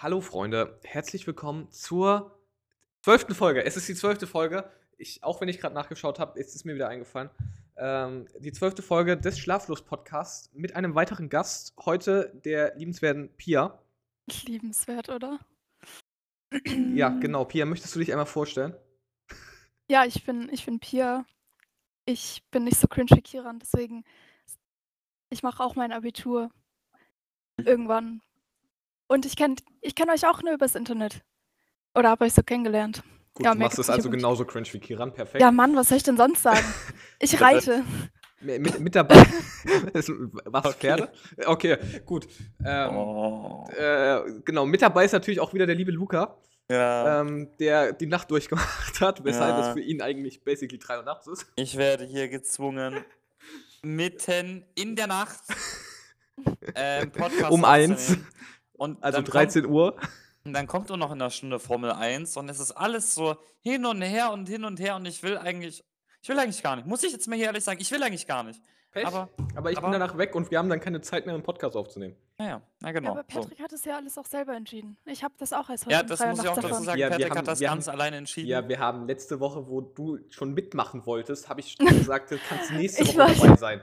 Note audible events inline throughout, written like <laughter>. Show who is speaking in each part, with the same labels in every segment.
Speaker 1: Hallo Freunde, herzlich willkommen zur zwölften Folge. Es ist die zwölfte Folge. Ich, auch wenn ich gerade nachgeschaut habe, ist es mir wieder eingefallen. Ähm, die zwölfte Folge des Schlaflos-Podcasts mit einem weiteren Gast. Heute der liebenswerten Pia.
Speaker 2: Liebenswert, oder?
Speaker 1: Ja,
Speaker 2: Mhm.
Speaker 1: genau. Pia, möchtest du dich einmal vorstellen?
Speaker 2: Ja, ich bin, ich bin Pia. Ich bin nicht so cringe wie Kiran, deswegen ich mache auch mein Abitur
Speaker 3: Mhm.
Speaker 2: irgendwann. Und ich kenne ich kenn euch auch nur übers Internet. Oder habe euch so kennengelernt.
Speaker 1: Gut,
Speaker 2: Ja,
Speaker 1: du
Speaker 2: mir
Speaker 1: machst es
Speaker 2: geht's
Speaker 1: also
Speaker 2: nicht
Speaker 1: genauso cringe wie Kiran. Perfekt.
Speaker 2: Ja, Mann, was soll ich denn sonst
Speaker 3: <laughs>
Speaker 2: sagen? Ich reite.
Speaker 1: M- Mit, mit
Speaker 2: <laughs>
Speaker 1: dabei. Es- Was,
Speaker 3: Okay.
Speaker 1: Pferde? Okay, gut. Ähm,
Speaker 3: Oh.
Speaker 1: äh, genau, mit dabei ist natürlich auch wieder der liebe Luca.
Speaker 3: Ja,
Speaker 1: ähm, der die Nacht durchgemacht hat, weshalb
Speaker 3: Ja.
Speaker 1: es für ihn eigentlich basically drei Uhr nachts ist.
Speaker 3: ich werde hier gezwungen, mitten in
Speaker 1: <laughs>
Speaker 3: der Nacht ähm, Podcast
Speaker 1: Um eins.
Speaker 3: aufzunehmen. Und
Speaker 1: Also
Speaker 3: dann
Speaker 1: 13 Uhr.
Speaker 3: Kommt, dann kommt nur noch in der Stunde Formel 1 und es ist alles so hin und her und hin und her und ich will eigentlich, ich will eigentlich gar nicht. Muss ich jetzt mal hier ehrlich sagen, ich will eigentlich gar nicht.
Speaker 1: Aber,
Speaker 3: Aber,
Speaker 1: aber ich
Speaker 3: aber-
Speaker 1: bin danach weg und wir haben dann keine Zeit mehr, einen Podcast aufzunehmen.
Speaker 3: naja, na
Speaker 2: Ja,
Speaker 3: genau.
Speaker 2: aber
Speaker 3: so.
Speaker 2: Patrick hat es ja alles auch selber entschieden. Ich habe das auch erst heute
Speaker 3: Ja,
Speaker 2: um
Speaker 3: das
Speaker 2: drei Uhr
Speaker 3: muss ich auch
Speaker 2: nachts
Speaker 3: dazu
Speaker 2: erfahren.
Speaker 3: sagen.
Speaker 1: Ja, wir
Speaker 3: Patrick
Speaker 1: haben-
Speaker 3: hat das
Speaker 1: wir haben-
Speaker 3: ganz alleine entschieden.
Speaker 1: Ja, wir haben letzte Woche, wo du schon mitmachen wolltest, habe
Speaker 3: <laughs>
Speaker 1: ich gesagt, du kannst nächste
Speaker 2: Ich
Speaker 1: Woche
Speaker 2: weiß.
Speaker 1: dabei sein.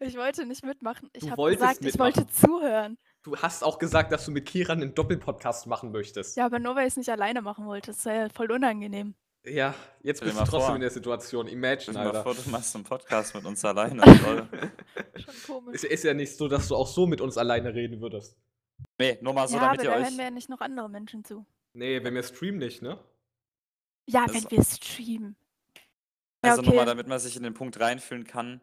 Speaker 2: Ich wollte nicht mitmachen.
Speaker 1: Du
Speaker 2: Ich habe
Speaker 1: wolltest
Speaker 2: gesagt, ich wollte zuhören.
Speaker 1: Du hast auch gesagt, dass du mit Kiran einen Doppelpodcast machen möchtest.
Speaker 2: Ja, aber nur weil ich es nicht alleine machen wollte. Das wäre ja voll unangenehm.
Speaker 1: Ja, jetzt
Speaker 3: Stell dir
Speaker 1: bist du
Speaker 3: mal
Speaker 1: trotzdem
Speaker 3: vor.
Speaker 1: in der Situation.
Speaker 3: Stell
Speaker 1: Imagine,
Speaker 3: dir mal
Speaker 1: Alter.
Speaker 3: vor, du machst einen Podcast mit
Speaker 1: <laughs>
Speaker 3: uns alleine. lol.
Speaker 2: Schon komisch.
Speaker 1: Es ist ja nicht so, dass du auch so mit uns alleine reden würdest.
Speaker 3: nee, nur mal so,
Speaker 2: ja,
Speaker 3: Also damit
Speaker 2: aber
Speaker 3: ihr
Speaker 2: da hören
Speaker 3: euch.
Speaker 2: mir ja nicht noch andere Menschen zu.
Speaker 1: Nee, wenn wir streamen nicht, ne?
Speaker 2: Ja,
Speaker 3: Das-
Speaker 2: wenn wir streamen. Ja,
Speaker 3: Also
Speaker 2: okay.
Speaker 3: nochmal, damit man sich in den Punkt reinfühlen kann,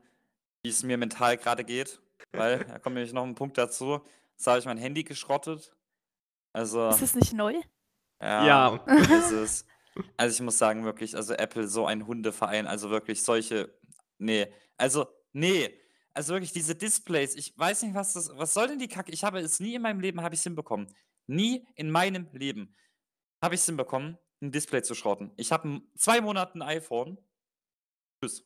Speaker 3: wie es mir mental gerade geht.
Speaker 2: <laughs>
Speaker 3: Weil, da kommt nämlich noch ein Punkt dazu. Jetzt habe ich mein Handy geschrottet. Also,
Speaker 2: Ist das nicht neu?
Speaker 3: ja,
Speaker 2: <laughs>
Speaker 3: ist es. Also ich muss sagen, wirklich, also Apple, so ein Hundeverein, also wirklich solche, nee, also, nee, also wirklich diese Displays, ich weiß nicht, was das, was soll denn die Kacke? Ich habe es nie in meinem Leben, habe ich es hinbekommen. Nie in meinem Leben habe ich es hinbekommen, ein Display zu schrotten. Ich habe in zwei Monaten ein iPhone. Tschüss.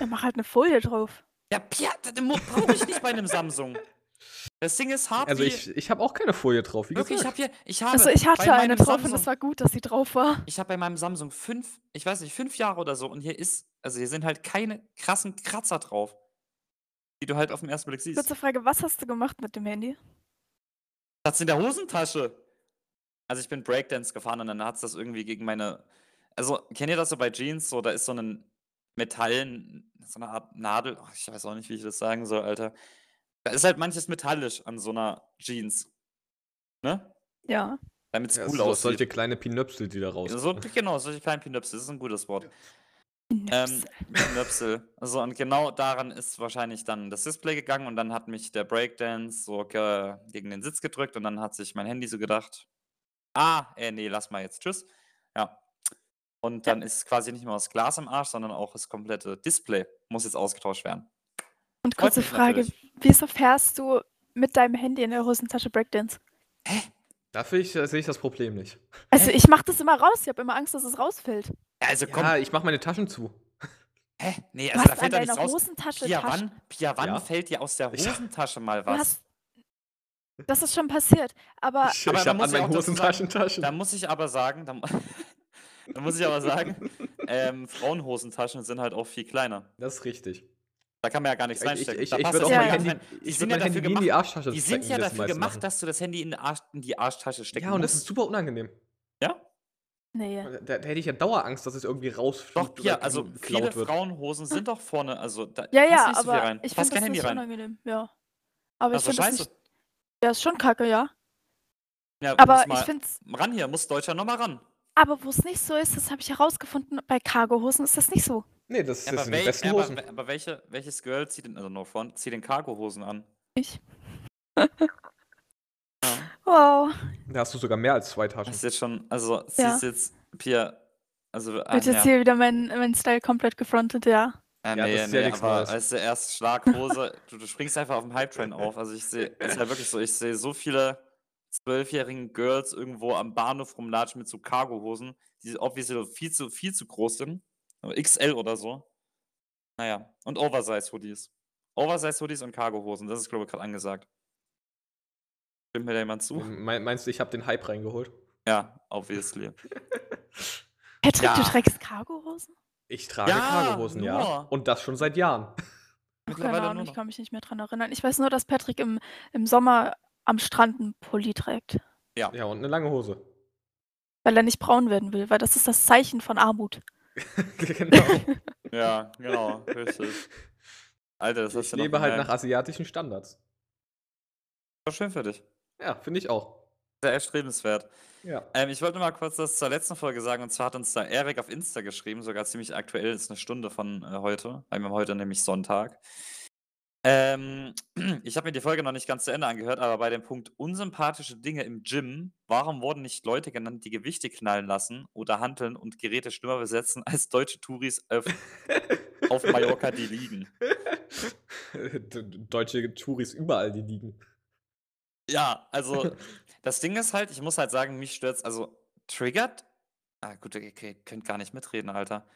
Speaker 2: Dann mach halt eine Folie drauf.
Speaker 3: Ja, Pia, das brauche ich nicht bei einem Samsung. Das Ding ist hart
Speaker 1: Also
Speaker 3: wie...
Speaker 1: ich, ich habe auch keine Folie drauf, wie
Speaker 3: wirklich, ich habe
Speaker 1: gesagt.
Speaker 3: hier... Ich habe
Speaker 2: Also ich hatte
Speaker 3: bei
Speaker 2: eine
Speaker 3: meinem
Speaker 2: drauf und
Speaker 3: Samsung-
Speaker 2: es war gut, dass sie drauf war.
Speaker 3: Ich habe bei meinem Samsung fünf, ich weiß nicht, fünf Jahre oder so und hier ist, also hier sind halt keine krassen Kratzer drauf, die du halt auf den ersten Blick siehst.
Speaker 2: Kurze Frage, was hast du gemacht mit dem Handy?
Speaker 3: Hat's in der Hosentasche. Also ich bin Breakdance gefahren und dann hat's das irgendwie gegen meine, also kennt ihr das so bei Jeans, so da ist so ein Metall, so eine Art Nadel, ach, ich weiß auch nicht, wie ich das sagen soll, Alter. Da ist halt manches metallisch an so einer Jeans, ne?
Speaker 2: Ja.
Speaker 3: Damit's
Speaker 1: Ja,
Speaker 3: cool
Speaker 1: so,
Speaker 3: aussieht.
Speaker 1: solche kleine Pinöpsel, die da raus.
Speaker 3: so, genau, solche kleinen Pinöpse, das ist ein gutes Wort. Ähm, <laughs>
Speaker 2: Nips.
Speaker 3: Nöpsel. So, und genau daran ist wahrscheinlich dann das Display gegangen und dann hat mich der Breakdance so ge gegen den Sitz gedrückt und dann hat sich mein Handy so gedacht, ah, äh, nee, lass mal jetzt, tschüss. Ja. Und
Speaker 2: Ja.
Speaker 3: dann ist quasi nicht nur das Glas im Arsch, sondern auch das komplette Display muss jetzt ausgetauscht werden.
Speaker 2: und
Speaker 3: freut
Speaker 2: kurze
Speaker 3: mich
Speaker 2: Frage,
Speaker 3: natürlich.
Speaker 2: wieso fährst du mit deinem Handy in der Hosentasche Breakdance?
Speaker 1: Dafür ich, äh, sehe ich das Problem nicht.
Speaker 2: Also ich mach das immer raus, ich habe immer Angst, dass es rausfällt.
Speaker 3: Also komm,
Speaker 1: Ja, ich mache meine Taschen zu.
Speaker 3: hä? Nee,
Speaker 2: Du
Speaker 3: also da
Speaker 2: hast an
Speaker 3: fällt da
Speaker 2: deiner
Speaker 3: nichts raus.
Speaker 2: Hosentasche
Speaker 3: Pia,
Speaker 2: Taschen-
Speaker 3: wann, Pia, wann
Speaker 1: Ja.
Speaker 3: fällt dir aus der
Speaker 1: Ich hab-
Speaker 3: Hosentasche mal
Speaker 2: Du
Speaker 3: was?
Speaker 2: hast... Das ist schon passiert, aber
Speaker 1: Ich,
Speaker 3: Aber
Speaker 1: ich
Speaker 3: man
Speaker 1: habe
Speaker 3: muss
Speaker 1: an
Speaker 3: ja
Speaker 1: meinen
Speaker 3: auch dazu sagen,
Speaker 1: Hosentaschen Taschen.
Speaker 3: Da muss ich aber sagen, da, mu- <laughs> da muss ich aber sagen, ähm, Frauenhosentaschen sind halt auch viel kleiner.
Speaker 1: Das ist richtig.
Speaker 3: Da kann man ja gar nichts
Speaker 1: Ich, ich,
Speaker 3: reinstecken.
Speaker 1: ich,
Speaker 3: Da
Speaker 1: ich
Speaker 3: passt
Speaker 1: würde
Speaker 3: das
Speaker 1: auch
Speaker 2: ja
Speaker 1: mein
Speaker 3: gar nicht
Speaker 1: Handy,
Speaker 3: rein. Die
Speaker 1: ich
Speaker 3: sind
Speaker 1: würd
Speaker 3: ja
Speaker 1: mein
Speaker 3: dafür
Speaker 1: Handy nie
Speaker 3: gemacht.
Speaker 1: in die Arschtasche
Speaker 3: Die sind
Speaker 1: stecken,
Speaker 3: ja
Speaker 1: wie das
Speaker 3: dafür
Speaker 1: meisten
Speaker 3: gemacht,
Speaker 1: machen.
Speaker 3: dass du das Handy in, den Arsch, in die Arschtasche stecken
Speaker 1: Ja, und das
Speaker 3: musst.
Speaker 1: ist super unangenehm.
Speaker 3: ja?
Speaker 2: nee.
Speaker 1: Da, da hätte ich ja Dauerangst, dass es irgendwie rausfliegt
Speaker 3: Doch,
Speaker 1: oder
Speaker 3: ja, also
Speaker 1: geklaut
Speaker 3: viele
Speaker 1: wird.
Speaker 3: Frauenhosen sind doch vorne, also da
Speaker 2: Ja,
Speaker 3: passt
Speaker 2: ja,
Speaker 3: nicht so viel
Speaker 2: aber
Speaker 3: rein.
Speaker 2: ich finde
Speaker 3: passt kein
Speaker 2: das
Speaker 3: Handy
Speaker 2: nicht
Speaker 3: rein.
Speaker 2: unangenehm, ja. Aber ich
Speaker 3: Das ist
Speaker 2: finde das
Speaker 3: scheiße.
Speaker 2: nicht... Ja, ist schon kacke, ja.
Speaker 3: Ja,
Speaker 2: Aber
Speaker 3: Äh, muss
Speaker 2: ich
Speaker 3: mal
Speaker 2: finde es
Speaker 3: ran hier, muss Deutschland nochmal ran.
Speaker 2: Aber wo es nicht so ist, das habe ich herausgefunden, bei Cargohosen ist das nicht so.
Speaker 1: Nee, das,
Speaker 3: Ja,
Speaker 1: das
Speaker 3: aber,
Speaker 1: sind die
Speaker 3: wel-
Speaker 1: besten
Speaker 3: ja, aber,
Speaker 1: Hosen.
Speaker 3: we- aber welche, welches Girl zieht denn, also no front, zieht den Cargohosen an?
Speaker 2: Ich.
Speaker 3: Ja.
Speaker 2: Wow.
Speaker 1: Da hast du sogar mehr als zwei
Speaker 3: Das ist
Speaker 1: Taschen.
Speaker 3: jetzt schon, also sie
Speaker 2: Ja.
Speaker 3: ist jetzt, Pia, also ah,
Speaker 2: Wird jetzt hier wieder mein, mein Style komplett gefrontet, ja.
Speaker 3: Ah,
Speaker 1: Ja,
Speaker 3: nee,
Speaker 1: das ist ja
Speaker 3: nee,
Speaker 1: nichts
Speaker 3: aber
Speaker 1: Neues.
Speaker 3: als der erste Schlag Hose, <laughs> du, du springst einfach auf den Hype-Train auf. Also ich sehe, es ist halt wirklich so, ich sehe so viele zwölfjährigen Girls irgendwo am Bahnhof rumlatschen mit so Cargo-Hosen, die obviously so viel zu, viel zu groß sind. aber XL oder so. Naja, und Oversize-Hoodies. Oversize-Hoodies und Cargo-Hosen, das ist, glaube ich, gerade angesagt. Stimmt mir da jemand zu?
Speaker 1: Me- Meinst du, ich habe den Hype reingeholt?
Speaker 3: Ja, obviously.
Speaker 2: Patrick,
Speaker 3: Ja.
Speaker 2: du trägst Cargohosen?
Speaker 1: Ich trage
Speaker 3: Ja,
Speaker 1: Cargohosen, ja.
Speaker 3: nur.
Speaker 1: Und das schon seit Jahren.
Speaker 2: Ach,
Speaker 3: Mittlerweile
Speaker 2: keine Ahnung,
Speaker 3: nur
Speaker 2: ich
Speaker 3: noch.
Speaker 2: kann mich nicht mehr dran erinnern. Ich weiß nur, dass Patrick im, im Sommer am Strand einen Pulli trägt,
Speaker 1: Ja, und eine lange Hose.
Speaker 2: weil er nicht braun werden will, weil das ist das Zeichen von Armut.
Speaker 1: genau.
Speaker 3: Ja, genau,
Speaker 1: <laughs>
Speaker 3: richtig. Alter, das hast
Speaker 1: ich
Speaker 3: du noch
Speaker 1: lebe halt nach
Speaker 3: gemerkt.
Speaker 1: asiatischen Standards.
Speaker 3: War schön für dich.
Speaker 1: Ja, finde ich auch.
Speaker 3: Sehr erstrebenswert.
Speaker 1: Ja.
Speaker 3: Ähm, ich wollte nur mal kurz das zur letzten Folge sagen. Und zwar hat uns da Erik auf Insta geschrieben, sogar ziemlich aktuell, ist eine Stunde von äh, heute. weil Wir haben heute nämlich Sonntag. Ähm, <clears throat> ich habe mir die Folge noch nicht ganz zu Ende angehört, aber bei dem Punkt unsympathische Dinge im Gym, warum wurden nicht Leute genannt, die Gewichte knallen lassen oder handeln und Geräte schlimmer besetzen als deutsche Touris auf, auf Mallorca, die liegen?
Speaker 1: <laughs> D- Deutsche Touris überall, die liegen.
Speaker 3: Ja, also das Ding ist halt, ich muss halt sagen, mich stört's, also triggert. Ah, gut, ihr könnt- könnt gar nicht mitreden, Alter.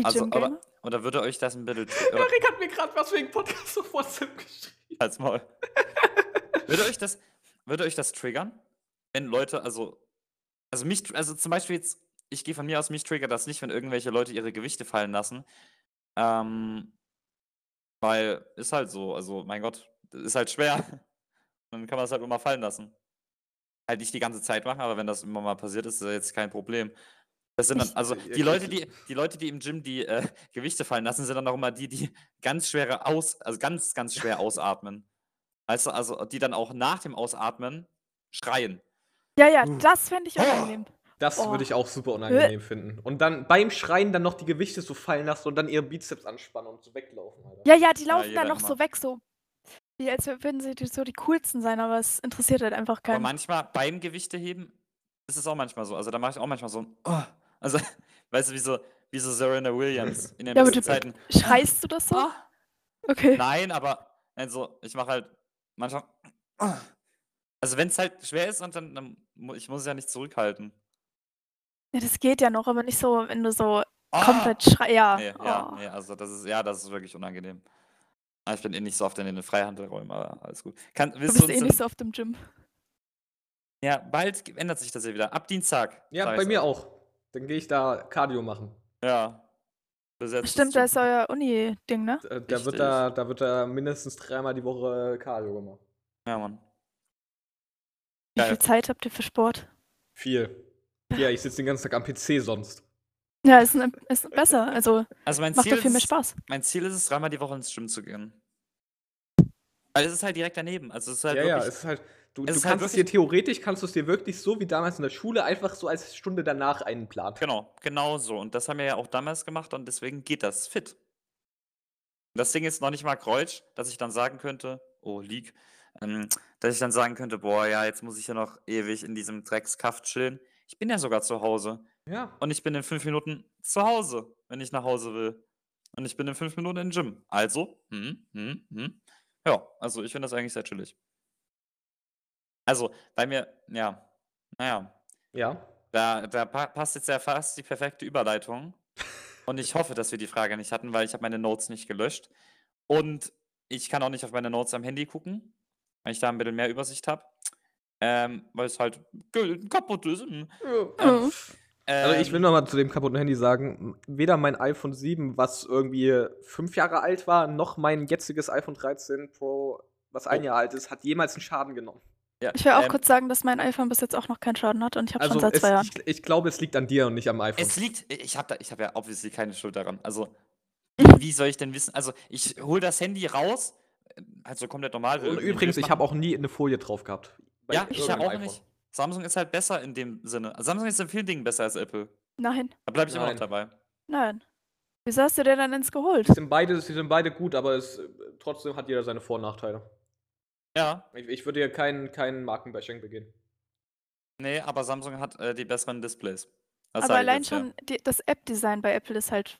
Speaker 2: Die
Speaker 3: Also,
Speaker 2: Gym-Gamer?
Speaker 3: aber- Oder würde euch das ein bisschen. tr- Oder,
Speaker 1: Erik hat mir gerade was wegen Podcast auf WhatsApp geschrieben.
Speaker 3: halt's Maul. würde, euch das, würde euch das triggern? Wenn Leute, also. Also mich, tr- also zum Beispiel jetzt, ich gehe von mir aus, mich triggert das nicht, wenn irgendwelche Leute ihre Gewichte fallen lassen. Ähm, weil ist halt so, also mein Gott, das ist halt schwer. <laughs> Dann kann man es halt immer fallen lassen. Halt nicht die ganze Zeit machen, aber wenn das immer mal passiert ist, ist das jetzt kein Problem. Das sind dann,
Speaker 2: Ich-
Speaker 3: also
Speaker 1: Ja,
Speaker 3: die Leute,
Speaker 1: klar.
Speaker 3: die, die Leute, die im Gym die äh, <laughs> Gewichte fallen lassen, sind dann auch immer die, die ganz schwere aus, also ganz, ganz schwer ausatmen. Weißt du, also die dann auch nach dem Ausatmen schreien.
Speaker 2: Ja, ja,
Speaker 1: Uh.
Speaker 2: das fände ich
Speaker 3: Oh.
Speaker 2: unangenehm.
Speaker 1: Das
Speaker 2: Oh.
Speaker 1: würde ich auch super unangenehm finden. Und dann beim Schreien dann noch die Gewichte so fallen lassen und dann ihre Bizeps anspannen und so weglaufen, Alter.
Speaker 2: Ja, ja, die laufen
Speaker 3: jeder
Speaker 2: dann noch
Speaker 3: immer.
Speaker 2: so weg, so. Wie als würden sie die- so die coolsten sein, aber es interessiert halt einfach
Speaker 3: Aber
Speaker 2: keinen.
Speaker 3: manchmal beim Gewichteheben ist es auch manchmal so. Also da mache ich auch manchmal so ein oh. Also, <laughs> weißt du, wie so, wie so Serena
Speaker 2: <laughs>
Speaker 3: Williams in den
Speaker 2: Ja, aber
Speaker 3: letzten
Speaker 2: du-
Speaker 3: Zeiten.
Speaker 2: Schreist du das so?
Speaker 3: Ah.
Speaker 2: Okay.
Speaker 3: Nein, aber also ich mache halt manchmal. oh. Also wenn es halt schwer ist und dann, dann mu- ich muss es ja nicht zurückhalten.
Speaker 2: Ja, das geht ja noch, aber nicht so, wenn du so
Speaker 3: Ah!
Speaker 2: komplett schreist. Ja.
Speaker 3: Nee, ja,
Speaker 2: oh.
Speaker 3: nee, also das ist ja, das ist wirklich unangenehm. Ah, Ich bin eh nicht so oft in den Freihandelräumen, aber alles gut. Kann,
Speaker 2: Du
Speaker 3: willst du
Speaker 2: bist
Speaker 3: uns
Speaker 2: eh
Speaker 3: denn-
Speaker 2: nicht so auf dem Gym.
Speaker 3: Ja, bald ge- ändert sich das ja wieder. Ab Dienstag.
Speaker 1: Ja,
Speaker 3: sag
Speaker 1: bei
Speaker 3: ich's
Speaker 1: mir
Speaker 3: euch.
Speaker 1: auch. Dann gehe ich da Cardio machen.
Speaker 3: Ja. Besetztes
Speaker 2: Stimmt, da
Speaker 3: Gym.
Speaker 2: ist euer Uni-Ding, ne?
Speaker 1: Da, da,
Speaker 3: Richtig.
Speaker 1: wird da, da wird da mindestens dreimal die Woche Cardio gemacht.
Speaker 3: Ja, Mann.
Speaker 2: Wie
Speaker 3: Geil.
Speaker 2: viel Zeit habt ihr für Sport?
Speaker 1: Viel. Ja, ich sitze den ganzen Tag am PC sonst.
Speaker 2: Ja, ist, ein- ist besser. Also
Speaker 3: Also mein
Speaker 2: macht
Speaker 3: Ziel,
Speaker 2: doch viel mehr
Speaker 3: ist,
Speaker 2: Spaß.
Speaker 3: mein Ziel ist es, dreimal die Woche ins Gym zu gehen. Weil es ist halt direkt daneben. Also es ist halt
Speaker 1: ja, ja,
Speaker 3: wirklich
Speaker 1: es ist halt. Du,
Speaker 3: Es
Speaker 1: du
Speaker 3: ist halt
Speaker 1: kannst es dir theoretisch, kannst du es dir wirklich so wie damals in der Schule einfach so als Stunde danach einplanen.
Speaker 3: Genau, genau so. Und das haben wir ja auch damals gemacht und deswegen geht das fit. Und das Ding ist noch nicht mal Kreuz, dass ich dann sagen könnte, oh, Leak, ähm, dass ich dann sagen könnte, boah, ja, jetzt muss ich ja noch ewig in diesem Dreckskaff chillen. Ich bin ja sogar zu Hause.
Speaker 1: Ja.
Speaker 3: Und ich bin in fünf Minuten zu Hause, wenn ich nach Hause will. Und ich bin in fünf Minuten im Gym. Also, hm, hm, hm. Ja, also ich finde das eigentlich sehr chillig. Also, bei mir, ja, naja,
Speaker 1: Ja.
Speaker 3: da, da pa passt jetzt ja fast die perfekte Überleitung. Und ich hoffe, dass wir die Frage nicht hatten, weil ich habe meine Notes nicht gelöscht. Und ich kann auch nicht auf meine Notes am Handy gucken, weil ich da ein bisschen mehr Übersicht habe. Ähm, weil es halt ge- kaputt ist. Ähm,
Speaker 2: Oh.
Speaker 1: Also ich will nochmal zu dem kaputten Handy sagen, weder mein iPhone 7, was irgendwie fünf Jahre alt war, noch mein jetziges iPhone 13 Pro, was ein
Speaker 3: Oh.
Speaker 1: Jahr alt ist, hat jemals einen Schaden genommen.
Speaker 3: ja,
Speaker 2: Ich will auch
Speaker 3: ähm,
Speaker 2: kurz sagen, dass mein iPhone bis jetzt auch noch keinen Schaden hat und ich habe
Speaker 1: Also
Speaker 2: schon seit
Speaker 1: es,
Speaker 2: zwei Jahren.
Speaker 1: ich, ich glaube, es liegt an dir und nicht am iPhone.
Speaker 3: Es liegt, äh, ich habe ich hab ja obviously keine Schuld daran. Also, wie- wie soll ich denn wissen? Also, ich hole das Handy raus, äh, also komplett normal.
Speaker 1: und übrigens, ich habe auch nie eine Folie drauf gehabt. Bei
Speaker 3: Ja, ich
Speaker 1: irgendeinem
Speaker 3: auch
Speaker 1: iPhone.
Speaker 3: nicht. Samsung ist halt besser in dem Sinne. Samsung ist in vielen Dingen besser als Apple.
Speaker 2: Nein,
Speaker 3: Da bleibe ich immer
Speaker 1: Nein.
Speaker 3: noch dabei.
Speaker 2: nein. Wieso hast du dir dann eins geholt?
Speaker 1: Sie sind beide, sie sind beide gut, aber es, äh, trotzdem hat jeder seine Vor- und Nachteile.
Speaker 3: Ja,
Speaker 1: Ich, ich würde hier keinen kein Markenbashing begehen.
Speaker 3: nee, aber Samsung hat äh, die besseren Displays. Das
Speaker 2: Aber
Speaker 3: sag ich
Speaker 2: allein
Speaker 3: jetzt, ja.
Speaker 2: schon die, das App-Design bei Apple ist halt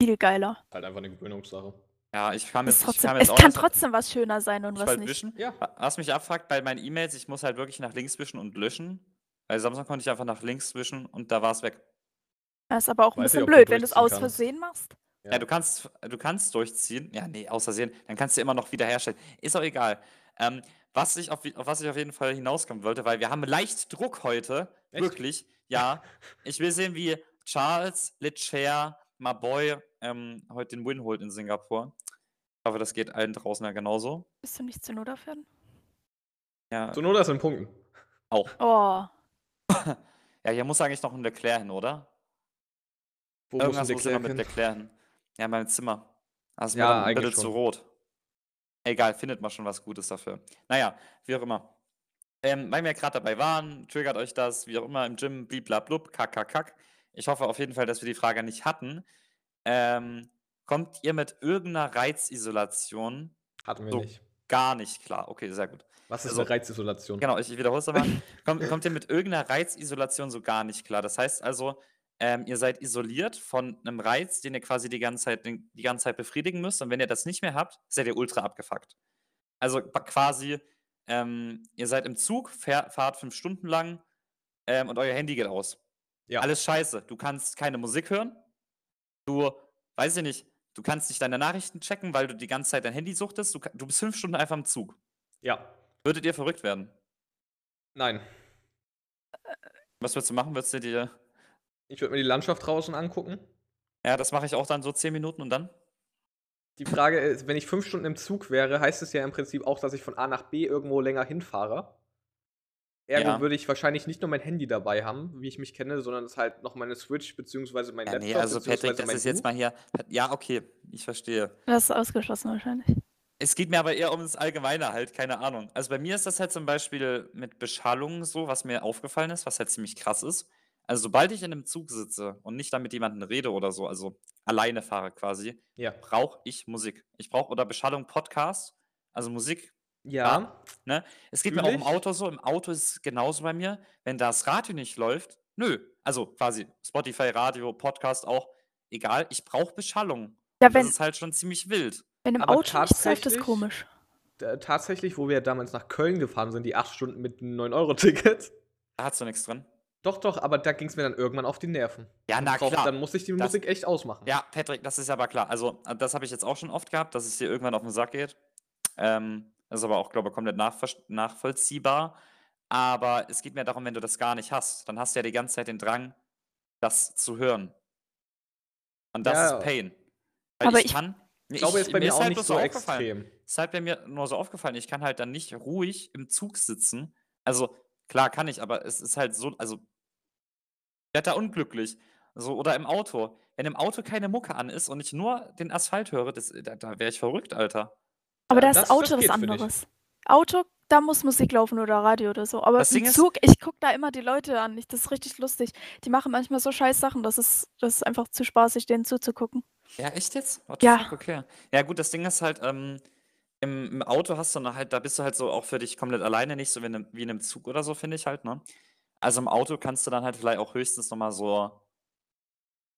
Speaker 2: viel geiler.
Speaker 1: Halt einfach eine Gewöhnungssache.
Speaker 3: Ja, ich kam
Speaker 2: Ist
Speaker 3: jetzt, ich
Speaker 2: trotzdem,
Speaker 3: kam
Speaker 2: es
Speaker 3: jetzt auch
Speaker 2: kann
Speaker 3: nicht- halt
Speaker 2: trotzdem was schöner sein und
Speaker 3: ich
Speaker 2: was
Speaker 3: wollt
Speaker 2: nicht.
Speaker 3: wischen.
Speaker 1: Ja.
Speaker 3: Wa- Was mich abfragt bei meinen E-Mails, ich muss halt wirklich nach links wischen und löschen. Bei Samsung konnte ich einfach nach links wischen und da war es weg.
Speaker 2: Das ist aber auch ein
Speaker 1: Weiß
Speaker 2: bisschen
Speaker 1: nicht, ob du
Speaker 2: blöd, wenn du es
Speaker 1: durchziehen
Speaker 2: aus
Speaker 1: kannst.
Speaker 2: Versehen machst.
Speaker 3: Ja, du kannst, du kannst durchziehen. Ja, nee, außersehen. Dann kannst du immer noch wiederherstellen. Ist auch egal. Ähm, Was ich auf, auf was ich auf jeden Fall hinauskommen wollte, weil wir haben leicht Druck heute.
Speaker 1: Echt?
Speaker 3: Wirklich, ja. Ich will sehen, wie Charles, Lecher, Maboy ähm, heute den Win holt in Singapur. Ich hoffe, das geht allen draußen ja genauso.
Speaker 2: Bist du nicht zu Nodafen?
Speaker 3: Ja,
Speaker 1: So nur das in Punkten.
Speaker 3: auch.
Speaker 2: Oh,
Speaker 3: Ja, hier muss eigentlich noch ein Leclerc hin, oder?
Speaker 1: Wo muss
Speaker 3: Irgendwas
Speaker 1: ein
Speaker 3: muss immer
Speaker 1: Leclerc
Speaker 3: mit
Speaker 1: hin?
Speaker 3: Leclerc hin. Ja, mein Zimmer. Das ist
Speaker 1: Ja,
Speaker 3: ja, mir
Speaker 1: eigentlich
Speaker 3: bitte zu
Speaker 1: schon.
Speaker 3: rot. Egal, findet man schon was Gutes dafür. Naja, wie auch immer. Ähm, weil wir gerade dabei waren, triggert euch das, wie auch immer, im Gym, bliblablub, kack, kack, kack. Ich hoffe auf jeden Fall, dass wir die Frage nicht hatten. Ähm, kommt ihr mit irgendeiner Reizisolation
Speaker 1: Hatten wir
Speaker 3: So.
Speaker 1: nicht.
Speaker 3: gar nicht klar? Okay, sehr gut.
Speaker 1: Was ist
Speaker 3: Also-
Speaker 1: eine Reizisolation?
Speaker 3: Genau, ich, ich wiederhole es nochmal. Kommt, kommt ihr mit irgendeiner Reizisolation so gar nicht klar? Das heißt also, ähm, ihr seid isoliert von einem Reiz, den ihr quasi die ganze, Zeit, den, die ganze Zeit befriedigen müsst. Und wenn ihr das nicht mehr habt, seid ihr ultra abgefuckt. Also ba- quasi, ähm, ihr seid im Zug, fähr, fahrt fünf Stunden lang ähm, und euer Handy geht aus.
Speaker 1: Ja.
Speaker 3: Alles scheiße. Du kannst keine Musik hören. Du, weiß ich nicht, du kannst nicht deine Nachrichten checken, weil du die ganze Zeit dein Handy suchtest. Du, ka- du bist fünf Stunden einfach im Zug.
Speaker 1: Ja.
Speaker 3: Würdet ihr verrückt werden?
Speaker 1: Nein.
Speaker 3: Was würdest du machen? Würdest du dir.
Speaker 1: Ich würde mir die Landschaft draußen angucken.
Speaker 3: Ja, das mache ich auch dann so 10 Minuten und dann?
Speaker 1: Die Frage ist, wenn ich fünf Stunden im Zug wäre, heißt es ja im Prinzip auch, dass ich von A nach B irgendwo länger hinfahre. Ergo
Speaker 3: Ja.
Speaker 1: würde ich wahrscheinlich nicht nur mein Handy dabei haben, wie ich mich kenne, sondern es halt noch meine Switch beziehungsweise mein
Speaker 3: Ja,
Speaker 1: Laptop.
Speaker 3: nee, also Patrick,
Speaker 1: beziehungsweise
Speaker 3: das
Speaker 1: mein
Speaker 3: ist jetzt
Speaker 1: Buch.
Speaker 3: mal hier. Ja, okay, ich verstehe.
Speaker 2: das ist ausgeschlossen wahrscheinlich.
Speaker 3: Es geht mir aber eher um das Allgemeine halt, keine Ahnung. Also bei mir ist das halt zum Beispiel mit Beschallung so, was mir aufgefallen ist, was halt ziemlich krass ist. Also sobald ich in einem Zug sitze und nicht dann mit jemandem rede oder so, also alleine fahre quasi,
Speaker 1: Ja.
Speaker 3: brauche ich Musik. Ich brauche oder Beschallung Podcast, also Musik.
Speaker 1: Ja.
Speaker 3: Es geht
Speaker 1: Fühl
Speaker 3: mir auch im
Speaker 1: ich.
Speaker 3: Auto so, im Auto ist es genauso bei mir. Wenn das Radio nicht läuft, nö. Also quasi Spotify, Radio, Podcast auch, egal. Ich brauche Beschallung.
Speaker 2: Ja,
Speaker 3: Das
Speaker 2: wenn,
Speaker 3: ist halt schon ziemlich wild.
Speaker 2: wenn im
Speaker 1: Also, aber
Speaker 2: Auto nichts läuft, ist
Speaker 1: tatsächlich-
Speaker 2: komisch.
Speaker 1: T- äh, Tatsächlich, wo wir damals nach Köln gefahren sind, die acht Stunden mit einem 9-Euro-Ticket.
Speaker 3: Da hast du nichts drin.
Speaker 1: Doch, doch, aber da ging es mir dann irgendwann auf die Nerven.
Speaker 3: Ja, Ah, na
Speaker 1: Brauch-
Speaker 3: klar.
Speaker 1: Dann muss ich die
Speaker 3: Das-
Speaker 1: Musik echt ausmachen.
Speaker 3: Ja, Patrick, das ist aber klar. Also, äh, das habe ich jetzt auch schon oft gehabt, dass es dir irgendwann auf den Sack geht. Ähm, das ist aber auch, glaube ich, komplett nachver- nachvollziehbar. Aber es geht mir darum, wenn du das gar nicht hast, dann hast du ja die ganze Zeit den Drang, das zu hören. Und das
Speaker 1: Ja.
Speaker 3: ist Pain. Weil
Speaker 2: Aber ich-
Speaker 3: kann. Nee,
Speaker 1: Ich glaube, jetzt bei mir
Speaker 3: ist
Speaker 1: auch
Speaker 3: halt
Speaker 1: nicht
Speaker 3: bloß
Speaker 1: so
Speaker 3: aufgefallen.
Speaker 1: extrem.
Speaker 3: Ist halt bei mir nur so aufgefallen, ich kann halt dann nicht ruhig im Zug sitzen. Also, klar kann ich, aber es ist halt so, also, ich werde da unglücklich. So, oder im Auto. Wenn im Auto keine Mucke an ist und ich nur den Asphalt höre, das, da, da wäre ich verrückt, Alter.
Speaker 2: Aber da
Speaker 1: das-
Speaker 2: ist Auto
Speaker 1: das
Speaker 2: was
Speaker 1: geht, finde ich.
Speaker 2: anderes. Auto, da muss Musik laufen oder Radio oder so. Aber
Speaker 3: Das
Speaker 2: im
Speaker 3: Ding ist-
Speaker 2: Zug, ich gucke da immer die Leute an. Ich, das ist richtig lustig. Die machen manchmal so scheiß Sachen, das ist, das ist einfach zu spaßig, denen zuzugucken.
Speaker 3: Ja, echt jetzt? What the
Speaker 2: Ja.
Speaker 3: fuck, okay. Ja, gut, das Ding ist halt, ähm, im, im Auto hast du dann halt, da bist du halt so auch für dich komplett alleine, nicht so wie in einem, wie in einem Zug oder so, finde ich halt, ne? Also im Auto kannst du dann halt vielleicht auch höchstens nochmal so,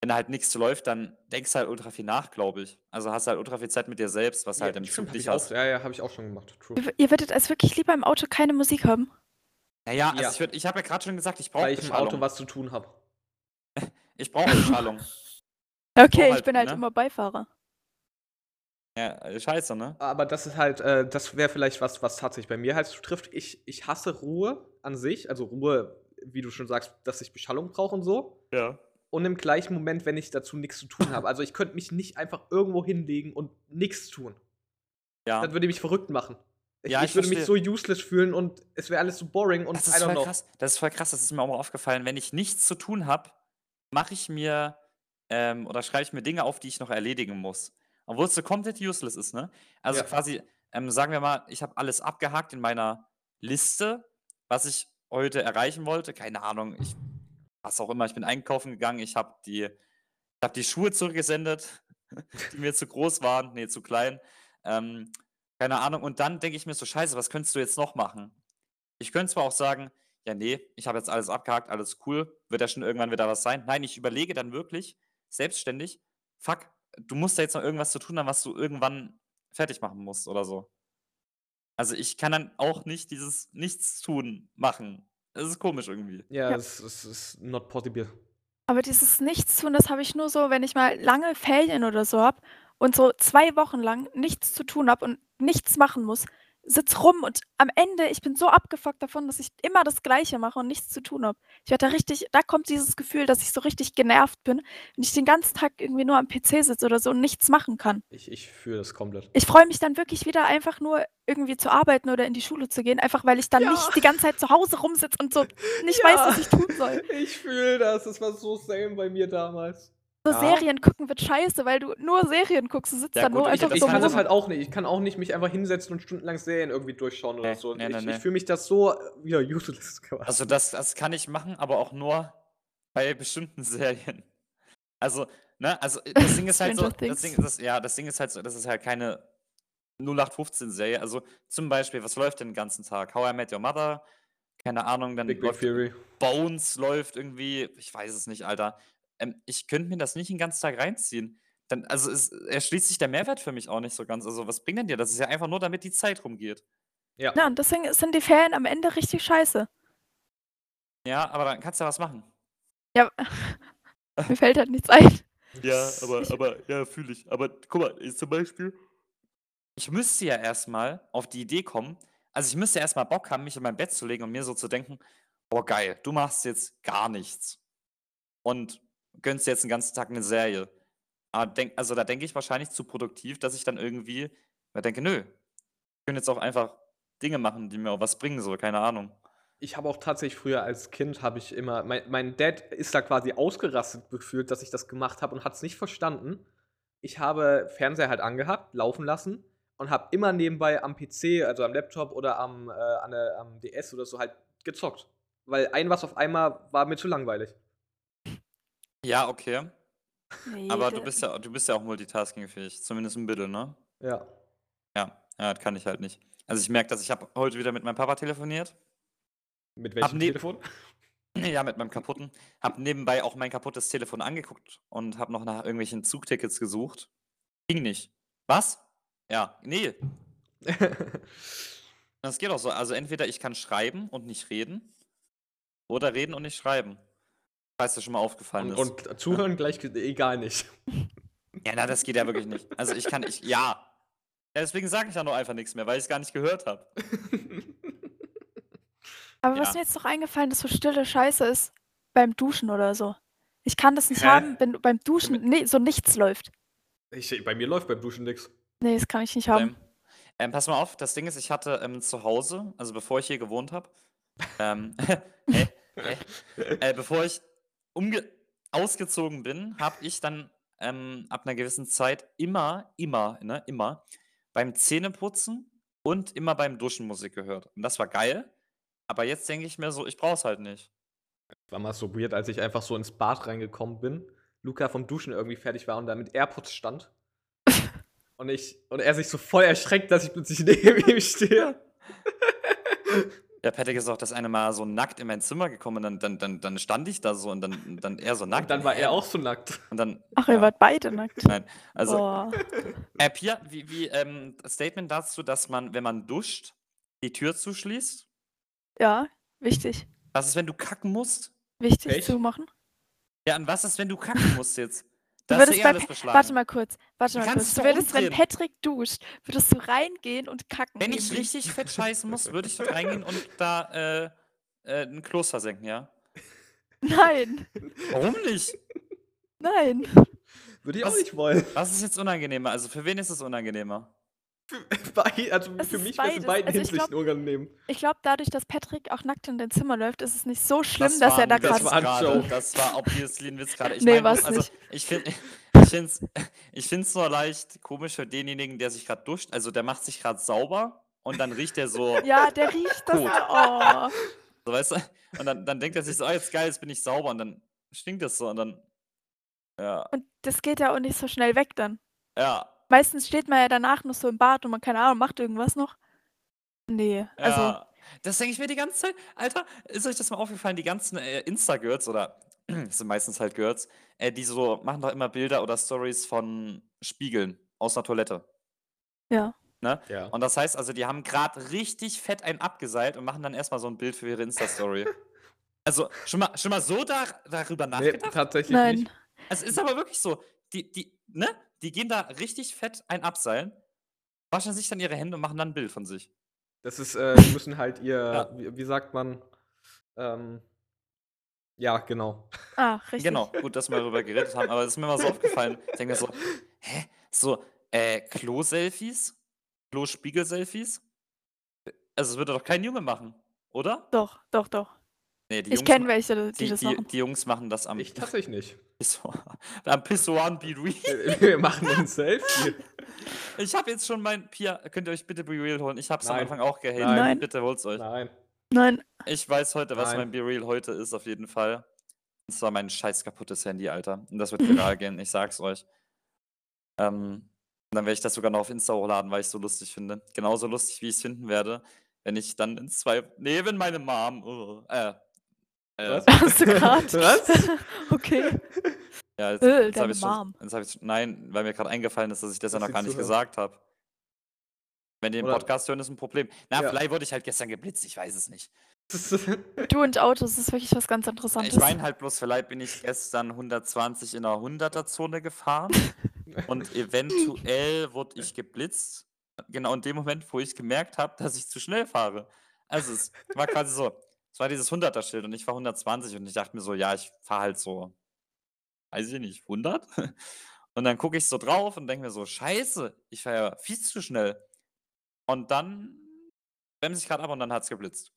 Speaker 3: wenn da halt nichts läuft, dann denkst du halt ultra viel nach, glaube ich. Also hast halt ultra viel Zeit mit dir selbst, was halt im
Speaker 1: stimmt,
Speaker 3: Zug
Speaker 1: hab ich
Speaker 3: nicht
Speaker 1: auch,
Speaker 3: hast.
Speaker 1: Ja, ja, habe ich auch schon gemacht. True.
Speaker 2: Ihr, ihr würdet als wirklich lieber im Auto keine Musik haben.
Speaker 3: Naja, also
Speaker 1: Ja.
Speaker 3: ich, würd- ich habe ja gerade schon gesagt, ich brauche
Speaker 1: Weil ich im Auto
Speaker 3: Beschallung.
Speaker 1: was zu tun habe.
Speaker 3: Ich brauche Beschallung.
Speaker 2: Okay, ich
Speaker 3: halt,
Speaker 2: bin halt
Speaker 3: ne?
Speaker 2: immer Beifahrer.
Speaker 3: ja, äh, scheiße, ne?
Speaker 1: Aber das ist halt, äh, das wäre vielleicht was, was tatsächlich bei mir halt trifft. Ich, ich hasse Ruhe an sich, also Ruhe, wie du schon sagst, dass ich Beschallung brauche und so.
Speaker 3: Ja.
Speaker 1: Und im gleichen Moment, wenn ich dazu nichts zu tun habe. Also ich könnte mich nicht einfach irgendwo hinlegen und nichts tun.
Speaker 3: Ja.
Speaker 1: Das würde mich verrückt machen. Ich,
Speaker 3: Ja,
Speaker 1: ich,
Speaker 3: ich
Speaker 1: würde mich so useless fühlen und es wäre alles so boring und
Speaker 3: Das
Speaker 1: I
Speaker 3: ist
Speaker 1: don't
Speaker 3: voll
Speaker 1: know.
Speaker 3: krass. Das ist voll krass. Das ist mir auch mal aufgefallen. Wenn ich nichts zu tun habe, mache ich mir ähm, oder schreibe ich mir Dinge auf, die ich noch erledigen muss. Obwohl es so komplett useless ist, ne? Also
Speaker 1: Ja.
Speaker 3: quasi, ähm, sagen wir mal, ich habe alles abgehakt in meiner Liste, was ich heute erreichen wollte. Keine Ahnung, ich, was auch immer. Ich bin einkaufen gegangen, ich habe die, ich hab die Schuhe zurückgesendet, <laughs> die mir zu groß waren, nee, zu klein. Ähm, keine Ahnung. Und dann denke ich mir so, scheiße, was könntest du jetzt noch machen? Ich könnte zwar auch sagen, ja, nee, ich habe jetzt alles abgehakt, alles cool, wird ja schon irgendwann wieder was sein. Nein, ich überlege dann wirklich selbstständig, fuck, du musst da jetzt noch irgendwas zu tun haben, was du irgendwann fertig machen musst oder so. Also ich kann dann auch nicht dieses Nichtstun machen. Das ist komisch irgendwie.
Speaker 1: Ja,
Speaker 2: Ja.
Speaker 1: Es, es ist not possible.
Speaker 2: Aber dieses Nichtstun, das habe ich nur so, wenn ich mal lange Ferien oder so habe und so zwei Wochen lang nichts zu tun habe und nichts machen muss. sitz rum und am Ende, ich bin so abgefuckt davon, dass ich immer das Gleiche mache und nichts zu tun habe. Ich werde da richtig, da kommt dieses Gefühl, dass ich so richtig genervt bin, wenn ich den ganzen Tag irgendwie nur am PC sitze oder so und nichts machen kann.
Speaker 1: Ich, ich fühle das komplett.
Speaker 2: Ich freue mich dann wirklich wieder einfach nur irgendwie zu arbeiten oder in die Schule zu gehen, einfach weil ich dann
Speaker 1: Ja.
Speaker 2: nicht die ganze Zeit zu Hause rumsitze
Speaker 1: <laughs>
Speaker 2: und so nicht
Speaker 1: Ja.
Speaker 2: weiß, was ich tun soll.
Speaker 1: Ich fühle das. Das war so same bei mir damals.
Speaker 2: So
Speaker 1: Ja.
Speaker 2: Serien gucken wird scheiße, weil du nur Serien guckst, du sitzt
Speaker 3: Ja,
Speaker 2: dann
Speaker 3: gut,
Speaker 2: nur
Speaker 3: ich-
Speaker 2: einfach
Speaker 3: das
Speaker 1: ich
Speaker 2: so
Speaker 1: kann
Speaker 2: rum.
Speaker 1: das halt auch nicht. Ich kann auch nicht mich einfach hinsetzen und stundenlang Serien irgendwie durchschauen oder
Speaker 3: Nee,
Speaker 1: so.
Speaker 3: nee,
Speaker 1: ich
Speaker 3: nee,
Speaker 1: ich
Speaker 3: nee.
Speaker 1: fühle mich das so äh, wieder useless <laughs> gemacht.
Speaker 3: Also das, das kann ich machen, aber auch nur bei bestimmten <laughs> Serien. Also, ne, also äh, das Ding ist halt so,
Speaker 2: Stranger
Speaker 3: das Ding,
Speaker 2: Things.
Speaker 3: das, ja, das Ding ist halt so, das ist halt keine 0815-Serie. Also zum Beispiel, was läuft denn den ganzen Tag? How I Met Your Mother, keine Ahnung, dann
Speaker 1: Big Bang
Speaker 3: läuft
Speaker 1: Theory.
Speaker 3: Bones läuft irgendwie, ich weiß es nicht, Alter. Ähm, ich könnte mir das nicht den ganzen Tag reinziehen. Dann, also es erschließt sich der Mehrwert für mich auch nicht so ganz. Also was bringt denn dir? Das ist ja einfach nur, damit die Zeit rumgeht.
Speaker 1: Ja.
Speaker 2: Ja, und deswegen sind die Ferien am Ende richtig
Speaker 3: <laughs>
Speaker 2: scheiße.
Speaker 3: Ja, aber dann kannst du ja was machen.
Speaker 2: Mir fällt halt nichts ein.
Speaker 4: Ja,
Speaker 3: <laughs>
Speaker 4: aber,
Speaker 2: Ich-
Speaker 4: aber, ja, fühle ich. Aber guck mal, ist zum Beispiel.
Speaker 3: ich müsste ja erstmal auf die Idee kommen, also ich müsste erstmal Bock haben, mich in mein Bett zu legen und mir so zu denken, oh geil, du machst jetzt gar nichts und gönnst dir jetzt den ganzen Tag eine Serie. Aber denk, also da denke ich wahrscheinlich zu produktiv, dass ich dann irgendwie mir denke, nö, ich kann jetzt auch einfach Dinge machen, die mir auch was bringen, so, keine Ahnung.
Speaker 1: Ich habe auch tatsächlich früher als Kind habe ich immer, mein, mein Dad ist da quasi ausgerastet gefühlt, dass ich das gemacht habe und hat es nicht verstanden. Ich habe Fernseher halt angehabt, laufen lassen und habe immer nebenbei am PC, also am Laptop oder am, äh, an der, am DS oder so halt gezockt. Weil ein was auf einmal war mir zu langweilig.
Speaker 3: Ja, okay.
Speaker 2: Nee,
Speaker 3: Aber
Speaker 2: da-
Speaker 3: du bist ja, du bist ja auch multitaskingfähig, zumindest ein bisschen, ne?
Speaker 1: Ja.
Speaker 3: Ja, ja, das kann ich halt nicht. Also ich merke, dass ich habe heute wieder mit meinem Papa telefoniert. <clears throat>
Speaker 1: Mit
Speaker 3: Ab
Speaker 1: welchem
Speaker 3: ne-
Speaker 1: Telefon? <laughs>
Speaker 3: Ja, mit meinem kaputten. Hab nebenbei auch mein kaputtes Telefon angeguckt und hab noch nach irgendwelchen Zugtickets gesucht. Ging nicht. Was? Ja, nee, das geht auch so. Also entweder ich kann schreiben und nicht reden oder reden und nicht schreiben. Falls das schon mal aufgefallen
Speaker 1: und,
Speaker 3: ist.
Speaker 1: und zuhören gleich, ge- egal nicht.
Speaker 3: Ja, na, das geht ja wirklich nicht. Also ich kann, ich, ja. ja deswegen sage ich ja nur einfach nichts mehr, weil ich es gar nicht gehört habe.
Speaker 2: Aber was
Speaker 3: Ja.
Speaker 2: mir jetzt noch eingefallen ist, so stille Scheiße ist, beim Duschen oder so. Ich kann das nicht
Speaker 1: Hä?
Speaker 2: haben, wenn du beim Duschen nee, so nichts läuft.
Speaker 1: Ich, bei mir läuft beim Duschen nichts.
Speaker 2: Nee, das kann ich nicht haben.
Speaker 3: Ähm, ähm, pass mal auf, das Ding ist, ich hatte ähm, zu Hause, also bevor ich hier gewohnt habe, ähm, <laughs> hä? Hä? äh, bevor ich umge ausgezogen bin, habe ich dann ähm, ab einer gewissen Zeit immer, immer, ne, immer beim Zähneputzen und immer beim Duschen Musik gehört. Und das war geil, aber jetzt denke ich mir so, ich brauch's halt nicht.
Speaker 1: war mal so weird, als ich einfach so ins Bad reingekommen bin, Luca vom Duschen irgendwie fertig war und da mit AirPods stand. und ich und er sich so voll erschreckt, dass ich plötzlich neben ihm stehe.
Speaker 3: Der Patrick ist auch das eine Mal so nackt in mein Zimmer gekommen und dann, dann, dann, dann stand ich da so und dann, dann er so nackt.
Speaker 1: Und dann war er auch so nackt.
Speaker 3: Und dann,
Speaker 2: Ach, ihr
Speaker 3: ja.
Speaker 2: wart beide nackt. Oh.
Speaker 3: Nein, also
Speaker 2: Boah.
Speaker 3: Äh, Pia, wie, wie ähm, das Statement dazu, dass man, wenn man duscht, die Tür zuschließt?
Speaker 2: Ja, wichtig.
Speaker 3: Was ist, wenn du kacken musst?
Speaker 2: Wichtig
Speaker 1: Echt?
Speaker 2: zumachen.
Speaker 3: Ja, und was ist, wenn du kacken musst jetzt?
Speaker 2: <laughs> Du
Speaker 3: Da hast du
Speaker 2: würdest
Speaker 3: eh
Speaker 2: bei
Speaker 3: alles
Speaker 2: Pe-
Speaker 3: beschlagen.
Speaker 2: Warte mal kurz, warte
Speaker 3: Du
Speaker 2: mal
Speaker 3: kannst
Speaker 2: kurz.
Speaker 3: es
Speaker 2: Du
Speaker 3: doch
Speaker 2: würdest, wenn
Speaker 3: umdrehen.
Speaker 2: Patrick duscht, würdest du reingehen und kacken.
Speaker 3: Wenn ich
Speaker 2: irgendwie.
Speaker 3: richtig fett scheißen muss, würde ich dort reingehen und da äh, äh, einen Kloß versenken, ja?
Speaker 2: Nein,
Speaker 3: Warum nicht?
Speaker 2: nein.
Speaker 1: Würde ich auch
Speaker 3: Was?
Speaker 1: nicht <laughs> wollen.
Speaker 3: Was ist jetzt unangenehmer? Also für wen ist es unangenehmer?
Speaker 1: Bei- also
Speaker 2: Es
Speaker 1: für
Speaker 2: ist
Speaker 1: mich wäre es in
Speaker 2: beides.
Speaker 1: beiden
Speaker 2: Also ich
Speaker 1: Hinsichten unangenehm.
Speaker 2: Ich glaube, dadurch, dass Patrick auch nackt in dein Zimmer läuft, ist es nicht so schlimm,
Speaker 3: Das
Speaker 2: dass
Speaker 3: war
Speaker 2: er da
Speaker 3: ein Witz
Speaker 1: Das
Speaker 2: gerade.
Speaker 1: war ein
Speaker 3: gerade.
Speaker 1: Joke.
Speaker 3: Das war obviously ein Witz gerade. Ich
Speaker 2: Nee,
Speaker 3: meine,
Speaker 2: war's
Speaker 3: also,
Speaker 2: nicht.
Speaker 3: ich finde ich find's, ich find's nur leicht komisch für denjenigen, der sich gerade duscht. Also der macht sich gerade sauber und dann riecht
Speaker 2: <laughs>
Speaker 3: er so.
Speaker 2: <laughs> Ja, der riecht das.
Speaker 3: Gut.
Speaker 2: Oh.
Speaker 3: So, weißt du? Und dann, dann denkt er sich so, ah, jetzt geil, jetzt bin ich sauber. Und dann stinkt das so. Und dann, ja,
Speaker 2: Und das geht ja auch nicht so schnell weg dann.
Speaker 3: ja,
Speaker 2: Meistens steht man ja danach noch so im Bad und man, keine Ahnung, macht irgendwas noch. Nee,
Speaker 3: ja.
Speaker 2: also
Speaker 3: das denke ich mir die ganze Zeit. Alter, ist euch das mal aufgefallen? Die ganzen äh, Insta-Girls oder, <clears throat> das sind meistens halt Girls, äh, die so machen doch immer Bilder oder Stories von Spiegeln aus einer Toilette.
Speaker 1: Ja.
Speaker 3: Und das heißt also, die haben gerade richtig fett einen abgeseilt und machen dann erstmal so ein Bild für
Speaker 1: <laughs>
Speaker 3: ihre Insta-Story. Also schon mal, schon mal so da, darüber
Speaker 1: Nee,
Speaker 3: nachgedacht? Also,
Speaker 1: tatsächlich
Speaker 2: nein.
Speaker 1: nicht.
Speaker 3: Es ist aber wirklich so. Die, die, ne? Die gehen da richtig fett ein Abseilen, waschen sich dann ihre Hände und machen dann ein Bild von sich.
Speaker 1: Das ist, äh, die müssen halt ihr,
Speaker 3: Ja.
Speaker 1: wie, wie sagt man, ähm, ja, genau.
Speaker 2: Ah, richtig.
Speaker 3: Genau, gut, dass wir darüber geredet haben, aber es ist mir mal so aufgefallen. Ich denke mir so, hä? So, äh, Klo-Selfies? Klo-Spiegel-Selfies? Also, das würde doch kein Junge machen, oder?
Speaker 2: Doch, doch, doch.
Speaker 3: Nee, die
Speaker 2: Ich
Speaker 3: Jungs
Speaker 2: kenne
Speaker 3: ma-
Speaker 2: welche, die,
Speaker 3: die,
Speaker 2: das
Speaker 3: die,
Speaker 2: machen.
Speaker 3: die Jungs machen das am
Speaker 1: Ich tatsächlich nicht.
Speaker 3: Pissoir. <laughs> Am Pissoir
Speaker 1: <laughs>
Speaker 3: Be
Speaker 1: Wir
Speaker 3: Real.
Speaker 1: wir machen ein Selfie.
Speaker 3: Ich habe jetzt schon mein Pia, könnt ihr euch bitte Be Real holen? Ich hab's am
Speaker 1: Nein.
Speaker 3: Anfang auch gehatet.
Speaker 1: Nein.
Speaker 2: Nein.
Speaker 3: Bitte holt's euch.
Speaker 1: Nein.
Speaker 2: Nein, <laughs>
Speaker 3: Ich weiß heute, was
Speaker 1: Nein.
Speaker 3: mein Be Real heute ist, auf jeden Fall. Und zwar mein scheiß kaputtes Handy, Alter. Und das wird viral gehen, ich sag's euch. Ähm, und dann werde ich das sogar noch auf Insta hochladen, weil ich so lustig finde. Genauso lustig, wie ich es finden werde, wenn ich dann in zwei. Nee, wenn meine Mom. uh, äh. äh
Speaker 1: Was?
Speaker 2: hast
Speaker 3: <laughs>
Speaker 2: du gerade.
Speaker 1: Was?
Speaker 2: <laughs> okay.
Speaker 3: ja, jetzt,
Speaker 2: Öl,
Speaker 3: jetzt hab
Speaker 2: deine
Speaker 3: ich's
Speaker 2: Mom.
Speaker 3: schon, jetzt hab ich's, Nein, weil mir gerade eingefallen ist, dass ich das ja
Speaker 1: Dass
Speaker 3: noch
Speaker 1: sie
Speaker 3: gar nicht
Speaker 1: zuhören.
Speaker 3: gesagt habe. Wenn die den
Speaker 1: Oder-
Speaker 3: Podcast hören, ist ein Problem. Na,
Speaker 1: Ja.
Speaker 3: vielleicht wurde ich halt gestern geblitzt, ich weiß es nicht.
Speaker 1: Das ist-
Speaker 2: Du und Autos ist wirklich was ganz
Speaker 3: Ja,
Speaker 2: Interessantes.
Speaker 3: Ich meine halt bloß, vielleicht bin ich gestern 120 in der 100er-Zone gefahren und eventuell wurde ich geblitzt. Genau in dem Moment, wo ich gemerkt habe, dass ich zu schnell fahre. Also es war quasi so, es war dieses 100er-Schild und ich war 120 und ich dachte mir so, ja, ich fahre halt so, weiß ich nicht, 100? Und dann gucke ich so drauf und denke mir so, scheiße, ich fahre ja viel zu schnell. Und dann bremse ich gerade ab und dann hat es geblitzt.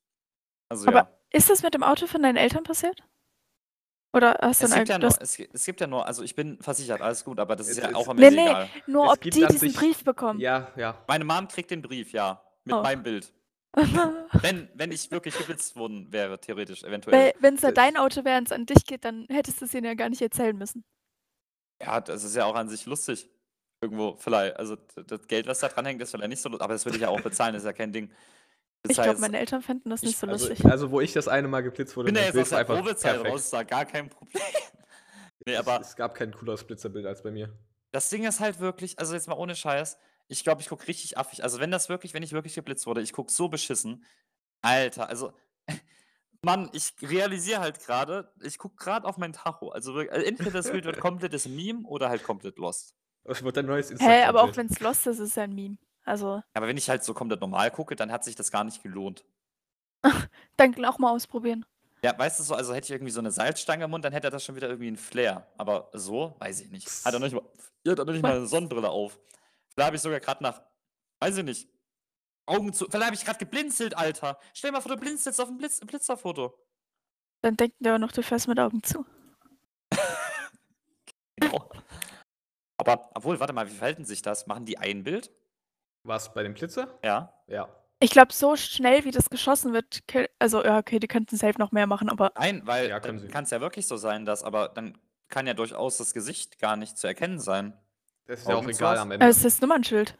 Speaker 3: Also
Speaker 2: Aber
Speaker 3: ja.
Speaker 2: Ist das mit dem Auto von deinen Eltern passiert? Oder hast du
Speaker 3: Es
Speaker 2: ein
Speaker 3: gibt, ja
Speaker 2: eigenes?
Speaker 3: nur, es, gi- es gibt ja nur, also ich bin versichert, alles gut, aber das ist
Speaker 1: Es-
Speaker 3: ja
Speaker 1: es-
Speaker 3: auch am
Speaker 2: Nee,
Speaker 3: Ende
Speaker 2: nee.
Speaker 3: egal.
Speaker 2: Nur
Speaker 1: Es
Speaker 2: ob die
Speaker 1: gibt an
Speaker 2: diesen
Speaker 1: sich-
Speaker 2: Brief bekommen.
Speaker 1: ja, ja.
Speaker 3: Meine Mom kriegt den Brief, ja. Mit
Speaker 2: Oh.
Speaker 3: meinem Bild.
Speaker 2: <laughs>
Speaker 3: Wenn, wenn ich wirklich geblitzt worden wäre, theoretisch, eventuell.
Speaker 2: Weil, wenn es ja
Speaker 1: Äh,
Speaker 2: dein Auto wäre und es an dich geht, dann hättest du es ihnen ja gar nicht erzählen müssen.
Speaker 3: Ja, das ist ja auch an sich lustig. Irgendwo, vielleicht. Also d- das Geld, was da dranhängt, ist vielleicht nicht so lustig, aber das würde ich ja auch bezahlen, ist ja kein Ding. Das
Speaker 2: ich glaube, meine Eltern fänden das
Speaker 3: ich-
Speaker 2: nicht so
Speaker 1: Also,
Speaker 2: lustig.
Speaker 1: also, wo ich das eine Mal geblitzt wurde,
Speaker 3: bin ja
Speaker 1: mein
Speaker 3: jetzt
Speaker 1: Bild
Speaker 3: aus
Speaker 1: war
Speaker 3: der Probezeit raus, ist da gar kein Problem. <laughs> nee,
Speaker 1: Es-
Speaker 3: aber
Speaker 1: es gab kein cooleres Blitzerbild als bei mir.
Speaker 3: Das Ding ist halt wirklich, also jetzt mal ohne Scheiß, ich glaube, ich gucke richtig affig. Also wenn das wirklich, wenn ich wirklich geblitzt wurde, ich gucke so beschissen. Alter, also, <laughs> Mann, ich realisiere halt gerade, ich gucke gerade auf mein Tacho. Also wirklich, also entweder das Bild wird komplettes Meme oder halt komplett lost.
Speaker 1: Es wird ein neues
Speaker 2: Hä,
Speaker 1: Instagram.
Speaker 2: aber auch wenn es lost ist, ist es ja ein Meme. Also,
Speaker 3: Aber wenn ich halt so komplett normal gucke, dann hat sich das gar nicht gelohnt.
Speaker 2: dann auch mal ausprobieren.
Speaker 3: Ja, weißt du so, also hätte ich irgendwie so eine Salzstange im Mund, dann hätte das schon wieder irgendwie einen Flair. Aber so, weiß ich nicht. Hat er noch nicht mal, ihr hat doch noch nicht mal eine Sonnenbrille auf. Vielleicht habe ich sogar gerade nach, weiß ich nicht, Augen zu. Vielleicht habe ich gerade geblinzelt, Alter. Stell mal vor, du blinzelst auf dem Blitz, Blitzerfoto.
Speaker 2: Dann denken die auch noch, du fährst mit Augen zu.
Speaker 3: Genau. Aber, obwohl, warte mal, wie verhalten sich das? Machen die ein Bild?
Speaker 1: Was, bei dem Blitzer?
Speaker 3: Ja.
Speaker 1: Ja.
Speaker 2: Ich glaube, so schnell wie das geschossen wird, kill- also ja, okay, die könnten safe noch mehr machen, aber
Speaker 3: Ein, weil
Speaker 1: Ja, können
Speaker 3: dann
Speaker 1: sie.
Speaker 3: kann es ja wirklich so sein, dass, aber dann kann ja durchaus das Gesicht gar nicht zu erkennen sein.
Speaker 1: Das ist ja auch
Speaker 3: Augen zu
Speaker 1: egal
Speaker 3: was?
Speaker 1: am
Speaker 2: äh,
Speaker 1: Ende.
Speaker 2: es ist Nummernschild.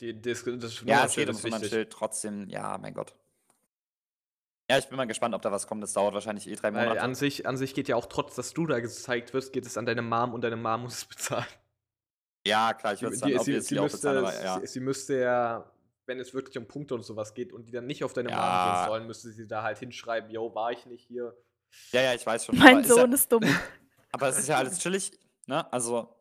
Speaker 1: Die, das, das
Speaker 3: Ja, es
Speaker 1: Nummernschild
Speaker 3: geht um
Speaker 1: ist
Speaker 3: ums
Speaker 1: wichtig.
Speaker 3: Nummernschild, trotzdem, ja, mein Gott. Ja, ich bin mal gespannt, ob da was kommt. Das dauert wahrscheinlich eh drei
Speaker 1: Weil
Speaker 3: Monate.
Speaker 1: an sich, an sich geht ja auch trotz, dass du da gezeigt wirst, geht es an deine Mom und deine Mom muss es bezahlen.
Speaker 3: ja, klar, ich würde es dann
Speaker 1: sie,
Speaker 3: obviously
Speaker 1: sie,
Speaker 3: auch
Speaker 1: müsste,
Speaker 3: bezahlen, aber ja.
Speaker 1: sie, sie müsste ja, wenn es wirklich um Punkte und sowas geht und die dann nicht auf deine Mom
Speaker 3: Ja.
Speaker 1: gehen sollen, müsste sie da halt hinschreiben, yo, war ich nicht hier.
Speaker 3: ja, ja, ich weiß schon. aber
Speaker 2: Mein
Speaker 3: ist
Speaker 2: Sohn
Speaker 3: Ja,
Speaker 2: ist dumm.
Speaker 3: aber es ist ja alles chillig, ne? Also,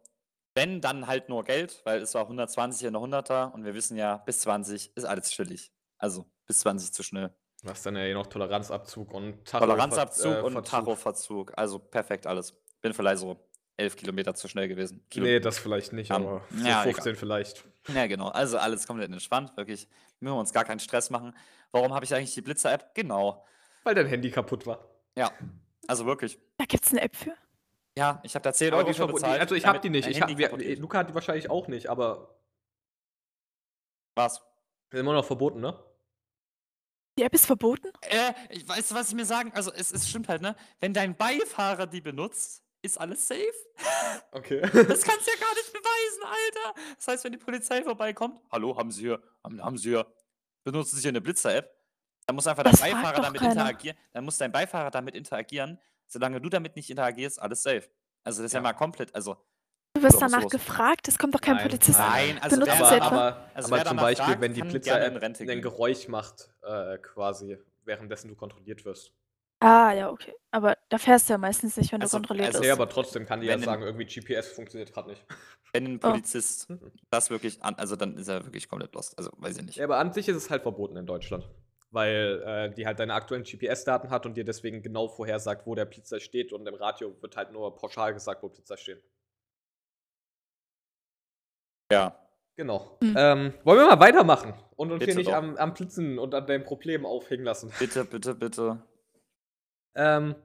Speaker 3: wenn, dann halt nur Geld, weil es war 120 in der 100er und wir wissen ja, bis 20 ist alles chillig. Also, bis 20 zu schnell.
Speaker 1: Du hast dann ja eh noch Toleranzabzug und Tacho
Speaker 3: Toleranzabzug
Speaker 1: äh,
Speaker 3: und
Speaker 1: Verzug.
Speaker 3: Tachoverzug. Also, perfekt alles. Bin vielleicht so 11 Kilometer zu schnell gewesen. Kilo-
Speaker 1: Nee, das vielleicht nicht,
Speaker 3: Dann-
Speaker 1: aber so
Speaker 3: Ähm, Ja, egal.
Speaker 1: 15 vielleicht.
Speaker 3: Ja, genau. Also alles komplett entspannt, wirklich. Müssen wir uns gar keinen Stress machen. Warum habe ich eigentlich die Blitzer-App? Genau.
Speaker 1: Weil dein Handy kaputt war.
Speaker 3: Ja, also wirklich.
Speaker 2: Da gibt es eine App für.
Speaker 3: Ja, ich habe da 10
Speaker 1: Aber
Speaker 3: Euro
Speaker 1: die
Speaker 3: für
Speaker 1: verbo- die-
Speaker 3: bezahlt.
Speaker 1: also ich habe
Speaker 3: damit
Speaker 1: die nicht.
Speaker 3: mein
Speaker 1: Ich hab,
Speaker 3: Handy
Speaker 1: wir,
Speaker 3: kaputt
Speaker 1: äh,
Speaker 3: geht.
Speaker 1: Luca hat die wahrscheinlich auch nicht, aber
Speaker 3: Was?
Speaker 1: ist immer noch verboten, ne?
Speaker 2: Die App ist verboten?
Speaker 3: Äh, ich weiß, was ich mir sagen. Also es, es stimmt halt, ne? Wenn dein Beifahrer die benutzt, ist alles safe.
Speaker 1: <laughs> Okay.
Speaker 3: Das kannst du ja gar nicht beweisen, Alter. Das heißt, wenn die Polizei vorbeikommt, hallo, haben Sie hier, haben, haben Sie hier, benutzen Sie hier eine Blitzer-App, dann muss einfach dein
Speaker 2: Das fragt
Speaker 3: Beifahrer
Speaker 2: doch
Speaker 3: damit
Speaker 2: keiner.
Speaker 3: interagieren. Dann muss dein Beifahrer damit interagieren. Solange du damit nicht interagierst, alles safe. Also das ist ja,
Speaker 1: Ja.
Speaker 3: mal komplett. Also
Speaker 2: Du wirst
Speaker 3: So, was
Speaker 2: danach
Speaker 3: los?
Speaker 2: gefragt, es kommt doch kein
Speaker 1: Nein,
Speaker 2: Polizist.
Speaker 1: Nein,
Speaker 3: nein, also
Speaker 2: benutzt
Speaker 3: wer,
Speaker 2: sie
Speaker 1: aber,
Speaker 2: etwa?
Speaker 1: aber,
Speaker 3: Also
Speaker 1: aber
Speaker 3: wer
Speaker 1: zum
Speaker 3: danach
Speaker 1: Beispiel,
Speaker 3: fragt,
Speaker 1: wenn die
Speaker 3: kann gerne in
Speaker 1: Blitzer-App
Speaker 3: Rente
Speaker 1: ein
Speaker 3: gehen.
Speaker 1: Geräusch macht, äh, quasi, währenddessen du kontrolliert wirst.
Speaker 2: Ah, ja, okay. Aber da fährst du ja meistens nicht, wenn
Speaker 3: Also,
Speaker 2: du kontrolliert
Speaker 3: also-
Speaker 1: Ja,
Speaker 2: wirst.
Speaker 1: aber trotzdem kann die ja
Speaker 3: Wenn im-
Speaker 1: sagen, irgendwie GPS funktioniert gerade
Speaker 3: <laughs>
Speaker 1: nicht.
Speaker 3: Wenn ein
Speaker 2: Oh.
Speaker 3: Polizist das wirklich an, also dann ist er wirklich komplett lost. Also weiß ich nicht.
Speaker 1: Ja, aber an sich ist es halt verboten in Deutschland. Weil äh, die halt deine aktuellen GPS-Daten hat und dir deswegen genau vorhersagt, wo der Pizza steht und im Radio wird halt nur pauschal gesagt, wo Pizza steht.
Speaker 3: Ja.
Speaker 1: Genau.
Speaker 2: Hm.
Speaker 1: Ähm, wollen wir mal weitermachen und uns hier
Speaker 3: Bitte
Speaker 1: nicht
Speaker 3: doch.
Speaker 1: am, am Blitzen und an deinen Problemen aufhängen lassen.
Speaker 3: Bitte, bitte, bitte.
Speaker 1: Ähm,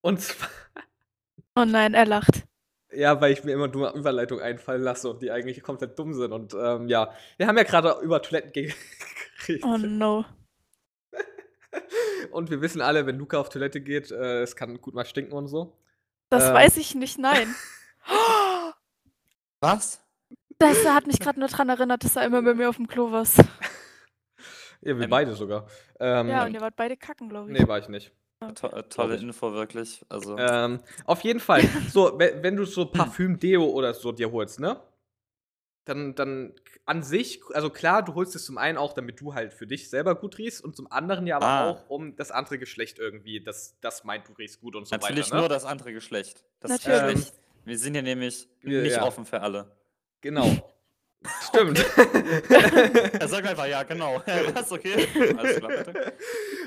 Speaker 1: und zwar, <laughs>
Speaker 2: Oh nein, er lacht.
Speaker 1: ja, weil ich mir immer dumme Überleitungen einfallen lasse und die eigentlich komplett dumm sind. Und ähm, ja, wir haben ja gerade über Toiletten ge- <laughs> geredet.
Speaker 2: Oh no.
Speaker 1: Und wir wissen alle, wenn Luca auf Toilette geht, äh, es kann gut mal stinken und so.
Speaker 2: Das
Speaker 1: Ähm.
Speaker 2: weiß ich nicht, nein.
Speaker 3: Was?
Speaker 2: Das hat mich gerade nur dran erinnert, dass er immer bei mir auf dem Klo warst.
Speaker 1: Ja, wir
Speaker 3: Ähm,
Speaker 1: beide sogar. Ähm,
Speaker 2: Ja, und ihr wart beide kacken, glaube ich.
Speaker 1: Nee, war ich nicht.
Speaker 3: To äh, tolle
Speaker 1: ich.
Speaker 3: Info, wirklich. Also,
Speaker 1: Ähm, auf jeden Fall. So, we- wenn du so Parfüm, Deo oder so dir holst, ne? Dann, dann an sich, also klar, du holst es zum einen auch, damit du halt für dich selber gut riechst und zum anderen ja aber
Speaker 3: Ah.
Speaker 1: auch, um das andere Geschlecht irgendwie, das, das meint, du riechst gut und so
Speaker 3: natürlich
Speaker 1: weiter.
Speaker 3: nur
Speaker 1: Ne?
Speaker 3: das andere Geschlecht. Das
Speaker 2: Natürlich.
Speaker 1: ähm,
Speaker 3: Geschlecht. Wir sind ja nämlich
Speaker 1: Wir-
Speaker 3: nicht
Speaker 1: ja.
Speaker 3: offen für alle.
Speaker 1: Genau. Stimmt. <laughs>
Speaker 3: Er sagt einfach ja, genau. <laughs> Was, okay? Alles klar, bitte.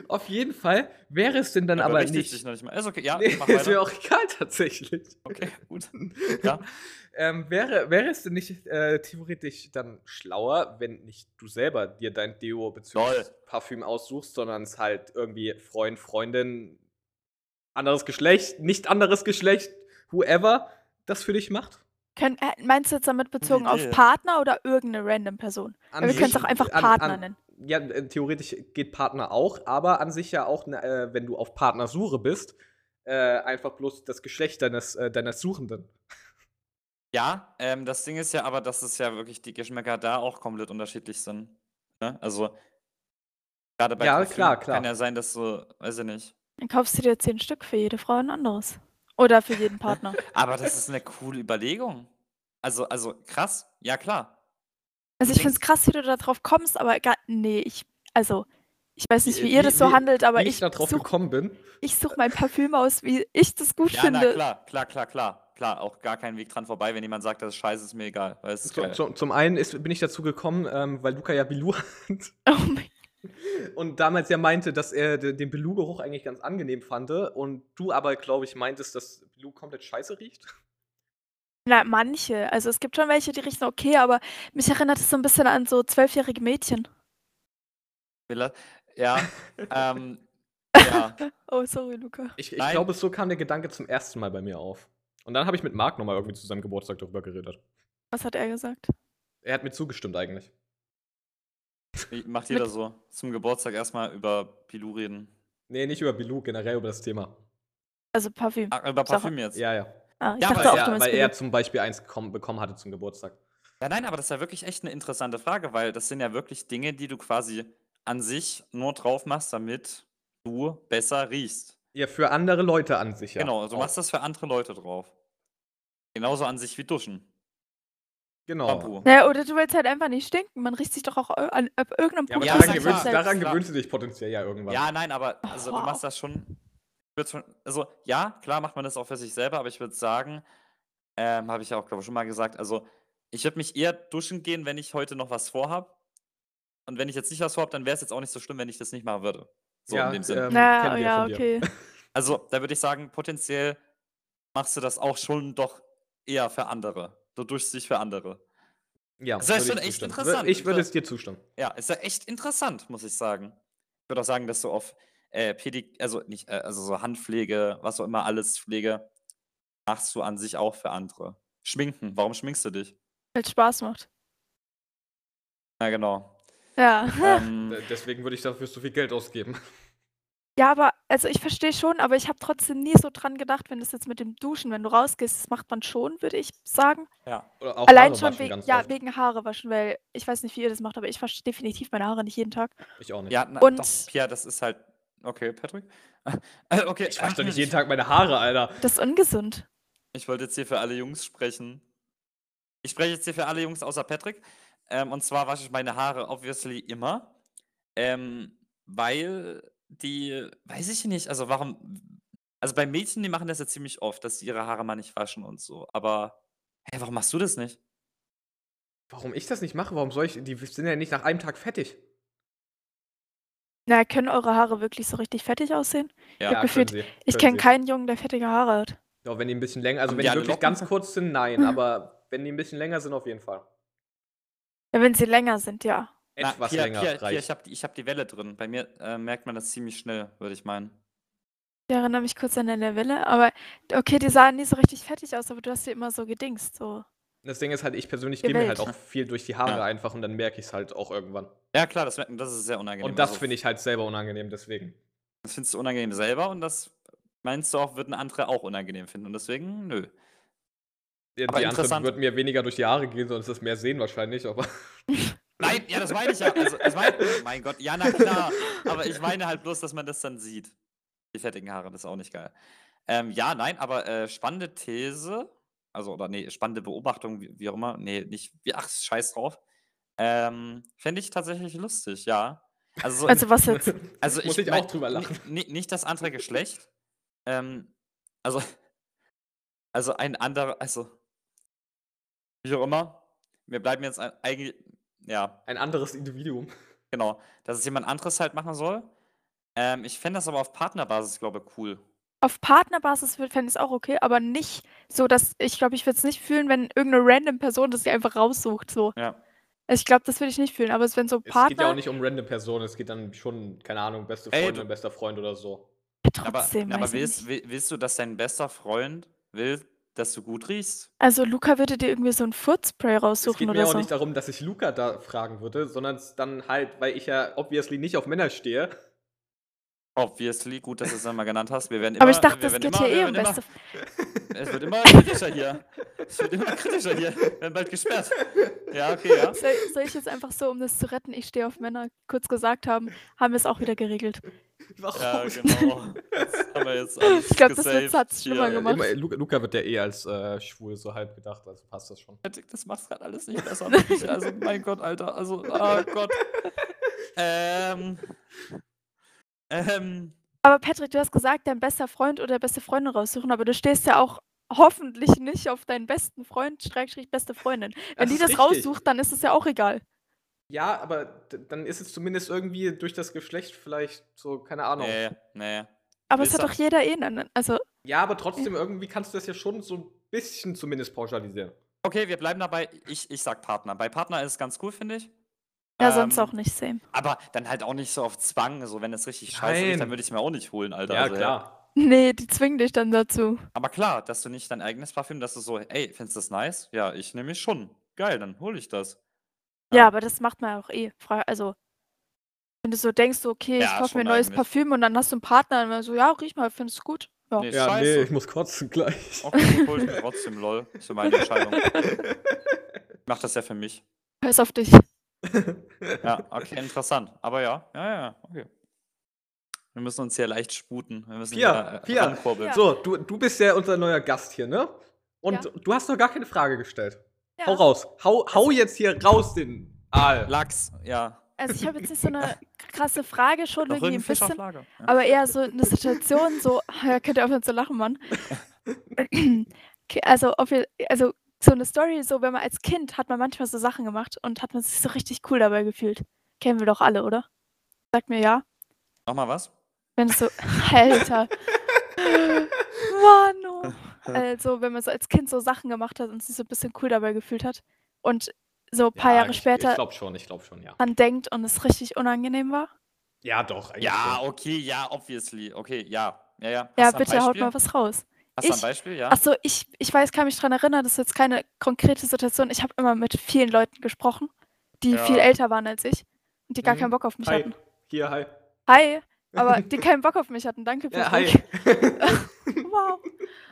Speaker 1: auf jeden Fall wäre es denn dann
Speaker 3: Er
Speaker 1: aber
Speaker 3: berichtigt Sich
Speaker 1: nicht.
Speaker 3: noch nicht mal. Ist okay, ja,
Speaker 1: <laughs> Nee,
Speaker 3: ne? mach
Speaker 1: ist mir
Speaker 3: weiter.
Speaker 1: auch egal tatsächlich.
Speaker 3: Okay, gut.
Speaker 1: Ähm, wäre, wäre es denn nicht äh, theoretisch dann schlauer, wenn nicht du selber dir dein Deo bzw.
Speaker 3: Lol.
Speaker 1: Parfüm aussuchst, sondern es halt irgendwie Freund, Freundin, anderes Geschlecht, nicht anderes Geschlecht, whoever das für dich macht?
Speaker 2: Können, äh, meinst du jetzt damit bezogen auf
Speaker 3: Idee.
Speaker 2: Partner oder irgendeine random Person?
Speaker 1: An
Speaker 2: Ja, wir
Speaker 1: sich-
Speaker 2: können es auch einfach
Speaker 1: an-
Speaker 2: Partner
Speaker 1: an-
Speaker 2: nennen.
Speaker 1: Ja, äh, theoretisch geht Partner auch, aber an sich ja auch, ne, äh, wenn du auf Partnersuche bist, äh, einfach bloß das Geschlecht deines, äh, deines Suchenden.
Speaker 3: Ja, ähm, das Ding ist ja aber, dass es ja wirklich die Geschmäcker da auch komplett unterschiedlich sind. Ne? Also, gerade bei
Speaker 1: Ja,
Speaker 3: Parfüm
Speaker 1: klar,
Speaker 3: kann
Speaker 1: klar.
Speaker 3: ja sein, dass du, weiß ich nicht.
Speaker 2: Dann kaufst du dir zehn Stück für jede Frau ein anderes. Oder für
Speaker 1: <laughs>
Speaker 2: jeden Partner.
Speaker 3: Aber das ist eine coole Überlegung. Also, also krass, ja klar.
Speaker 2: Also ich finde es krass, wie du da drauf kommst, aber egal. Nee, ich. Also, ich weiß nicht, wie
Speaker 1: Äh, Wie-
Speaker 2: ihr das so
Speaker 1: wie-
Speaker 2: handelt, aber
Speaker 1: Wie
Speaker 2: ich
Speaker 1: ich da drauf
Speaker 2: suche
Speaker 1: gekommen bin.
Speaker 2: such mein Parfüm aus, wie ich das gut
Speaker 3: Ja, na
Speaker 2: finde.
Speaker 3: klar, klar, klar, klar. Klar, auch gar kein Weg dran vorbei, wenn jemand sagt, das ist scheiße, ist mir egal. Weil es ist
Speaker 1: Zum,
Speaker 3: geil.
Speaker 1: zum, zum einen ist, bin ich dazu gekommen, ähm, weil Luca ja Bilou hat
Speaker 2: <laughs> Oh mein,
Speaker 1: und damals ja meinte, dass er de- den Bilou-Geruch eigentlich ganz angenehm fand und du aber, glaube ich, meintest, dass Bilou komplett scheiße riecht.
Speaker 2: na, manche. Also es gibt schon welche, die riechen okay, aber mich erinnert es so ein bisschen an so zwölfjährige Mädchen.
Speaker 3: Villa-
Speaker 1: <laughs>
Speaker 3: Ja, ähm, ja.
Speaker 2: Oh, sorry, Luca.
Speaker 1: Ich, ich
Speaker 3: Nein.
Speaker 1: glaube, so kam der Gedanke zum ersten Mal bei mir auf. Und dann habe ich mit Marc nochmal irgendwie zu seinem Geburtstag darüber geredet.
Speaker 2: Was hat er gesagt?
Speaker 1: Er hat mir zugestimmt eigentlich.
Speaker 3: Wie Macht jeder so. Zum Geburtstag erstmal über Pilou reden.
Speaker 1: Nee, nicht über Bilou, generell über das Thema.
Speaker 2: Also Parfüm.
Speaker 3: Ach, Ah, äh, über
Speaker 2: Sache.
Speaker 3: Parfüm jetzt. Ja.
Speaker 1: Ja, Ah, ja.
Speaker 2: Ah, ich
Speaker 3: Ja,
Speaker 2: dachte
Speaker 1: Weil,
Speaker 2: auch,
Speaker 1: er,
Speaker 2: du meinst
Speaker 1: weil
Speaker 2: Baby.
Speaker 1: er zum Beispiel eins gekommen, bekommen hatte zum Geburtag.
Speaker 3: nein, aber das ist ja wirklich echt eine interessante Frage, weil das sind ja wirklich Dinge, die du quasi an sich nur drauf machst, damit du besser riechst.
Speaker 1: Ja, für andere Leute an sich, ja.
Speaker 3: genau, du
Speaker 1: Auch.
Speaker 3: machst das für andere Leute drauf. Genauso an sich wie Duschen.
Speaker 1: Genau.
Speaker 3: Shampoo.
Speaker 2: Naja, oder du willst halt einfach nicht stinken. Man riecht sich doch auch an, an, ab irgendeinem
Speaker 1: Ja, aber daran,
Speaker 2: Punkt an
Speaker 3: Ja, sag
Speaker 2: sich
Speaker 1: gewöhnst,
Speaker 3: mal.
Speaker 2: selbst.
Speaker 1: daran gewöhnst du dich potenziell ja irgendwann.
Speaker 3: Ja, nein, aber also,
Speaker 2: wow.
Speaker 3: du machst das schon, ich würd schon. Also, ja, klar macht man das auch für sich selber, aber ich würde sagen, ähm, habe ich ja auch, glaube ich, schon mal gesagt, also, ich würde mich eher duschen gehen, wenn ich heute noch was vorhab. Und wenn ich jetzt nicht was vorhab, dann wäre es jetzt auch nicht so schlimm, wenn ich das nicht machen würde. So in dem Sinne.
Speaker 1: ähm,
Speaker 2: Na,
Speaker 1: kennen wir
Speaker 2: ja,
Speaker 1: von dir.
Speaker 2: okay.
Speaker 3: Also, da würde ich sagen, potenziell machst du das auch schon doch eher für andere. Du duschst dich für andere.
Speaker 1: Ja,
Speaker 3: Das ist
Speaker 1: würde
Speaker 3: schon
Speaker 1: ich
Speaker 3: echt
Speaker 1: zustimmen.
Speaker 3: interessant.
Speaker 1: Ich würde es dir zustimmen.
Speaker 3: Ja, ist ja echt interessant, muss ich sagen. Ich würde auch sagen, dass du auf äh, Pedik, also nicht, äh, also so Handpflege, was auch immer alles Pflege, machst du an sich auch für andere. Schminken, warum schminkst du dich?
Speaker 2: Weil Spaß macht.
Speaker 3: Na genau.
Speaker 2: Ja.
Speaker 3: ähm,
Speaker 1: D- Äh, Deswegen würde ich dafür so viel Geld ausgeben.
Speaker 2: Ja, aber also ich verstehe schon, aber ich habe trotzdem nie so dran gedacht, wenn das jetzt mit dem Duschen, wenn du rausgehst, das macht man schon, würde ich sagen.
Speaker 3: ja.
Speaker 1: Oder auch
Speaker 2: Allein
Speaker 1: Haare
Speaker 2: schon
Speaker 1: waschen
Speaker 2: wegen,
Speaker 1: ganz
Speaker 2: ja,
Speaker 1: oft.
Speaker 2: wegen Haare waschen, weil ich weiß nicht, wie ihr das macht, aber ich wasche definitiv meine Haare nicht jeden Tag.
Speaker 1: Ich auch nicht.
Speaker 3: ja na,
Speaker 2: Und-
Speaker 3: doch, Pia, das ist halt. Okay, Patrick? <laughs> Äh, okay.
Speaker 1: Ich wasche doch nicht jeden Tag meine Haare, Alter.
Speaker 2: Das ist ungesund.
Speaker 3: Ich wollte jetzt hier für alle Jungs sprechen. Ich spreche jetzt hier für alle Jungs außer Patrick. Ähm, und zwar wasche ich meine Haare obviously immer. Ähm, weil die, weiß ich nicht, also warum, also bei Mädchen, die machen das ja ziemlich oft, dass sie ihre Haare mal nicht waschen und so, aber, hä, warum machst du das nicht?
Speaker 1: Warum ich das nicht mache? Warum soll ich. Die sind ja nicht nach einem Tag fertig.
Speaker 2: Na, können eure Haare wirklich so richtig fettig aussehen?
Speaker 3: Ja,
Speaker 2: Ich hab gefühlt, ich
Speaker 1: keinen.
Speaker 2: kenne keinen Jungen, der fettige Haare hat.
Speaker 1: Ja, wenn die ein bisschen länger, also
Speaker 3: Haben
Speaker 1: wenn
Speaker 3: die
Speaker 1: die
Speaker 3: alle
Speaker 1: wirklich
Speaker 3: Locken?
Speaker 1: ganz kurz sind, nein, aber wenn die ein bisschen länger sind, auf jeden Fall.
Speaker 2: Ja, wenn sie länger sind, ja.
Speaker 3: Na,
Speaker 1: Etwas
Speaker 3: Pia,
Speaker 1: länger
Speaker 3: Pia, Pia,
Speaker 1: reicht.
Speaker 3: ich habe ich hab die Welle drin. Bei mir äh, merkt man das ziemlich schnell, würde ich meinen.
Speaker 2: Ich erinnere mich kurz an deine Welle, aber okay, die sahen nie so richtig fettig aus, aber du hast sie immer so gedingst. So.
Speaker 1: das Ding ist halt, ich persönlich gehe
Speaker 2: Ihr
Speaker 1: mir
Speaker 2: Welt.
Speaker 1: halt auch viel durch die Haare
Speaker 3: Ja.
Speaker 1: einfach und dann merke ich es halt auch irgendwann.
Speaker 3: Ja, klar, das, merkt man- das ist sehr unangenehm.
Speaker 1: Und das
Speaker 3: Also,
Speaker 1: finde ich halt selber unangenehm, deswegen.
Speaker 3: Das findest du unangenehm selber und das meinst du auch, wird ein anderer auch unangenehm finden. Und deswegen, nö.
Speaker 1: Die,
Speaker 3: Aber
Speaker 1: die Antwort
Speaker 3: interessant-
Speaker 1: wird mir weniger durch die Haare gehen, sonst ist das mehr sehen wahrscheinlich, aber.
Speaker 3: Nein, ja, das meine ich ja. Also, das mein, mein Gott, ja, na klar. Aber ich meine halt bloß, dass man das dann sieht. Die fettigen Haare, das ist auch nicht geil. Ähm, ja, nein, aber äh, spannende These, also, oder nee, spannende Beobachtung, wie, wie auch immer. Nee, nicht, wie, ach, scheiß drauf. Ähm, Fände ich tatsächlich lustig, ja. Also, so im
Speaker 2: Also was jetzt?
Speaker 3: Also
Speaker 1: <laughs> Muss ich auch drüber lachen.
Speaker 3: ni- ni- Nicht das andere Geschlecht. ähm, also, also ein anderer, also wie auch immer. Wir bleiben jetzt ein- eigentlich, ja,
Speaker 1: Ein anderes Individuum.
Speaker 3: genau, dass es jemand anderes halt machen soll. Ähm, ich fände das aber auf Partnerbasis, glaube ich, cool.
Speaker 2: Auf Partnerbasis fände ich es auch okay, aber nicht so, dass ich glaube, ich würde es nicht fühlen, wenn irgendeine random Person das sich einfach raussucht. So.
Speaker 3: Ja.
Speaker 2: Also ich glaube, das würde ich nicht fühlen, aber es- wenn so
Speaker 1: Es geht
Speaker 2: Partner,
Speaker 1: ja auch nicht um random Personen, es geht dann schon, keine Ahnung, beste
Speaker 3: Ey,
Speaker 1: Freundin,
Speaker 3: du-
Speaker 1: bester Freund oder so.
Speaker 3: Aber,
Speaker 2: trotzdem.
Speaker 3: aber
Speaker 2: weiß ich
Speaker 3: willst,
Speaker 2: nicht.
Speaker 3: will- willst du, dass dein bester Freund will, dass du gut riechst?
Speaker 2: Also Luca würde dir irgendwie so ein
Speaker 1: Es
Speaker 2: Furzspray
Speaker 1: geht
Speaker 2: raussuchen
Speaker 1: mir
Speaker 2: oder
Speaker 1: auch
Speaker 2: so.
Speaker 1: nicht darum, dass ich Luca da fragen würde, sondern es dann halt, weil ich ja obviously nicht auf Männer
Speaker 2: <laughs>
Speaker 1: stehe.
Speaker 3: Obviously, gut, dass du es nochmal genannt hast. Wir werden immer,
Speaker 2: aber ich dachte,
Speaker 3: wir
Speaker 2: das
Speaker 3: werden
Speaker 2: geht
Speaker 3: immer,
Speaker 2: hier
Speaker 3: wir
Speaker 2: eh um
Speaker 3: werden immer-
Speaker 2: beste.
Speaker 3: Es wird immer kritischer hier. Es wird immer kritischer hier. Wir werden bald gesperrt. Ja, okay, ja.
Speaker 2: Soll, soll ich jetzt einfach so, um das zu retten, ich stehe auf Männer, kurz gesagt haben, haben wir es auch wieder geregelt.
Speaker 1: Warum?
Speaker 3: Ja, genau. Das haben wir jetzt alles
Speaker 2: Ich glaube, das Witz
Speaker 3: gesaved
Speaker 2: hat's schlimmer
Speaker 3: hier.
Speaker 2: gemacht.
Speaker 1: Äh, Immer, Luca, Luca wird ja eh als äh, schwul so halb gedacht, also passt das schon.
Speaker 3: Das macht's gerade alles nicht besser. wirklich. <laughs> Also, mein Gott, Alter. Also, ah Gott. Ähm. Ähm.
Speaker 2: Aber Patrick, du hast gesagt, dein bester Freund oder beste Freundin raussuchen, aber du stehst ja auch hoffentlich nicht auf deinen besten Freund, Schrägstrich, beste Freundin. Wenn die
Speaker 1: ist
Speaker 2: das
Speaker 1: richtig.
Speaker 2: raussucht, dann ist es ja auch egal.
Speaker 1: Ja, aber d- dann ist es zumindest irgendwie durch das Geschlecht vielleicht so, keine Ahnung.
Speaker 3: Nee, nee.
Speaker 2: Aber
Speaker 3: Ist
Speaker 2: es hat
Speaker 3: er-
Speaker 2: doch jeder eh einen. Also,
Speaker 1: Ja, aber trotzdem irgendwie kannst du das ja schon so ein bisschen zumindest pauschalisieren.
Speaker 3: Okay, wir bleiben dabei. Ich, ich sag Partner. Bei Partner ist es ganz cool, finde ich.
Speaker 2: ja, sonst
Speaker 3: Ähm,
Speaker 2: auch nicht same. <laughs>
Speaker 3: Aber dann halt auch nicht so auf Zwang. So, wenn es richtig scheiße ist,
Speaker 1: Nein.
Speaker 3: dann würde ich mir auch nicht holen, Alter.
Speaker 1: Ja,
Speaker 3: also,
Speaker 1: klar.
Speaker 2: Nee, die zwingen dich dann dazu.
Speaker 3: Aber klar, dass du nicht dein eigenes Parfüm, dass du so, ey, findest du das nice? Ja, ich nehme mich schon. Geil, dann hole ich das.
Speaker 2: Ja,
Speaker 3: Ja.
Speaker 2: aber das macht man auch eh. Fra- Also, wenn du so denkst, so, okay,
Speaker 3: Ja,
Speaker 2: ich kaufe mir
Speaker 3: schon
Speaker 2: ein neues
Speaker 3: eigentlich.
Speaker 2: Parfüm und dann hast du einen Partner und dann so, ja, riech mal, findest du gut. Ja.
Speaker 3: Nee,
Speaker 1: Ja,
Speaker 3: scheiße.
Speaker 1: nee, ich muss kotzen gleich.
Speaker 3: Okay, ich hole ich mir trotzdem, lol. Ist ja meine Entscheidung. Ich mach das ja für mich.
Speaker 2: Scheiß auf dich.
Speaker 3: Ja, okay, interessant. Aber ja, ja, ja, okay. Wir müssen uns hier leicht sputen. Wir müssen
Speaker 1: Pia,
Speaker 3: hier, äh,
Speaker 1: Pia.
Speaker 3: rankurbeln.
Speaker 1: So, du, du bist ja unser neuer Gast hier, ne? Und
Speaker 2: Ja.
Speaker 1: du hast noch gar keine Frage gestellt.
Speaker 2: Ja.
Speaker 1: Hau raus. Hau, hau jetzt hier raus den Aal.
Speaker 3: Lachs, ja.
Speaker 2: Also, ich habe jetzt nicht so eine
Speaker 3: <laughs>
Speaker 2: krasse Frage, schon
Speaker 3: Noch
Speaker 2: irgendwie ein
Speaker 3: irgendein Fisch auf
Speaker 2: bisschen.
Speaker 3: Lager. Ja.
Speaker 2: Aber eher so eine Situation, so, <laughs> ja, könnt ihr aufhören zu lachen, Mann. okay, also, ob ihr, also, so eine Story, so, wenn man als Kind hat man manchmal so Sachen gemacht und hat man sich so richtig cool dabei gefühlt. Kennen wir doch alle, oder? Sagt mir ja.
Speaker 3: Nochmal was?
Speaker 2: Wenn es so, <laughs> Alter. Mann, oh. Also, wenn man so als Kind so Sachen gemacht hat und sich so ein bisschen cool dabei gefühlt hat und so ein paar
Speaker 1: Ja,
Speaker 2: Jahre
Speaker 1: ich-
Speaker 2: später
Speaker 1: Ich glaube schon, ich glaube schon, ja.
Speaker 2: dran denkt und es richtig unangenehm war.
Speaker 1: Ja, doch. eigentlich
Speaker 3: Ja,
Speaker 1: schon.
Speaker 3: okay, ja, obviously. Okay, ja. Ja, ja.
Speaker 2: Ja,
Speaker 3: Hast du ein
Speaker 2: bitte haut
Speaker 3: Beispiel?
Speaker 2: mal was raus.
Speaker 3: Hast du ein
Speaker 2: Ich-
Speaker 3: Beispiel? Ja.
Speaker 2: Achso, ich, ich weiß, kann mich dran erinnern, das ist jetzt keine konkrete Situation. Ich habe immer mit vielen Leuten gesprochen, die viel
Speaker 3: Ja.
Speaker 2: älter waren als ich und die gar
Speaker 1: Mhm.
Speaker 2: keinen Bock auf mich
Speaker 1: Hi.
Speaker 2: hatten.
Speaker 1: Hier, hi.
Speaker 2: Hi,
Speaker 1: <laughs>
Speaker 2: aber die keinen Bock auf mich hatten. Danke
Speaker 1: Ja, hi.
Speaker 2: Patrick.
Speaker 1: <laughs>
Speaker 2: wow.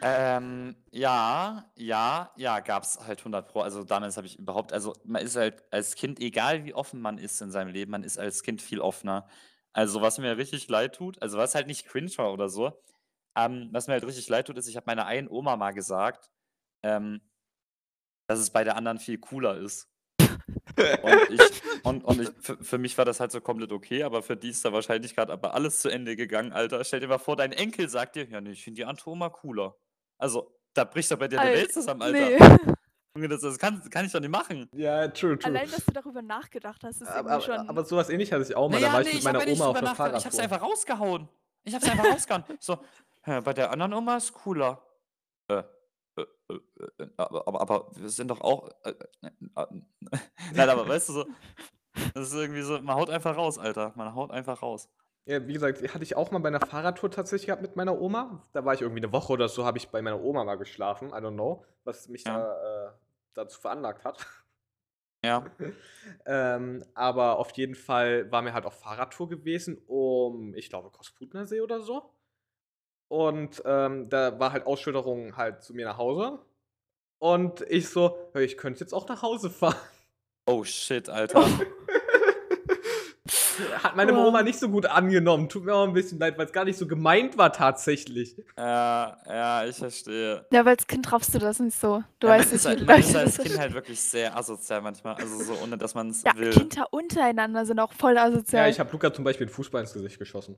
Speaker 3: Ähm, ja, ja, ja, gab's halt 100 Pro. Also damals habe ich überhaupt, also man ist halt als Kind, egal wie offen man ist in seinem Leben, man ist als Kind viel offener. Also was mir richtig leid tut, also was halt nicht cringe war oder so, ähm, was mir halt richtig leid tut, ist, ich habe meiner einen Oma mal gesagt, ähm, dass es bei der anderen viel cooler ist. Und, ich, und, und ich, für, für mich war das halt so komplett okay, aber für die ist da wahrscheinlich gerade aber alles zu Ende gegangen, Alter. Stell dir mal vor, dein Enkel sagt dir, ja, nee, ich finde die andere Oma cooler. Also, da bricht doch bei dir eine Welt zusammen, Alter.
Speaker 2: Nee.
Speaker 3: Junge, das, das kann, kann ich doch nicht machen.
Speaker 1: Ja, true, true.
Speaker 2: Allein, dass du darüber nachgedacht hast, ist
Speaker 1: aber,
Speaker 2: irgendwie schon.
Speaker 1: aber, aber sowas ähnlich hatte ich auch mal. da war ich mit meiner Oma auf dem Fahrrad.
Speaker 3: Ich hab's einfach rausgehauen. Ich hab's einfach <laughs> rausgehauen. So, hä, bei der anderen Oma ist cooler. Äh, äh, äh, äh, aber, aber, aber wir sind doch auch. Äh, äh, äh, <laughs> Nein, aber weißt du so. Das ist irgendwie so, man haut einfach raus, Alter. Man haut einfach raus.
Speaker 1: ja, wie gesagt, hatte ich auch mal bei einer Fahrradtour tatsächlich gehabt mit meiner Oma. Da war ich irgendwie eine Woche oder so, habe ich bei meiner Oma mal geschlafen. I don't know, was mich
Speaker 3: Ja.
Speaker 1: da äh, dazu veranlagt hat.
Speaker 3: Ja.
Speaker 1: Ähm, aber auf jeden Fall war mir halt auch Fahrradtour gewesen um, ich glaube, Kosputner See oder so. Und ähm, da war halt Ausschütterung halt zu mir nach Hause. Und ich so, "Ja, ich könnte jetzt auch nach Hause fahren. <laughs>
Speaker 3: Oh shit, <laughs> Alter.
Speaker 1: Hat meine
Speaker 2: Wow.
Speaker 1: Oma nicht so gut angenommen. Tut mir auch ein bisschen leid, weil es gar nicht so gemeint war tatsächlich.
Speaker 3: ja, ja, ich verstehe.
Speaker 2: Ja, weil als Kind raffst du das nicht so. Du
Speaker 3: Ja, man
Speaker 2: weißt
Speaker 3: ist
Speaker 2: nicht,
Speaker 3: halt,
Speaker 2: wie
Speaker 3: man
Speaker 2: Leute
Speaker 3: ist als
Speaker 2: das
Speaker 3: Kind halt wirklich sehr asozial manchmal. Also so, ohne dass man es
Speaker 2: Ja,
Speaker 3: will.
Speaker 2: Kinder untereinander sind auch voll asozial.
Speaker 1: Ja, ich habe Luca zum Beispiel einen Fußball ins Gesicht geschossen.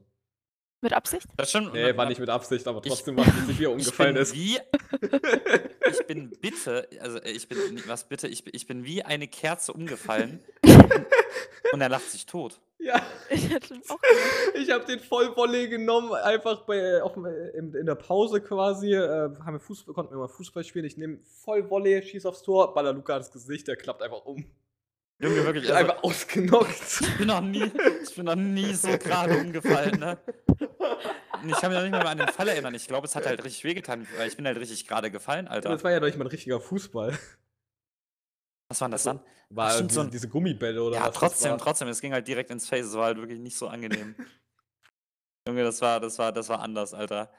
Speaker 2: Mit Absicht?
Speaker 3: Das stimmt.
Speaker 1: Nee, war
Speaker 3: man-
Speaker 1: nicht mit Absicht, aber
Speaker 3: Oh Ich-
Speaker 1: trotzdem war es witzig, wie er umgefallen
Speaker 3: <laughs> ich
Speaker 1: ist.
Speaker 3: bin
Speaker 1: <laughs>
Speaker 3: Wie, ich bin bitte, also äh, ich bin, nee, was bitte, ich, bin- ich bin wie eine Kerze umgefallen und er lacht sich tot.
Speaker 1: Ja,
Speaker 2: <laughs> Ich hätte auch
Speaker 1: ich habe den Vollvolley genommen, einfach bei, auf, dem- in, in der Pause quasi. Äh, haben wir Fußball, konnten wir mal Fußball spielen. Ich nehme Vollvolley, schieß aufs Tor, baller Luca ins Gesicht, der klappt einfach um.
Speaker 3: Junge, wirklich, also,
Speaker 1: Einfach
Speaker 3: <laughs>
Speaker 1: ausgenockt.
Speaker 3: ich bin noch nie, ich bin noch nie so gerade umgefallen, ne? Und Ich kann mich noch nicht mal an den Fall erinnern. Ich glaube, es hat halt richtig wehgetan, weil ich bin halt richtig gerade gefallen, Alter.
Speaker 1: Das war ja doch nicht mal ein richtiger Fußball.
Speaker 3: Was war denn das dann?
Speaker 1: War
Speaker 3: Stimmt, so
Speaker 1: diese,
Speaker 3: ein-
Speaker 1: diese Gummibälle oder
Speaker 3: Ja,
Speaker 1: was? das
Speaker 3: trotzdem,
Speaker 1: war.
Speaker 3: trotzdem, es ging halt direkt ins Face, es war halt wirklich nicht so angenehm. Junge, das war, das war, das war anders, Alter.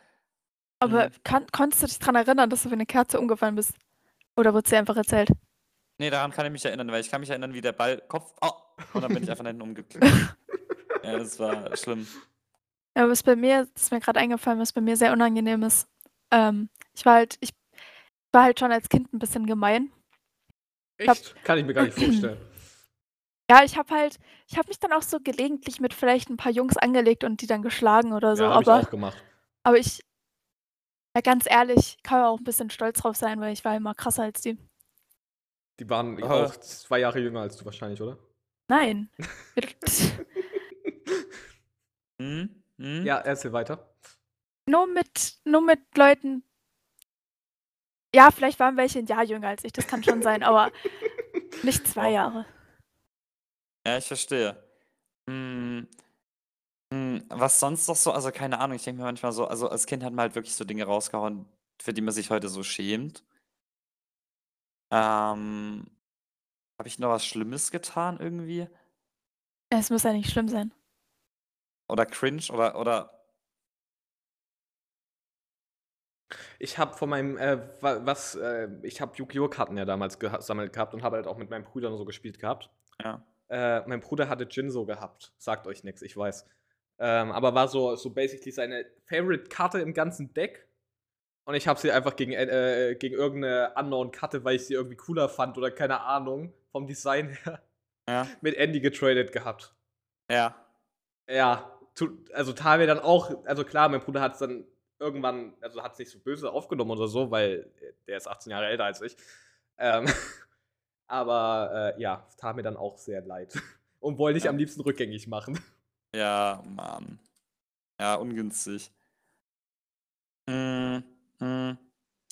Speaker 2: Aber kann, konntest du dich daran erinnern, dass du für eine Kerze umgefallen bist? Oder wurde es dir einfach erzählt?
Speaker 3: Nee, daran kann ich mich erinnern, weil ich kann mich erinnern, wie der Ball Kopf. Oh, und dann bin ich einfach nach hinten umgekippt. ja, das war schlimm.
Speaker 2: Ja, was bei mir, das ist mir gerade eingefallen, was bei mir sehr unangenehm ist. Ähm, ich war halt, ich war halt schon als Kind ein bisschen gemein.
Speaker 1: Echt? Kann ich mir gar nicht vorstellen.
Speaker 2: Ja, ich habe halt, ich habe mich dann auch so gelegentlich mit vielleicht ein paar Jungs angelegt und die dann geschlagen oder so.
Speaker 1: ja, hab
Speaker 2: Also, aber,
Speaker 1: ich auch gemacht.
Speaker 2: aber ich, ja, ganz ehrlich, kann man auch ein bisschen stolz drauf sein, weil ich war immer krasser als die.
Speaker 1: Die waren
Speaker 3: Ah.
Speaker 1: auch zwei Jahre jünger als du wahrscheinlich, oder?
Speaker 2: Nein.
Speaker 1: <laughs>
Speaker 3: Hm? Hm?
Speaker 1: Ja, erzähl weiter.
Speaker 2: nur mit, nur mit Leuten. Ja, vielleicht waren welche ein Jahr jünger als ich, das kann schon
Speaker 1: <laughs>
Speaker 2: sein, aber nicht zwei
Speaker 3: Oh.
Speaker 2: Jahre.
Speaker 3: ja, ich verstehe. Hm. Hm, Was sonst noch so, also keine Ahnung, ich denke mir manchmal so, also als Kind hat man halt wirklich so Dinge rausgehauen, für die man sich heute so schämt. Ähm, habe ich noch was Schlimmes getan irgendwie?
Speaker 2: Es muss ja nicht schlimm sein.
Speaker 3: Oder cringe oder, oder,
Speaker 1: Ich habe von meinem, äh, wa- was, äh, ich habe Yu-Gi-Oh! Karten ja damals gesammelt gehabt und habe halt auch mit meinen Brüdern so gespielt gehabt.
Speaker 3: ja.
Speaker 1: Äh, mein Bruder hatte Jinso gehabt. Sagt euch nichts, ich weiß. Ähm, aber war so, so basically seine Favorite-Karte im ganzen Deck. Und ich habe sie einfach gegen, äh, äh, gegen irgendeine Unknown-Karte, weil ich sie irgendwie cooler fand oder keine Ahnung, vom Design her,
Speaker 3: Ja.
Speaker 1: mit Andy getradet gehabt.
Speaker 3: Ja.
Speaker 1: Ja, tu, also Tavia dann auch, also klar, mein Bruder hat es dann irgendwann, also hat es nicht so böse aufgenommen oder so, weil äh, der ist 18 Jahre älter als ich. Ähm, <laughs> aber äh, ja, tat mir dann auch sehr leid. <laughs> Und wollte ich
Speaker 3: Ja.
Speaker 1: am liebsten rückgängig
Speaker 3: <laughs>
Speaker 1: machen.
Speaker 3: Ja, Mann. Ja, ungünstig. Mm, mm.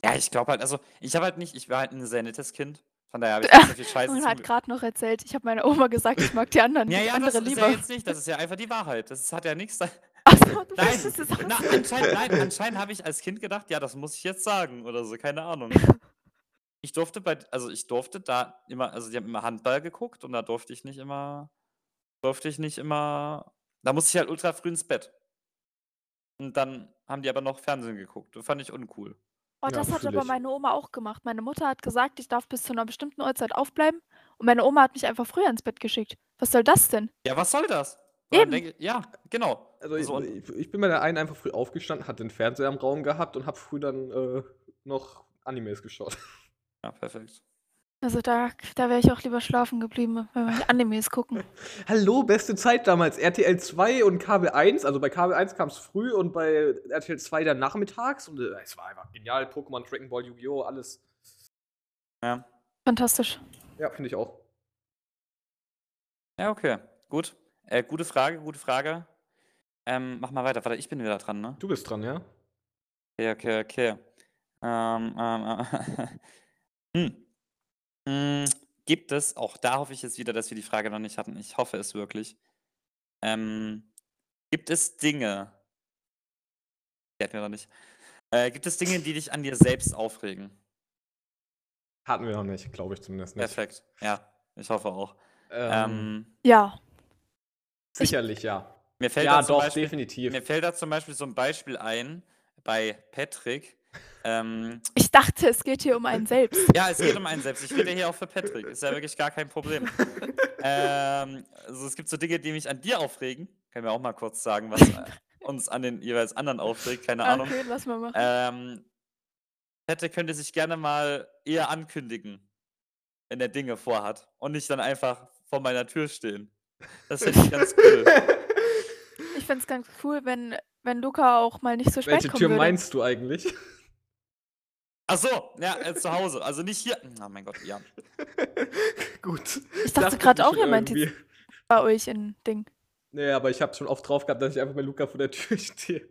Speaker 3: Ja, ich glaube halt, also ich habe halt nicht, ich war halt ein sehr nettes Kind. Von daher habe ich nicht
Speaker 2: <laughs>
Speaker 3: so viel Scheiße
Speaker 2: Und hat
Speaker 3: zuge-
Speaker 2: gerade noch erzählt, ich habe meiner Oma gesagt, ich mag die anderen,
Speaker 3: Ja,
Speaker 2: die
Speaker 3: ja, das
Speaker 2: andere
Speaker 3: ist ja
Speaker 2: lieber. <laughs>
Speaker 3: jetzt nicht, das ist ja einfach die Wahrheit. Das hat ja nichts. da-
Speaker 2: Achso, du
Speaker 3: Nein. genau.
Speaker 2: weißt es jetzt auch.
Speaker 3: Na, anscheinend, nein, anscheinend habe ich als Kind gedacht, ja, das muss ich jetzt sagen oder so, keine Ahnung. Ich durfte bei, also ich durfte da immer, also die haben immer Handball geguckt und da durfte ich nicht immer, durfte ich nicht immer, da musste ich halt ultra früh ins Bett. Und dann haben die aber noch Fernsehen geguckt. Das fand ich uncool.
Speaker 2: Oh,
Speaker 1: Ja,
Speaker 2: das hat
Speaker 1: fühl
Speaker 2: aber
Speaker 1: ich.
Speaker 2: meine Oma auch gemacht. Meine Mutter hat gesagt, ich darf bis zu einer bestimmten Uhrzeit aufbleiben und meine Oma hat mich einfach früher ins Bett geschickt. Was soll das denn?
Speaker 3: Ja, was soll das? Und dann
Speaker 2: Eben.
Speaker 3: denke ich- ja, genau.
Speaker 1: Also ich,
Speaker 3: So, und-
Speaker 1: ich, ich bin bei der einen einfach früh aufgestanden, hat den Fernseher im Raum gehabt und hab früh dann äh, noch Animes geschaut.
Speaker 3: Ja, perfekt.
Speaker 2: Also da, da wäre ich auch lieber schlafen geblieben, wenn wir Animes gucken.
Speaker 1: Hallo, beste Zeit damals. RTL 2 und Kabel 1. Also bei Kabel 1 kam es früh und bei RTL 2 dann nachmittags. Und äh, es war einfach genial. Pokémon, Dragon Ball, Yu-Gi-Oh! alles.
Speaker 3: Ja.
Speaker 2: Fantastisch.
Speaker 1: Ja, finde ich auch.
Speaker 3: Ja, okay. Gut. Äh, gute Frage, gute Frage. Ähm, mach mal weiter. Warte, ich bin wieder dran, ne?
Speaker 1: Du bist dran, ja?
Speaker 3: Okay, okay, okay. Ähm, ähm, <laughs> hm. Mm, Gibt es, auch da hoffe ich jetzt wieder, dass wir die Frage noch nicht hatten. Ich hoffe es wirklich. Ähm, gibt es Dinge, die hatten wir noch nicht. Äh, gibt es Dinge, die dich an dir selbst aufregen?
Speaker 1: Hatten wir noch nicht, glaube ich zumindest nicht.
Speaker 3: Perfekt. Ja, ich hoffe auch.
Speaker 1: Ähm,
Speaker 3: Ähm,
Speaker 2: Ja.
Speaker 1: sicherlich, ja.
Speaker 3: mir fällt
Speaker 1: ja,
Speaker 3: da zum
Speaker 1: doch,
Speaker 3: Beispiel,
Speaker 1: definitiv. <laughs>
Speaker 3: Mir fällt da zum Beispiel so ein Beispiel ein bei
Speaker 1: <laughs>
Speaker 3: Patrick. Ähm,
Speaker 2: Ich dachte, es geht hier um
Speaker 3: Äh,
Speaker 2: einen selbst.
Speaker 3: ja, es geht um einen selbst. Ich rede hier auch für Patrick. Ist ja wirklich gar
Speaker 1: <laughs>
Speaker 3: kein Problem. Ähm, also es gibt so Dinge, die mich an dir aufregen. Können wir auch mal kurz sagen, was äh, uns an den jeweils anderen aufregt. Keine Ahnung.
Speaker 2: Okay, lass mal machen.
Speaker 3: Ähm, Patrick könnte sich gerne mal eher ankündigen, wenn er Dinge vorhat. Und nicht dann einfach vor meiner Tür stehen. Das finde ich ganz cool.
Speaker 2: Ich fände es ganz cool, wenn, wenn Luca auch mal nicht so spät
Speaker 1: Welche
Speaker 2: kommen
Speaker 1: Tür
Speaker 2: würde.
Speaker 1: meinst du eigentlich? <laughs>
Speaker 3: Ach so, ja, äh, zu Hause. Also nicht hier. Oh mein Gott, ja.
Speaker 1: Gut.
Speaker 2: ich dachte gerade auch, ihr meint
Speaker 1: irgendwie.
Speaker 2: jetzt bei euch in Ding.
Speaker 1: Nee, aber ich habe schon oft drauf gehabt, dass ich einfach bei Luca vor der Tür <laughs> stehe.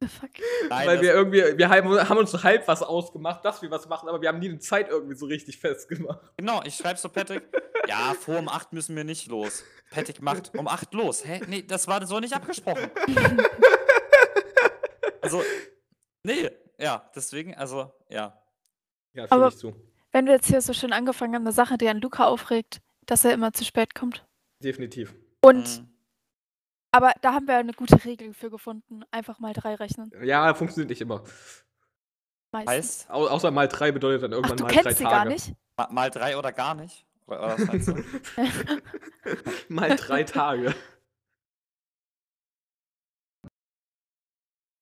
Speaker 2: The fuck?
Speaker 3: Nein,
Speaker 1: Weil
Speaker 3: das-
Speaker 1: wir irgendwie, wir haben, haben uns so halb was ausgemacht, dass wir was machen, aber wir haben nie eine Zeit irgendwie so richtig festgemacht.
Speaker 3: Genau, ich schreibe so Patrick, ja, vor um 8 müssen wir nicht los. Patrick macht um 8 los. Hä? Nee, das war so nicht abgesprochen. Also, nee, ja, deswegen, also, ja.
Speaker 1: Ja, stimme
Speaker 2: Aber-
Speaker 1: ich zu.
Speaker 2: Wenn wir jetzt hier so schön angefangen haben, eine Sache, die an Luca aufregt, dass er immer zu spät kommt.
Speaker 1: Definitiv.
Speaker 2: Und,
Speaker 1: Mhm.
Speaker 3: mm,
Speaker 2: aber da haben wir eine gute Regel für gefunden. Einfach mal drei rechnen.
Speaker 1: Ja, funktioniert nicht immer.
Speaker 2: Meistens.
Speaker 3: heißt,
Speaker 1: Au außer mal drei bedeutet dann
Speaker 2: Ach,
Speaker 1: irgendwann
Speaker 2: du
Speaker 1: mal drei
Speaker 2: kennst sie gar
Speaker 1: Tage.
Speaker 2: nicht?
Speaker 3: ma- mal drei oder gar nicht? Oder, oder was meinst du?
Speaker 1: <laughs> Mal drei Tage.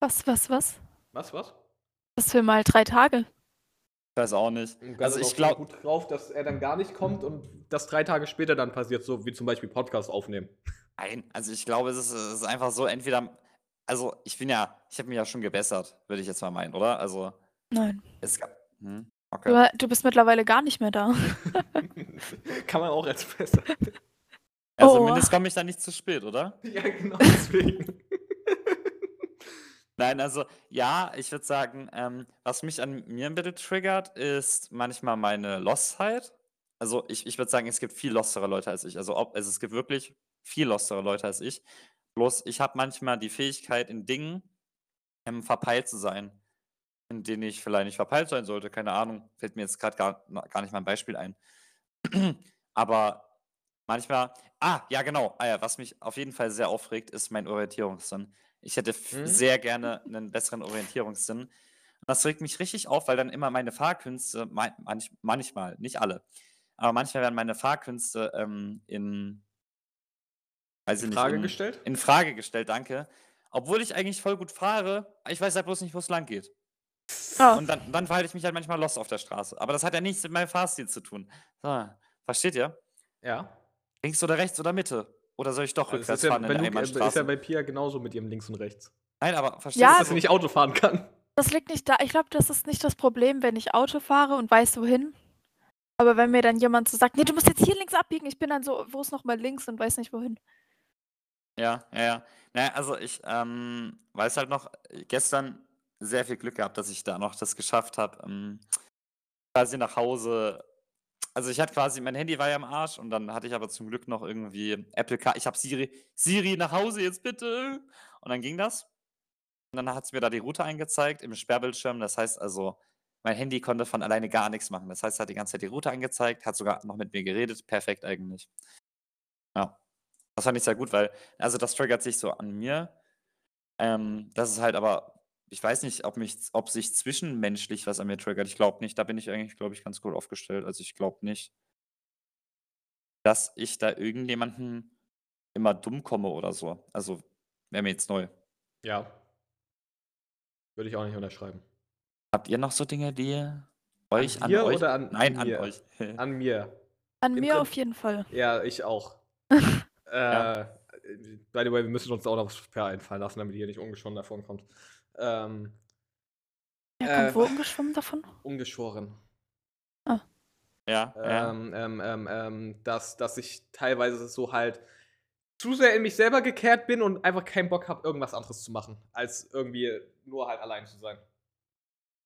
Speaker 2: Was, was, was?
Speaker 1: Was, was?
Speaker 2: Was für mal drei Tage?
Speaker 3: Ich weiß auch nicht. Also, ich glaube,
Speaker 1: gut drauf, dass er dann gar nicht kommt und das drei Tage später dann passiert, so wie zum Beispiel Podcast aufnehmen.
Speaker 3: nein, also, ich glaube, es ist, es ist einfach so, entweder, also, ich bin ja, ich habe mich ja schon gebessert, würde ich jetzt mal meinen, oder? Also,
Speaker 2: Nein.
Speaker 3: es gab. Hm, okay.
Speaker 2: Du, du bist mittlerweile gar nicht
Speaker 1: <laughs>
Speaker 2: mehr da.
Speaker 1: <laughs> Kann man auch als besser.
Speaker 3: Ja,
Speaker 2: Oh.
Speaker 3: zumindest komme Also ich da nicht zu spät, oder?
Speaker 1: <laughs> ja, genau <laughs> deswegen.
Speaker 3: Nein, also ja, ich würde sagen, ähm, was mich an mir ein bisschen triggert, ist manchmal meine Lostheit. Also ich, ich würde sagen, es gibt viel lostere Leute als ich. Also, ob, also es gibt wirklich viel lostere Leute als ich. Bloß ich habe manchmal die Fähigkeit, in Dingen ähm, verpeilt zu sein, in denen ich vielleicht nicht verpeilt sein sollte. Keine Ahnung, fällt mir jetzt gerade gar, na- gar nicht mal ein Beispiel ein. <clears throat> Aber manchmal, ah, ja genau, ah, ja, was mich auf jeden Fall sehr aufregt, ist mein Orientierungssinn. Ich hätte f-
Speaker 1: Hm?
Speaker 3: sehr gerne einen besseren Orientierungssinn. Und das regt mich richtig auf, weil dann immer meine Fahrkünste, mein, manch, manchmal, nicht alle, aber manchmal werden meine Fahrkünste ähm, in, weiß ich nicht,
Speaker 1: Frage
Speaker 3: in-
Speaker 1: gestellt?
Speaker 3: in Frage gestellt, danke. Obwohl ich eigentlich voll gut fahre, ich weiß halt bloß nicht, wo es lang geht.
Speaker 2: Ah,
Speaker 3: Und dann, dann verhalte ich mich halt manchmal los auf der Straße. Aber das hat ja nichts mit meinem Fahrstil zu tun. So, versteht ihr?
Speaker 1: Ja.
Speaker 3: Links oder rechts oder Mitte? Oder soll ich doch
Speaker 1: Also
Speaker 3: rückwärts
Speaker 1: ist, ja
Speaker 3: fahren
Speaker 1: bei
Speaker 3: in der
Speaker 1: Luke, äh, ist ja also
Speaker 3: Einbahnstraße?
Speaker 1: bei Pia genauso mit ihrem Links und Rechts.
Speaker 3: Nein, aber versteht
Speaker 2: Ja,
Speaker 3: ihr?
Speaker 1: Dass sie nicht Auto fahren kann.
Speaker 2: das liegt nicht da. Ich glaube, das ist nicht das Problem, wenn ich Auto fahre und weiß wohin. Aber wenn mir dann jemand so sagt, nee, du musst jetzt hier links abbiegen, ich bin dann so, wo ist nochmal links und weiß nicht wohin.
Speaker 3: Ja, ja, ja. Naja, also ich ähm, weiß halt noch, äh, gestern sehr viel Glück gehabt, dass ich da noch das geschafft habe. Ähm, quasi nach Hause. Also ich hatte quasi, mein Handy war ja im Arsch und dann hatte ich aber zum Glück noch irgendwie Apple Car. Ich habe Siri, Siri nach Hause jetzt bitte. Und dann ging das. Und dann hat es mir da die Route angezeigt im Sperrbildschirm. Das heißt also, mein Handy konnte von alleine gar nichts machen. Das heißt, es hat die ganze Zeit die Route angezeigt, hat sogar noch mit mir geredet. Perfekt eigentlich. Ja. Das fand ich sehr gut, weil also das triggert sich so an mir. Ähm, das ist halt aber, ich weiß nicht, ob, mich, ob sich zwischenmenschlich was an mir triggert. Ich glaube nicht. Da bin ich eigentlich, glaube ich, ganz gut aufgestellt. Also ich glaube nicht, dass ich da irgendjemanden immer dumm komme oder so. Also wäre mir jetzt neu.
Speaker 1: Ja. Würde ich auch nicht unterschreiben.
Speaker 3: Habt ihr noch so Dinge, die Euch, an
Speaker 1: dir
Speaker 3: euch?
Speaker 1: oder an-
Speaker 3: Nein,
Speaker 1: an
Speaker 3: an
Speaker 1: mir?
Speaker 3: euch. <laughs>
Speaker 1: An mir.
Speaker 2: An
Speaker 1: Im
Speaker 2: mir
Speaker 1: Prin-
Speaker 2: auf jeden Fall.
Speaker 1: Ja, ich auch. äh, By the way, wir müssen uns auch noch was per einfallen lassen, damit ihr nicht ungeschoren davon kommt. Ähm,
Speaker 2: Ja,
Speaker 1: Äh,
Speaker 2: kommt wo umgeschwommen davon?
Speaker 1: ungeschoren.
Speaker 3: Ja, ja.
Speaker 1: Ähm, ähm, ähm, ähm, dass, dass ich teilweise so halt zu sehr in mich selber gekehrt bin und einfach keinen Bock habe, irgendwas anderes zu machen, als irgendwie nur halt allein zu sein.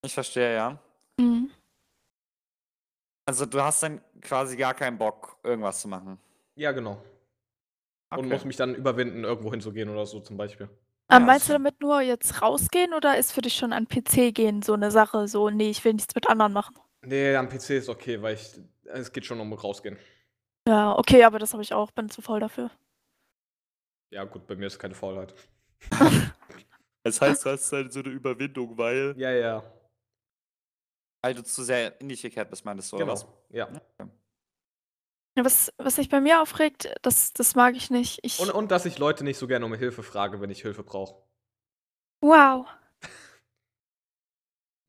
Speaker 3: Ich verstehe, ja.
Speaker 2: Mhm.
Speaker 3: Also du hast dann quasi gar keinen Bock, irgendwas zu machen.
Speaker 1: Ja, genau. Und muss mich dann überwinden, irgendwo hinzugehen oder so zum Beispiel.
Speaker 2: Aber
Speaker 3: Ja,
Speaker 2: Ähm, meinst du
Speaker 3: schon.
Speaker 2: damit nur jetzt rausgehen oder ist für dich schon an PC gehen so eine Sache? So, nee, ich will nichts mit anderen machen.
Speaker 1: Nee, am PC ist okay, weil ich. Es geht schon um rausgehen.
Speaker 2: Ja, okay, aber das habe ich auch, bin zu voll dafür.
Speaker 1: Ja, gut, bei mir ist keine Faulheit.
Speaker 4: Das heißt, das ist halt so eine Überwindung, weil.
Speaker 1: Ja, ja.
Speaker 3: Weil du zu sehr in dich gekehrt bist, meintest du, oder
Speaker 1: genau.
Speaker 3: was?
Speaker 1: Ja.
Speaker 2: Ja, Was, was sich bei mir aufregt, das, das mag ich nicht. Ich,
Speaker 1: Und, und dass ich Leute nicht so gerne um Hilfe frage, wenn ich Hilfe brauche.
Speaker 2: wow.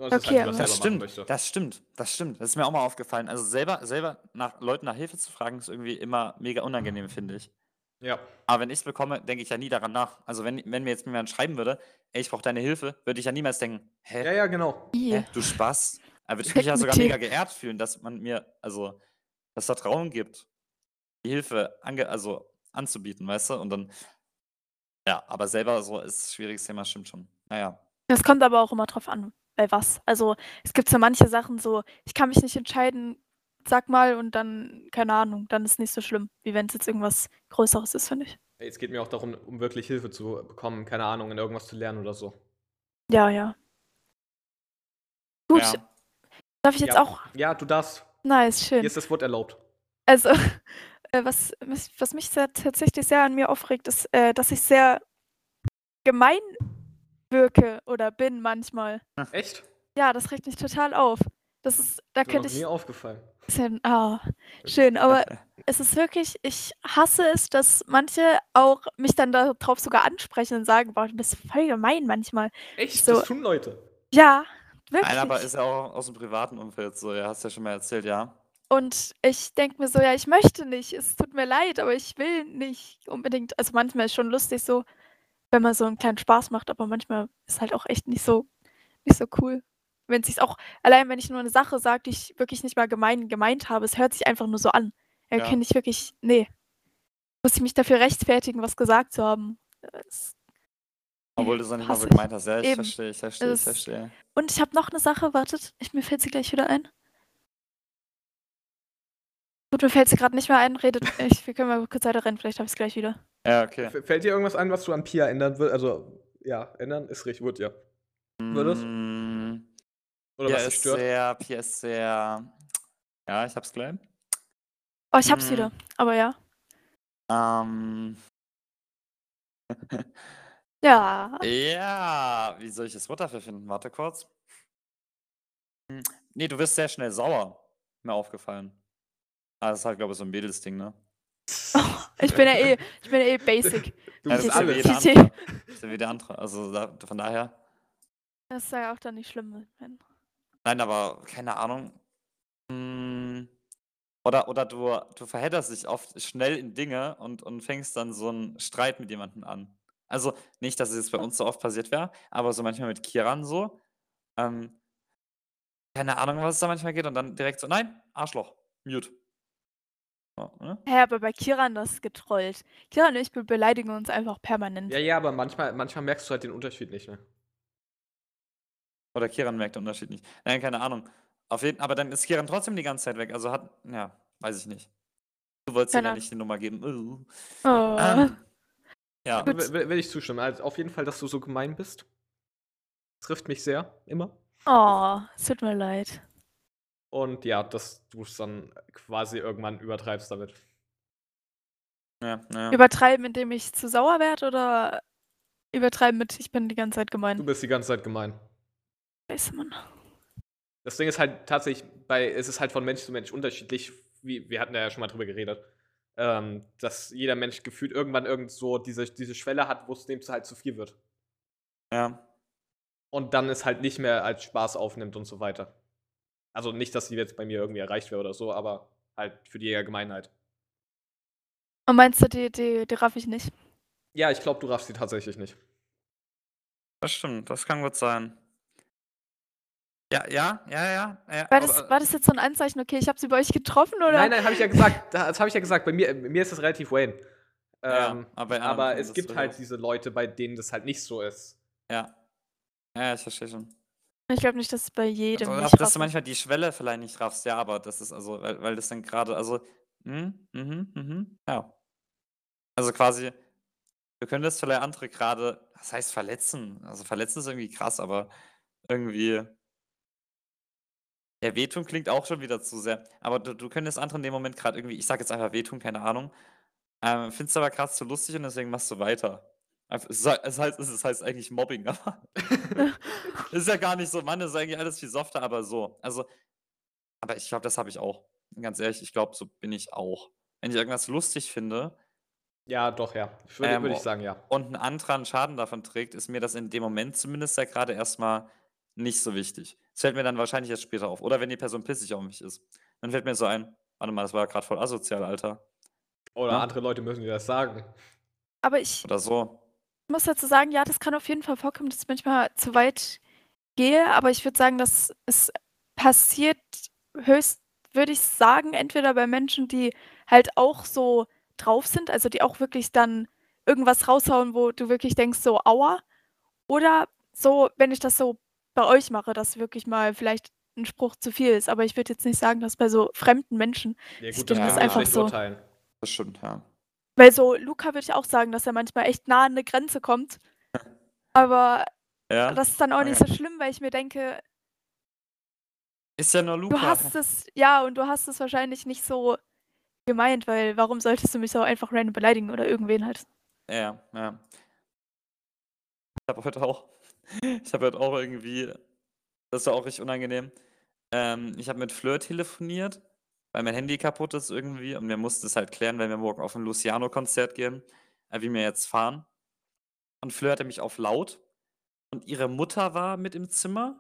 Speaker 1: halt
Speaker 2: Okay, aber-
Speaker 3: Das stimmt, das stimmt, das stimmt. Das ist mir auch mal aufgefallen. Also selber, selber nach Leuten nach Hilfe zu fragen, ist irgendwie immer mega unangenehm, finde ich.
Speaker 1: ja.
Speaker 3: Aber wenn ich es bekomme, denke ich ja nie daran nach. Also wenn, wenn mir jetzt jemand schreiben würde, ey, ich brauche deine Hilfe, würde ich ja niemals denken, hä,
Speaker 1: ja, ja, genau.
Speaker 2: I.
Speaker 3: hä du Spaß.
Speaker 2: <laughs>
Speaker 3: Da würde ich mich ja
Speaker 2: Mit
Speaker 3: sogar
Speaker 2: dir.
Speaker 3: mega geehrt fühlen, dass man mir, also, das Vertrauen gibt, die Hilfe ange also anzubieten, weißt du? Und dann, ja, aber selber so ist ein schwieriges Thema, stimmt schon. Naja,
Speaker 2: Das kommt aber auch immer drauf an, bei was. Also es gibt so manche Sachen so, ich kann mich nicht entscheiden, sag mal, und dann, keine Ahnung, dann ist nicht so schlimm, wie wenn es jetzt irgendwas Größeres ist, finde ich.
Speaker 1: Ey, Es geht mir auch darum, um wirklich Hilfe zu bekommen, keine Ahnung, in irgendwas zu lernen oder so.
Speaker 2: Ja, ja. Gut,
Speaker 3: ja.
Speaker 2: darf ich jetzt
Speaker 1: Ja.
Speaker 2: auch?
Speaker 1: Ja, du darfst.
Speaker 2: Nice, schön.
Speaker 1: Hier ist das Wort erlaubt.
Speaker 2: Also, <laughs> äh, was, was, was mich sehr, tatsächlich sehr an mir aufregt, ist, äh, dass ich sehr gemein wirke oder bin manchmal.
Speaker 1: Echt?
Speaker 2: Ja, das regt mich total auf. Das ist, da
Speaker 1: Ist mir
Speaker 2: könnte
Speaker 1: noch
Speaker 2: ich.
Speaker 1: nie aufgefallen.
Speaker 2: Ist ja- Ah,
Speaker 3: Äh,
Speaker 2: schön, aber es ist wirklich, ich hasse es, dass manche auch mich dann darauf sogar ansprechen und sagen, boah, du bist voll gemein manchmal.
Speaker 1: Echt?
Speaker 2: So.
Speaker 1: Das tun Leute.
Speaker 2: Ja, wirklich.
Speaker 3: Nein, aber ist ja auch aus dem privaten Umfeld so, ja, hast ja schon mal erzählt, ja.
Speaker 2: Und ich denke mir so, ja, ich möchte nicht, es tut mir leid, aber ich will nicht unbedingt. Also manchmal ist schon lustig so, wenn man so einen kleinen Spaß macht, aber manchmal ist halt auch echt nicht so, nicht so cool. Wenn sich's auch, allein wenn ich nur eine Sache sage, die ich wirklich nicht mal gemein gemeint habe, es hört sich einfach nur so an. Ja,
Speaker 3: Ja.
Speaker 2: kenne ich wirklich, nee. Muss ich mich dafür rechtfertigen, was gesagt zu haben. Es-
Speaker 3: Obwohl du es noch nicht mal so
Speaker 2: hasse ich.
Speaker 3: gemeint hast. Ja, ich
Speaker 2: Eben.
Speaker 3: verstehe, ich verstehe, ich
Speaker 2: Es-
Speaker 3: verstehe.
Speaker 2: Und ich habe noch eine Sache, wartet, ich, mir fällt sie gleich wieder ein. Gut, mir fällt sie gerade nicht mehr
Speaker 1: <laughs>
Speaker 2: ein, redet. Ich, wir können mal kurz weiterrennen, vielleicht habe ich es gleich wieder.
Speaker 3: Ja, okay.
Speaker 1: F- Fällt dir irgendwas ein, was du an Pia ändern würdest? Also, ja, ändern ist richtig gut, ja. würdest?
Speaker 3: Mm,
Speaker 1: Oder
Speaker 3: Pia
Speaker 1: was dich
Speaker 3: ist
Speaker 1: stört?
Speaker 3: sehr, Pia ist sehr. Ja, ich hab's gleich.
Speaker 2: Oh, ich
Speaker 1: Mhm.
Speaker 2: hab's
Speaker 3: Mm.
Speaker 2: wieder. Aber ja.
Speaker 3: Ähm,
Speaker 2: Ja.
Speaker 3: ja, wie soll ich das Wort dafür finden? Warte kurz. Hm, Nee, du wirst sehr schnell sauer. Mir aufgefallen. Ah, das ist halt, glaube ich, so ein Mädelsding, ne?
Speaker 2: Ich bin ja eh, ich bin ja
Speaker 1: <laughs>
Speaker 2: eh basic.
Speaker 1: Du
Speaker 3: Ja,
Speaker 1: bist
Speaker 3: das ist ja
Speaker 1: alles.
Speaker 3: jeder
Speaker 2: Ich-
Speaker 3: <laughs>
Speaker 2: ich-
Speaker 3: andere. Das ist ja wieder andere. Also da, von daher.
Speaker 2: Das ist ja auch dann nicht schlimm. wenn-
Speaker 3: Nein, aber keine Ahnung. Mm, Oder, oder du, du verhedderst dich oft schnell in Dinge und, und fängst dann so einen Streit mit jemandem an. Also nicht, dass es jetzt bei uns so oft passiert wäre, aber so manchmal mit Kiran so. Ähm, keine Ahnung, was es da manchmal geht und dann direkt so, nein, Arschloch, mute. So, ne?
Speaker 2: Hä, aber bei Kiran das ist getrollt. Kiran und ich be- beleidigen uns einfach permanent.
Speaker 1: Ja, ja, aber manchmal, manchmal merkst du halt den Unterschied nicht, ne?
Speaker 3: Oder Kiran merkt den Unterschied nicht. Nein, keine Ahnung. Auf jeden, aber dann ist Kiran trotzdem die ganze Zeit weg. Also hat, ja, weiß ich nicht. Du wolltest ihm
Speaker 2: Keine
Speaker 3: ja
Speaker 2: Ahnung.
Speaker 3: nicht die Nummer geben.
Speaker 2: Oh.
Speaker 1: Ah.
Speaker 3: Ähm, ja,
Speaker 2: Gut.
Speaker 1: Will, will will ich zustimmen. Also auf jeden Fall, dass du so gemein bist. Trifft mich sehr, immer.
Speaker 2: oh, es tut mir leid.
Speaker 1: Und ja, dass du es dann quasi irgendwann übertreibst damit.
Speaker 3: ja, ja.
Speaker 2: Übertreiben, indem ich zu sauer werde oder übertreiben mit, ich bin die ganze Zeit
Speaker 1: Du
Speaker 2: gemein.
Speaker 1: bist die ganze Zeit gemein.
Speaker 2: Scheiße, Mann.
Speaker 1: Das Ding ist halt tatsächlich, bei, es ist halt von Mensch zu Mensch unterschiedlich, wie wir hatten da ja schon mal drüber geredet, ähm, dass jeder Mensch gefühlt irgendwann irgend so diese, diese Schwelle hat, wo es dem halt zu viel wird.
Speaker 3: ja.
Speaker 1: Und dann es halt nicht mehr als Spaß aufnimmt und so weiter. Also nicht, dass die jetzt bei mir irgendwie erreicht wäre oder so, aber halt für die Allgemeinheit.
Speaker 2: Und meinst du, die, die, die raff ich nicht?
Speaker 1: Ja, ich glaube, du raffst sie tatsächlich nicht.
Speaker 3: Das stimmt, das kann gut sein. Ja, ja, ja, ja. ja
Speaker 2: War das,
Speaker 3: aber- äh,
Speaker 2: war das jetzt so ein Anzeichen, okay, ich habe sie bei euch getroffen oder?
Speaker 1: Nein, nein, habe ich ja gesagt. Das habe ich ja gesagt. Bei mir, mir ist das relativ Wayne.
Speaker 3: ja,
Speaker 1: Ähm,
Speaker 3: aber, ja,
Speaker 1: aber
Speaker 3: das
Speaker 1: es
Speaker 3: ist
Speaker 1: gibt halt
Speaker 3: durchaus-
Speaker 1: diese Leute, bei denen das halt nicht so ist.
Speaker 3: Ja. Ja, ich verstehe schon.
Speaker 2: Ich glaube nicht, dass es bei jedem.
Speaker 3: Also,
Speaker 2: nicht
Speaker 3: dass du
Speaker 2: raffen.
Speaker 3: manchmal die Schwelle vielleicht nicht raffst, ja, aber das ist also, weil, weil das dann gerade, also, mhm, mhm, mhm, ja. Also quasi, wir können das vielleicht andere gerade, was heißt verletzen? Also verletzen ist irgendwie krass, aber irgendwie. Ja, wehtun klingt auch schon wieder zu sehr. Aber du, du könntest anderen in dem Moment gerade irgendwie, ich sag jetzt einfach wehtun, keine Ahnung. Ähm, findest aber krass zu lustig und deswegen machst du weiter. Einf- Es sei- es heißt, es heißt eigentlich Mobbing, <laughs> aber. ist ja gar nicht so, Mann, das ist eigentlich alles viel softer, aber so. Also, aber ich glaube, das habe ich auch. Ganz ehrlich, ich glaube, so bin ich auch. Wenn ich irgendwas lustig finde
Speaker 1: Ja, doch, ja. Ich Würde,
Speaker 3: Ähm,
Speaker 1: würde ich
Speaker 3: oh.
Speaker 1: sagen, ja.
Speaker 3: und ein anderer einen Schaden davon trägt, ist mir das in dem Moment zumindest ja gerade erstmal nicht so wichtig. Das fällt mir dann wahrscheinlich erst später auf. Oder wenn die Person pissig auf mich ist. Dann fällt mir so ein, warte mal, das war ja gerade voll asozial, Alter.
Speaker 1: Oder
Speaker 3: Ja.
Speaker 1: andere Leute müssen dir das sagen.
Speaker 2: Aber ich
Speaker 3: Oder so.
Speaker 2: muss dazu sagen, ja, das kann auf jeden Fall vorkommen, dass ich manchmal zu weit gehe, aber ich würde sagen, dass es passiert höchst, würde ich sagen, entweder bei Menschen, die halt auch so drauf sind, also die auch wirklich dann irgendwas raushauen, wo du wirklich denkst, so, aua. Oder so, wenn ich das so bei euch mache, dass wirklich mal vielleicht ein Spruch zu viel ist. Aber ich würde jetzt nicht sagen, dass bei so fremden Menschen
Speaker 1: Ja,
Speaker 2: Ich
Speaker 1: gut, das
Speaker 2: bin
Speaker 1: kann
Speaker 3: das
Speaker 1: man
Speaker 3: einfach
Speaker 1: nicht
Speaker 2: so.
Speaker 1: urteilen.
Speaker 3: Das stimmt, ja.
Speaker 2: Weil so Luca würde ich auch sagen, dass er manchmal echt nah an eine Grenze kommt. Aber
Speaker 3: Ja.
Speaker 2: das ist dann auch nicht
Speaker 3: Okay.
Speaker 2: so schlimm, weil ich mir denke,
Speaker 3: ist ja nur Luca.
Speaker 2: du hast es, ja, und du hast es wahrscheinlich nicht so gemeint, weil warum solltest du mich so einfach random beleidigen oder irgendwen halt?
Speaker 3: Ja, ja. Ich habe heute auch, <laughs> ich habe heute auch irgendwie, das war auch richtig unangenehm. Ähm, ich habe mit Fleur telefoniert, weil mein Handy kaputt ist irgendwie und wir mussten es halt klären, weil wir morgen auf ein Luciano-Konzert gehen, äh, wie wir jetzt fahren. Und Fleur hatte mich auf laut und ihre Mutter war mit im Zimmer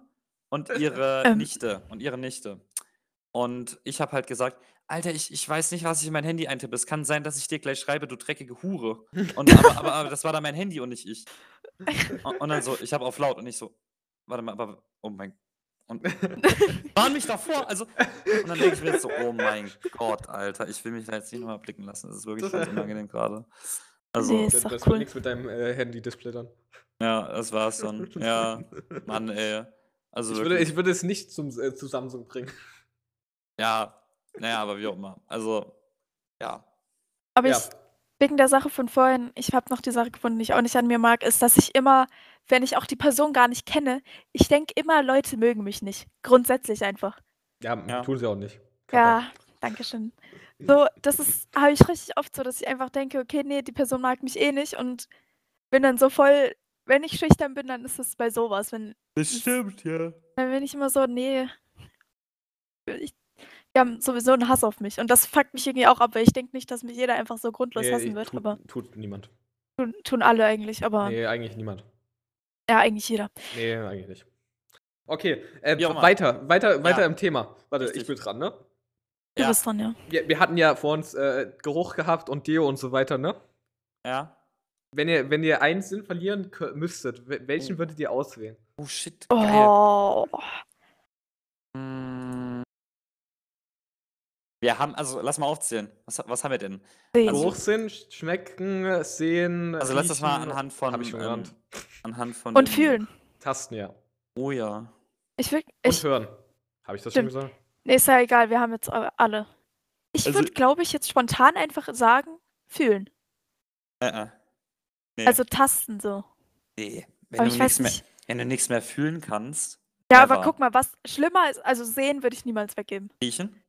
Speaker 3: und ihre
Speaker 2: Ähm.
Speaker 3: Nichte und ihre Nichte. Und ich habe halt gesagt, Alter, ich, ich weiß nicht, was ich in mein Handy eintippe. Es kann sein, dass ich dir gleich schreibe, du dreckige Hure. Und aber, aber, aber das war dann mein Handy und nicht ich. Und, und dann so, ich habe auf laut und ich so, warte mal, aber oh mein und warn mich davor, also und dann denke ich mir jetzt so, oh mein Gott, Alter, ich will mich da jetzt nicht nochmal blicken lassen, das ist wirklich
Speaker 1: Das-
Speaker 3: ganz unangenehm gerade. Also,
Speaker 2: Nee. Ist
Speaker 1: Das,
Speaker 2: doch
Speaker 1: das
Speaker 2: cool.
Speaker 1: wird nichts mit deinem äh, Handy-Display dann.
Speaker 3: ja, das war's dann. Ja, Mann, ey. Also
Speaker 1: Ich würde,
Speaker 3: wirklich,
Speaker 1: ich würde es nicht zum, äh, zu Samsung bringen.
Speaker 3: ja, naja, aber wie auch immer. Also, ja.
Speaker 2: Aber
Speaker 1: ja.
Speaker 2: ich, wegen der Sache von vorhin, ich habe noch die Sache gefunden, die ich auch nicht an mir mag, ist, dass ich immer, wenn ich auch die Person gar nicht kenne, ich denke immer, Leute mögen mich nicht. Grundsätzlich einfach.
Speaker 1: Ja,
Speaker 3: Ja.
Speaker 1: tun sie auch nicht.
Speaker 2: Ja, danke schön. So, das ist, habe ich richtig oft so, dass ich einfach denke, okay, nee, die Person mag mich eh nicht und bin dann so voll, wenn ich schüchtern bin, dann ist es bei sowas. Wenn,
Speaker 4: Das stimmt, ja.
Speaker 2: dann bin ich immer so, nee, ich, die haben sowieso einen Hass auf mich. Und das fuckt mich irgendwie auch ab, weil ich denke nicht, dass mich jeder einfach so grundlos
Speaker 1: Nee,
Speaker 2: hassen wird,
Speaker 1: tut,
Speaker 2: aber
Speaker 1: tut niemand.
Speaker 2: tun, tun alle eigentlich, aber
Speaker 1: Nee, eigentlich niemand.
Speaker 2: ja, eigentlich jeder.
Speaker 1: Nee, eigentlich nicht. Okay, äh,
Speaker 3: Wie auch immer.
Speaker 1: weiter, weiter, weiter
Speaker 3: Ja.
Speaker 1: im Thema. Warte, ich
Speaker 3: Richtig.
Speaker 1: bin dran, ne?
Speaker 2: Du
Speaker 3: Ja.
Speaker 2: bist dran, ja.
Speaker 1: Wir, wir hatten ja vor uns äh, Geruch gehabt und Deo und so weiter, ne?
Speaker 3: Ja.
Speaker 1: Wenn ihr, wenn ihr einen Sinn verlieren kö- müsstet, wel- welchen
Speaker 3: Oh.
Speaker 1: würdet ihr auswählen?
Speaker 3: Oh shit, geil.
Speaker 2: Oh,
Speaker 3: Mm. Wir haben, also lass mal aufzählen. Was, was haben wir denn?
Speaker 2: sehen.
Speaker 3: Also-
Speaker 1: Geruchssinn, Schmecken, Sehen.
Speaker 3: Also lass das mal
Speaker 1: Riechen,
Speaker 3: anhand von. ähm,
Speaker 1: Hab ich schon genannt.
Speaker 3: anhand von.
Speaker 2: und
Speaker 3: den-
Speaker 2: fühlen.
Speaker 1: Tasten, ja. Und
Speaker 3: Oh ja.
Speaker 2: Ich will, ich,
Speaker 1: hören. Habe ich das
Speaker 2: Stimmt.
Speaker 1: schon gesagt?
Speaker 2: Nee, ist ja egal, wir haben jetzt a- alle. Ich
Speaker 4: Also-
Speaker 2: würde, glaube ich, jetzt spontan einfach sagen, fühlen.
Speaker 3: Äh, äh. Nee.
Speaker 2: Also tasten so.
Speaker 3: nee.
Speaker 2: aber
Speaker 3: Wenn, du
Speaker 2: ich weiß
Speaker 3: nichts mehr,
Speaker 2: nicht.
Speaker 3: wenn du nichts mehr fühlen kannst,
Speaker 2: Ja, aber
Speaker 3: Never.
Speaker 2: guck mal, was schlimmer ist, also sehen würde ich niemals weggeben.
Speaker 3: riechen.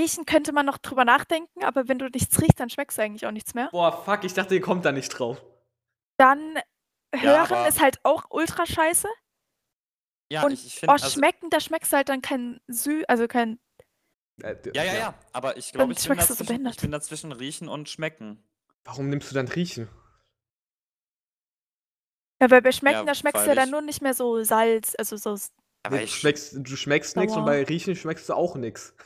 Speaker 2: Riechen könnte man noch drüber nachdenken, aber wenn du nichts riechst, dann schmeckst du eigentlich auch nichts mehr.
Speaker 1: Boah, fuck, ich dachte, ihr kommt da nicht drauf.
Speaker 2: Dann hören
Speaker 3: aber-
Speaker 2: ist halt auch ultra scheiße.
Speaker 3: Ja,
Speaker 2: Und-
Speaker 3: ich, ich finde.
Speaker 2: Oh,
Speaker 3: Also,
Speaker 2: schmecken, da schmeckst du halt dann kein Sü, also kein.
Speaker 1: Äh, d-
Speaker 3: ja, ja, ja. Aber ich glaube,
Speaker 2: Dann
Speaker 3: ich, bin
Speaker 2: schmeckst du so
Speaker 3: dazwischen- ich
Speaker 2: behindert.
Speaker 3: bin dazwischen riechen und schmecken.
Speaker 1: Warum nimmst du dann Riechen?
Speaker 2: Ja, weil bei Schmecken,
Speaker 3: Ja,
Speaker 2: da schmeckst du
Speaker 3: weil
Speaker 2: ja dann
Speaker 3: ich-
Speaker 2: nur nicht mehr so Salz, also so s-
Speaker 3: Aber
Speaker 1: Nee, du
Speaker 3: ich-
Speaker 1: schmeckst, du schmeckst nichts und
Speaker 2: Sauer.
Speaker 1: bei Riechen schmeckst du auch nichts.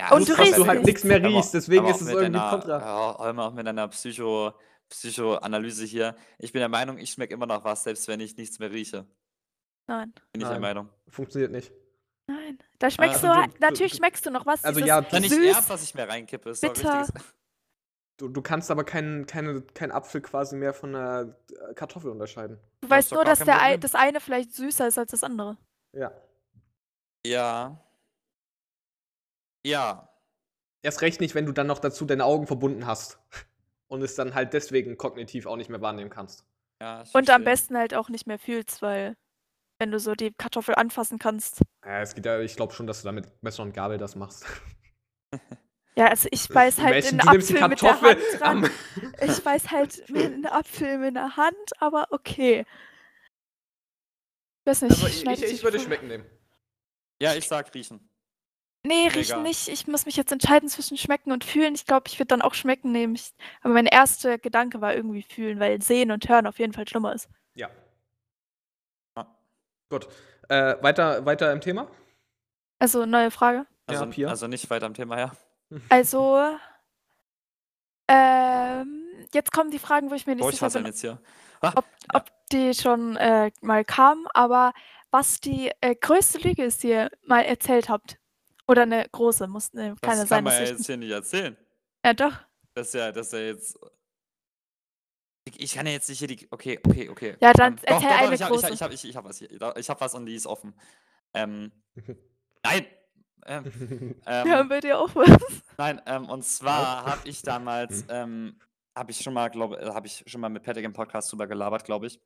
Speaker 3: Ja,
Speaker 2: Und
Speaker 3: das
Speaker 2: du
Speaker 3: ist
Speaker 1: du
Speaker 2: riechst
Speaker 1: halt
Speaker 3: besser.
Speaker 1: nichts mehr
Speaker 3: Aber-
Speaker 1: riechst, deswegen
Speaker 3: aber
Speaker 1: ist
Speaker 3: auch
Speaker 1: es
Speaker 3: mit
Speaker 1: irgendwie
Speaker 3: einer,
Speaker 1: kontra.
Speaker 3: Ja, Olma, auch mit einer Psycho, Psychoanalyse hier. Ich bin der Meinung, ich schmecke immer noch was, selbst wenn ich nichts mehr rieche.
Speaker 2: Nein.
Speaker 3: Bin ich der
Speaker 1: Nein.
Speaker 3: Meinung.
Speaker 1: Funktioniert nicht.
Speaker 2: Nein. Da schmeckst
Speaker 1: du-
Speaker 2: du, halt-
Speaker 1: du-
Speaker 2: natürlich
Speaker 1: du-
Speaker 2: schmeckst du noch was.
Speaker 1: Also
Speaker 2: dieses-
Speaker 1: ja,
Speaker 3: Dann nicht
Speaker 2: Süß,
Speaker 3: erst, was ich mir reinkippe. Ist doch
Speaker 2: bitter.
Speaker 3: richtiges-
Speaker 1: Du, du kannst aber keinen keinen keinen Apfel quasi mehr von einer äh, Kartoffel unterscheiden.
Speaker 2: Du
Speaker 3: Ja, ist
Speaker 2: weißt
Speaker 3: doch
Speaker 2: nur,
Speaker 3: gar
Speaker 2: dass
Speaker 3: kein
Speaker 2: der, ei-
Speaker 3: Problem.
Speaker 2: das eine vielleicht süßer ist als das andere.
Speaker 1: Ja.
Speaker 3: Ja. Ja.
Speaker 1: Erst recht nicht, wenn du dann noch dazu deine Augen verbunden hast. <laughs> Und es dann halt deswegen kognitiv auch nicht mehr wahrnehmen kannst.
Speaker 3: ja ich
Speaker 2: Und am
Speaker 3: verstehe.
Speaker 2: besten halt auch nicht mehr fühlst, weil wenn du so die Kartoffel anfassen kannst.
Speaker 1: Ja, es geht ja, ich glaube schon, dass du damit Messer und Gabel das machst.
Speaker 2: Ja, also ich beiß halt
Speaker 1: Mädchen,
Speaker 2: in
Speaker 1: du nimmst <laughs> die
Speaker 2: Apfel mit der Hand
Speaker 1: Kartoffel
Speaker 2: dran.
Speaker 1: <laughs>
Speaker 2: Ich beiß halt mir einen Apfel mit der Hand, aber okay. Ich weiß nicht,
Speaker 1: Also
Speaker 2: ich
Speaker 1: ich,
Speaker 2: schneide
Speaker 1: ich,
Speaker 2: dich
Speaker 1: ich würde
Speaker 2: voll.
Speaker 1: schmecken nehmen.
Speaker 3: Ja, ich sag riechen.
Speaker 2: Nee,
Speaker 3: Mega.
Speaker 2: riechen nicht. Ich muss mich jetzt entscheiden zwischen schmecken und fühlen. Ich glaube, ich würde dann auch schmecken nehmen. Ich, aber mein erster Gedanke war irgendwie fühlen, weil sehen und hören auf jeden Fall schlimmer ist.
Speaker 1: Ja.
Speaker 3: Ja.
Speaker 1: Gut. Äh, weiter, weiter im
Speaker 3: <laughs>
Speaker 1: Thema? <laughs>
Speaker 2: Also, neue Frage.
Speaker 1: Ja,
Speaker 3: Also,
Speaker 1: Pia?
Speaker 3: also nicht weit am Thema, ja.
Speaker 2: Also, ähm, jetzt kommen die Fragen, wo ich mir nicht
Speaker 3: Wo ich
Speaker 2: sicher
Speaker 3: was
Speaker 2: bin,
Speaker 3: denn jetzt hier?
Speaker 2: die schon äh, mal kamen, aber was die äh, größte Lüge ist, die ihr mal erzählt habt. Oder eine große, muss ne, keine
Speaker 3: Das
Speaker 2: sein. Das
Speaker 3: kann man ja
Speaker 2: ist-
Speaker 3: jetzt hier nicht erzählen.
Speaker 2: ja, doch.
Speaker 3: Das ist ja, das ist ja jetzt. Ich ich kann ja jetzt nicht hier die. Okay, okay, okay. Ähm,
Speaker 2: Ja, dann
Speaker 3: doch,
Speaker 2: erzähl
Speaker 3: doch, doch,
Speaker 2: eine
Speaker 3: ich hab- ich hab-
Speaker 2: große.
Speaker 3: Ich habe ich, ich hab was, hier. ich hab was und die ist offen. Ähm, nein!
Speaker 2: <laughs>
Speaker 3: Ähm, ähm,
Speaker 2: Ja, bei dir auch was.
Speaker 3: Nein, ähm, und zwar habe ich damals, ähm, habe ich schon mal, glaube habe ich schon mal mit Patrick im Podcast drüber gelabert, glaube ich.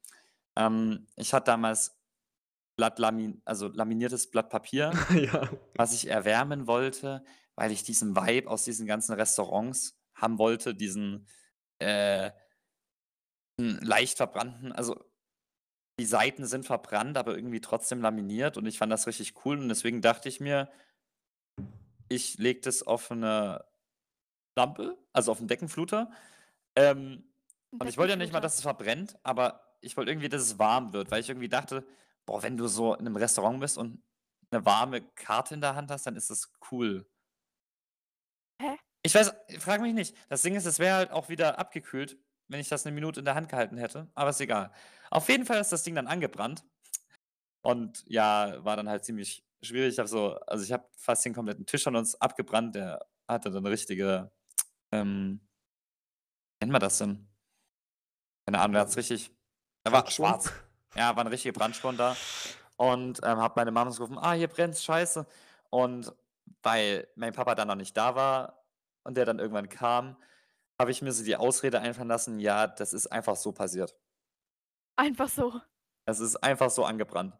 Speaker 3: Ähm, ich hatte damals Blatt Lamin also laminiertes Blatt Papier,
Speaker 1: ja.
Speaker 3: was ich erwärmen wollte, weil ich diesen Vibe aus diesen ganzen Restaurants haben wollte, diesen äh, n- leicht verbrannten, also die Seiten sind verbrannt, aber irgendwie trotzdem laminiert und ich fand das richtig cool und deswegen dachte ich mir, ich lege das auf eine Lampe, also auf einen Deckenfluter. Ähm, <laughs> und ich wollte ja nicht mal, dass es verbrennt, aber ich wollte irgendwie, dass es warm wird, weil ich irgendwie dachte, boah, wenn du so in einem Restaurant bist und eine warme Karte in der Hand hast, dann ist das cool.
Speaker 2: Hä?
Speaker 3: Ich weiß, frag mich nicht. Das Ding ist, es wäre halt auch wieder abgekühlt, wenn ich das eine Minute in der Hand gehalten hätte, aber ist egal. Auf jeden Fall ist das Ding dann angebrannt. Und ja, war dann halt ziemlich schwierig. Ich habe so, also ich habe fast den kompletten Tisch von uns abgebrannt. Der hatte dann richtige, ähm, wie nennt man das denn? Keine Ahnung, der hat's richtig. Er war
Speaker 1: Brandspuren?
Speaker 3: schwarz. Ja, waren richtige Brandspuren da. Und ähm, habe meine Mama gerufen, ah, hier brennt's, scheiße. Und weil mein Papa dann noch nicht da war und der dann irgendwann kam, habe ich mir so die Ausrede einfallen lassen, ja, das ist einfach so passiert.
Speaker 2: Einfach so.
Speaker 3: Das ist einfach so angebrannt.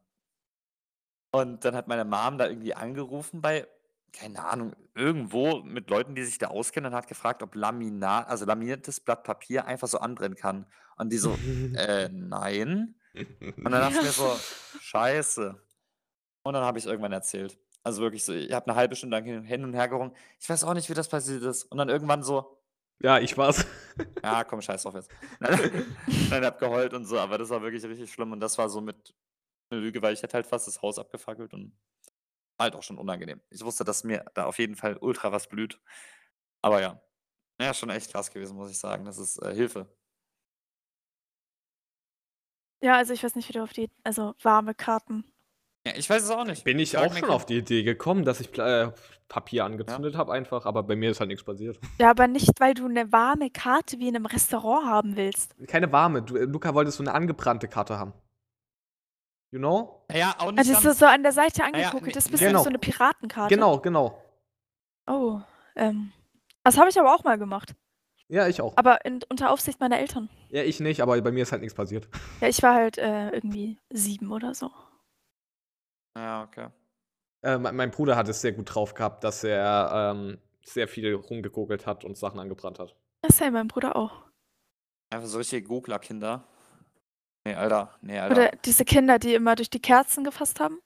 Speaker 3: Und dann hat meine Mom da irgendwie angerufen bei, keine Ahnung, irgendwo mit Leuten, die sich da auskennen und hat gefragt, ob Laminat, also laminiertes Blatt Papier einfach so anbrennen kann. Und
Speaker 1: <laughs>
Speaker 3: die so, äh, nein. Und dann dachte ich mir so, scheiße. Und dann habe ich es irgendwann erzählt. Also wirklich so, ich habe eine halbe Stunde lang hin- hin und her gerungen. Ich weiß auch nicht, wie das passiert ist. Und dann irgendwann so,
Speaker 1: ja, ich war's.
Speaker 3: ja, Ah, komm, scheiß drauf jetzt. <laughs> Nein, nein, hab geheult und so, aber das war wirklich richtig schlimm und das war so mit eine Lüge, weil ich hätte halt fast das Haus abgefackelt und war halt auch schon unangenehm. Ich wusste, dass mir da auf jeden Fall ultra was blüht. Aber ja, ja, schon echt krass gewesen, muss ich sagen. Das ist äh, Hilfe.
Speaker 2: Ja, also ich weiß nicht, wie du auf die. Also warme Karten.
Speaker 3: Ja, ich weiß es auch nicht.
Speaker 1: Bin ich
Speaker 3: Frag
Speaker 1: auch
Speaker 3: mir
Speaker 1: schon
Speaker 3: kein-
Speaker 1: auf die Idee gekommen, dass ich Pla- äh, Papier angezündet habe einfach, aber bei mir ist halt nichts passiert.
Speaker 2: Ja, aber nicht, weil du eine warme Karte wie in einem Restaurant haben willst.
Speaker 1: Keine warme. Du, äh, Luca wolltest so eine angebrannte Karte haben. You know?
Speaker 3: Ja, auch nicht.
Speaker 2: Also das
Speaker 3: ganz- Ah
Speaker 2: ist so an der Seite
Speaker 3: ja,
Speaker 2: angeguckt.
Speaker 3: nee,
Speaker 2: Das ist bestimmt
Speaker 1: genau.
Speaker 2: so eine Piratenkarte.
Speaker 1: Genau, genau.
Speaker 2: Oh, ähm. Das habe ich aber auch mal gemacht.
Speaker 1: Ja, ich auch.
Speaker 2: Aber in, unter Aufsicht meiner Eltern.
Speaker 1: Ja, ich nicht, aber bei mir ist halt nichts passiert.
Speaker 2: Ja, ich war halt äh, irgendwie sieben oder so.
Speaker 3: ja, okay.
Speaker 1: Äh, mein, mein Bruder hat es sehr gut drauf gehabt, dass er ähm, sehr viel rumgekokelt hat und Sachen angebrannt hat.
Speaker 2: Das ist ja mein Bruder auch.
Speaker 3: Einfach so richtige Gogler-Kinder. Nee, Alter. Nee, Alter.
Speaker 2: Oder diese Kinder, die immer durch die Kerzen gefasst haben.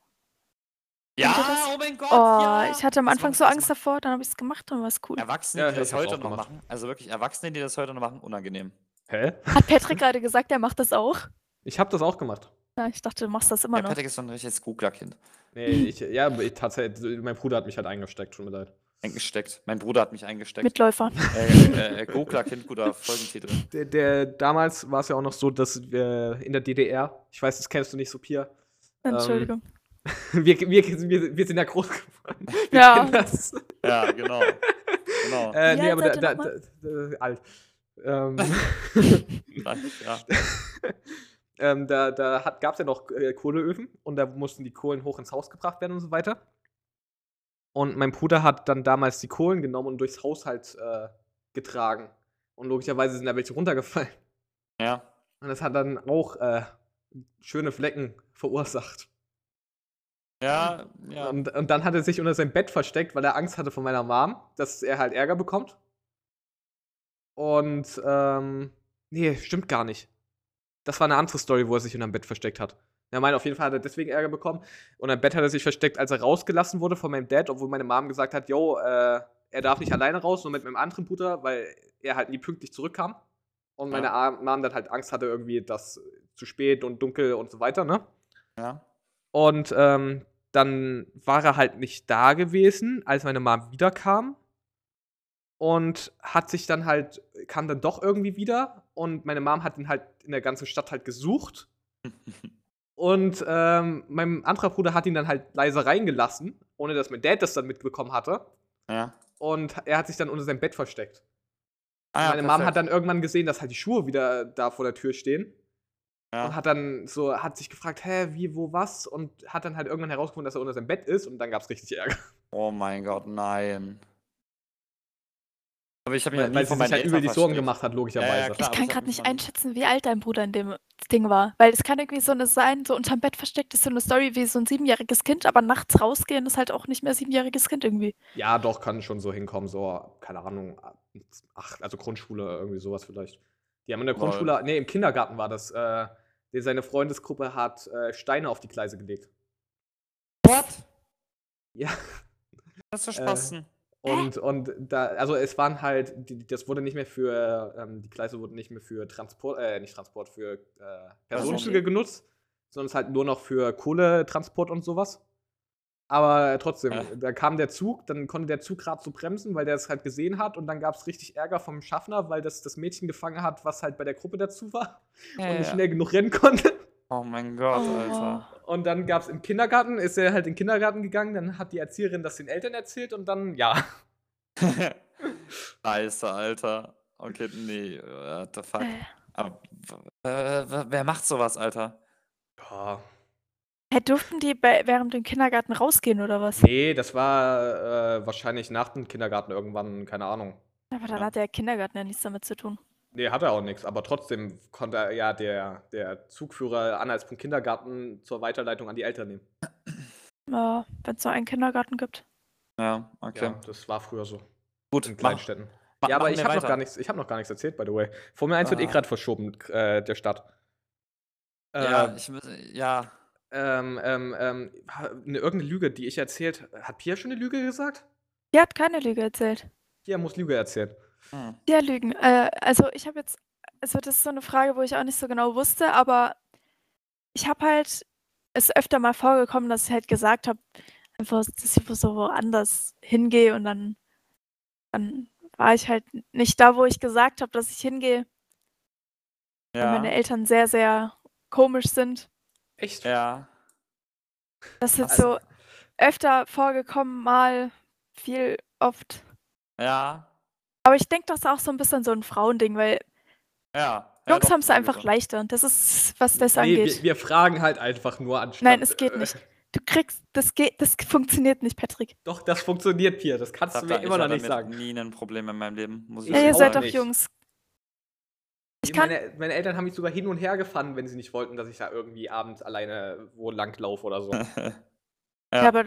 Speaker 2: kennt ihr
Speaker 3: ja,
Speaker 2: das?
Speaker 3: oh mein Gott.
Speaker 2: Oh,
Speaker 3: ja!
Speaker 2: ich hatte am
Speaker 3: Das
Speaker 2: Anfang
Speaker 3: macht-
Speaker 2: so
Speaker 3: das
Speaker 2: Angst
Speaker 3: macht-
Speaker 2: davor, dann habe ich es gemacht und war es cool.
Speaker 3: Erwachsene,
Speaker 1: Ja,
Speaker 3: die
Speaker 1: ich
Speaker 3: das
Speaker 1: hab's
Speaker 3: heute
Speaker 1: auch
Speaker 3: noch
Speaker 1: gemacht.
Speaker 3: machen, also wirklich Erwachsene, die das heute noch machen, unangenehm.
Speaker 1: Hä?
Speaker 2: Hat Patrick gerade gesagt, er macht das auch?
Speaker 1: Ich habe das auch gemacht.
Speaker 2: Ja, ich dachte, du machst das immer
Speaker 3: Ja,
Speaker 2: noch.
Speaker 3: Patrick ist so ein richtiges Googler-Kind.
Speaker 1: Nee, ich, ja, ich, tatsächlich, mein Bruder hat mich halt eingesteckt, tut mir leid.
Speaker 3: Eingesteckt. Mein Bruder hat mich eingesteckt.
Speaker 2: Mitläufer.
Speaker 3: Äh, äh, Googler-Kind, guter Folgentitel.
Speaker 1: Der, der, damals war es ja auch noch so, dass wir in der DDR, ich weiß, das kennst du nicht so, Pia, <laughs>
Speaker 2: <laughs>
Speaker 3: Ähm,
Speaker 2: Entschuldigung.
Speaker 1: wir, wir, wir, wir sind ja groß geworden. Wir
Speaker 2: Ja.
Speaker 1: kennen das.
Speaker 3: Ja, genau. genau.
Speaker 1: Äh,
Speaker 2: Wie
Speaker 1: nee,
Speaker 2: alt
Speaker 1: aber da,
Speaker 2: seid
Speaker 1: da,
Speaker 2: ihr
Speaker 1: da, da, äh, alt. Ähm,
Speaker 2: <laughs>
Speaker 1: <laughs>
Speaker 3: Ja.
Speaker 1: ähm, da da gab es ja noch äh, Kohleöfen und da mussten die Kohlen hoch ins Haus gebracht werden und so weiter. Und mein Bruder hat dann damals die Kohlen genommen und durchs Haushalt äh, getragen. Und logischerweise sind da welche runtergefallen.
Speaker 3: ja.
Speaker 1: Und das hat dann auch äh, schöne Flecken verursacht.
Speaker 3: Ja, ja.
Speaker 1: Und, und dann hat er sich unter sein Bett versteckt, weil er Angst hatte von meiner Mom, dass er halt Ärger bekommt. Und, ähm, nee, stimmt gar nicht. Das war eine andere Story, wo er sich unterm Bett versteckt hat. Er meint, auf jeden Fall hat er deswegen Ärger bekommen. Und am Bett hat er sich versteckt, als er rausgelassen wurde von meinem Dad, obwohl meine Mom gesagt hat, yo, äh, er darf nicht alleine raus, nur mit meinem anderen Bruder, weil er halt nie pünktlich zurückkam. Und meine
Speaker 3: Ja.
Speaker 1: Mom dann halt Angst hatte irgendwie, dass zu spät und dunkel und so weiter, ne?
Speaker 3: ja.
Speaker 1: Und ähm, dann war er halt nicht da gewesen, als meine Mom wiederkam. Und hat sich dann halt, kam dann doch irgendwie wieder. Und meine Mom hat ihn halt in der ganzen Stadt halt gesucht. Und ähm, mein anderer Bruder hat ihn dann halt leise reingelassen, ohne dass mein Dad das dann mitbekommen hatte.
Speaker 3: ja.
Speaker 1: Und er hat sich dann unter seinem Bett versteckt.
Speaker 3: Ah, ja,
Speaker 1: meine Mom
Speaker 3: perfekt.
Speaker 1: hat dann irgendwann gesehen, dass halt die Schuhe wieder da vor der Tür stehen.
Speaker 3: Ja.
Speaker 1: Und hat dann so, hat sich gefragt, hä, wie, wo, was? Und hat dann halt irgendwann herausgefunden, dass er unter seinem Bett ist und dann gab es richtig Ärger.
Speaker 3: Oh mein Gott, nein. Aber ich habe mich
Speaker 1: Weil,
Speaker 3: noch nie
Speaker 1: weil sie sich
Speaker 3: von meinen
Speaker 1: halt
Speaker 3: Eltern
Speaker 1: übel die Sorgen
Speaker 3: versteckt.
Speaker 1: gemacht hat, logischerweise.
Speaker 3: Ja, ja, klar.
Speaker 2: ich
Speaker 3: aber
Speaker 2: kann
Speaker 3: ich hab
Speaker 2: gerade
Speaker 3: mich
Speaker 2: nicht
Speaker 3: schon-
Speaker 2: einschätzen, wie alt dein Bruder in dem Ding war. Weil es kann irgendwie so eine sein, so unterm Bett versteckt ist so eine Story wie so ein siebenjähriges Kind, aber nachts rausgehen ist halt auch nicht mehr siebenjähriges Kind irgendwie.
Speaker 1: Ja, doch, kann schon so hinkommen, so, keine Ahnung, ach, also Grundschule, irgendwie sowas vielleicht. Die haben in der
Speaker 3: Lol.
Speaker 1: Grundschule, nee, im Kindergarten war das, äh, der- seine Freundesgruppe hat äh, Steine auf die Gleise gelegt.
Speaker 3: What?
Speaker 1: Ja. Äh,
Speaker 3: Das ist für Spasten.
Speaker 1: Und, und da, also es waren halt, die, die- das wurde nicht mehr für, ähm, die Gleise wurden nicht mehr für Transport, äh, nicht Transport, für äh, Personenzüge
Speaker 3: Personenzüge.
Speaker 1: genutzt, sondern es halt nur noch für Kohletransport und sowas. Aber trotzdem,
Speaker 3: Ja.
Speaker 1: da kam der Zug, dann konnte der Zug gerade so bremsen, weil der es halt gesehen hat und dann gab es richtig Ärger vom Schaffner, weil das das Mädchen gefangen hat, was halt bei der Gruppe dazu war
Speaker 3: Ja,
Speaker 1: und nicht
Speaker 3: ja.
Speaker 1: schnell genug rennen konnte.
Speaker 3: Oh mein Gott,
Speaker 2: Oh.
Speaker 3: Alter. <laughs>
Speaker 1: Und dann gab es im Kindergarten, ist er halt in den Kindergarten gegangen, dann hat die Erzieherin das den Eltern erzählt und dann, ja.
Speaker 3: Scheiße, Alter. Okay, nee, what the fuck.
Speaker 2: Äh,
Speaker 3: Aber, w- äh, w- wer macht sowas, Alter?
Speaker 1: Ja,
Speaker 2: hä, Äh, durften die bei, während dem Kindergarten rausgehen oder was?
Speaker 1: Nee, das war äh, wahrscheinlich nach dem Kindergarten irgendwann, keine Ahnung.
Speaker 2: Aber dann
Speaker 3: Ja.
Speaker 2: hat der Kindergarten ja nichts damit zu tun.
Speaker 1: Nee, hat er auch nichts, aber trotzdem konnte er ja der, der Zugführer Anhaltspunkt Kindergarten zur Weiterleitung an die Eltern nehmen.
Speaker 2: Äh, Wenn es nur einen Kindergarten gibt.
Speaker 3: Ja, okay.
Speaker 1: Ja, das war früher so
Speaker 3: Gut,
Speaker 1: in
Speaker 3: mach-
Speaker 1: Kleinstädten.
Speaker 3: ma-
Speaker 1: Ja, aber
Speaker 3: machen
Speaker 1: ich
Speaker 3: wir
Speaker 1: habe noch
Speaker 3: weiter.
Speaker 1: gar nichts, ich habe noch gar nichts erzählt, by the way. Formel 1 wird eh
Speaker 3: Ah.
Speaker 1: gerade verschoben äh, der Stadt. Äh,
Speaker 3: Ja, ich muss, ja.
Speaker 1: ähm, ähm, ähm, ha- ne, irgendeine Lüge, die ich erzählt, hat Pia schon eine Lüge gesagt?
Speaker 2: Die hat keine Lüge erzählt.
Speaker 1: Pia muss Lüge erzählen.
Speaker 3: Hm.
Speaker 2: Ja, Lügen. Äh, also ich habe jetzt, also das ist so eine Frage, wo ich auch nicht so genau wusste, aber ich habe halt, es ist öfter mal vorgekommen, dass ich halt gesagt habe, einfach, dass ich wo so woanders hingehe und dann, dann war ich halt nicht da, wo ich gesagt habe, dass ich hingehe, weil meine
Speaker 3: Ja.
Speaker 2: Eltern sehr, sehr komisch sind.
Speaker 1: Echt?
Speaker 3: Ja.
Speaker 2: Das ist jetzt
Speaker 1: Also-
Speaker 2: so öfter vorgekommen, mal viel oft.
Speaker 3: Ja.
Speaker 2: Aber ich denke, das ist auch so ein bisschen so ein Frauending, weil
Speaker 3: Ja.
Speaker 2: Jungs haben es einfach leichter. Das ist, was das
Speaker 1: nee,
Speaker 2: angeht.
Speaker 1: wir, wir fragen halt einfach nur anstatt.
Speaker 2: Nein, es geht
Speaker 1: äh,
Speaker 2: nicht. Du kriegst, das geht, das funktioniert nicht, Patrick.
Speaker 1: Doch, das funktioniert, Pia. Das kannst
Speaker 3: Das
Speaker 1: du mir immer noch nicht
Speaker 3: Ich
Speaker 1: sagen.
Speaker 3: habe nie ein Problem in meinem Leben, muss ich
Speaker 1: Ja,
Speaker 2: Ja, ihr
Speaker 1: auch
Speaker 2: seid doch
Speaker 1: nicht.
Speaker 2: Jungs. Ich kann,
Speaker 1: meine, meine Eltern haben mich sogar hin und her gefahren, wenn sie nicht wollten, dass ich da irgendwie abends alleine wo lang laufe oder
Speaker 3: <laughs>
Speaker 1: so.
Speaker 3: sagen.
Speaker 2: ja.
Speaker 3: ja.
Speaker 2: aber,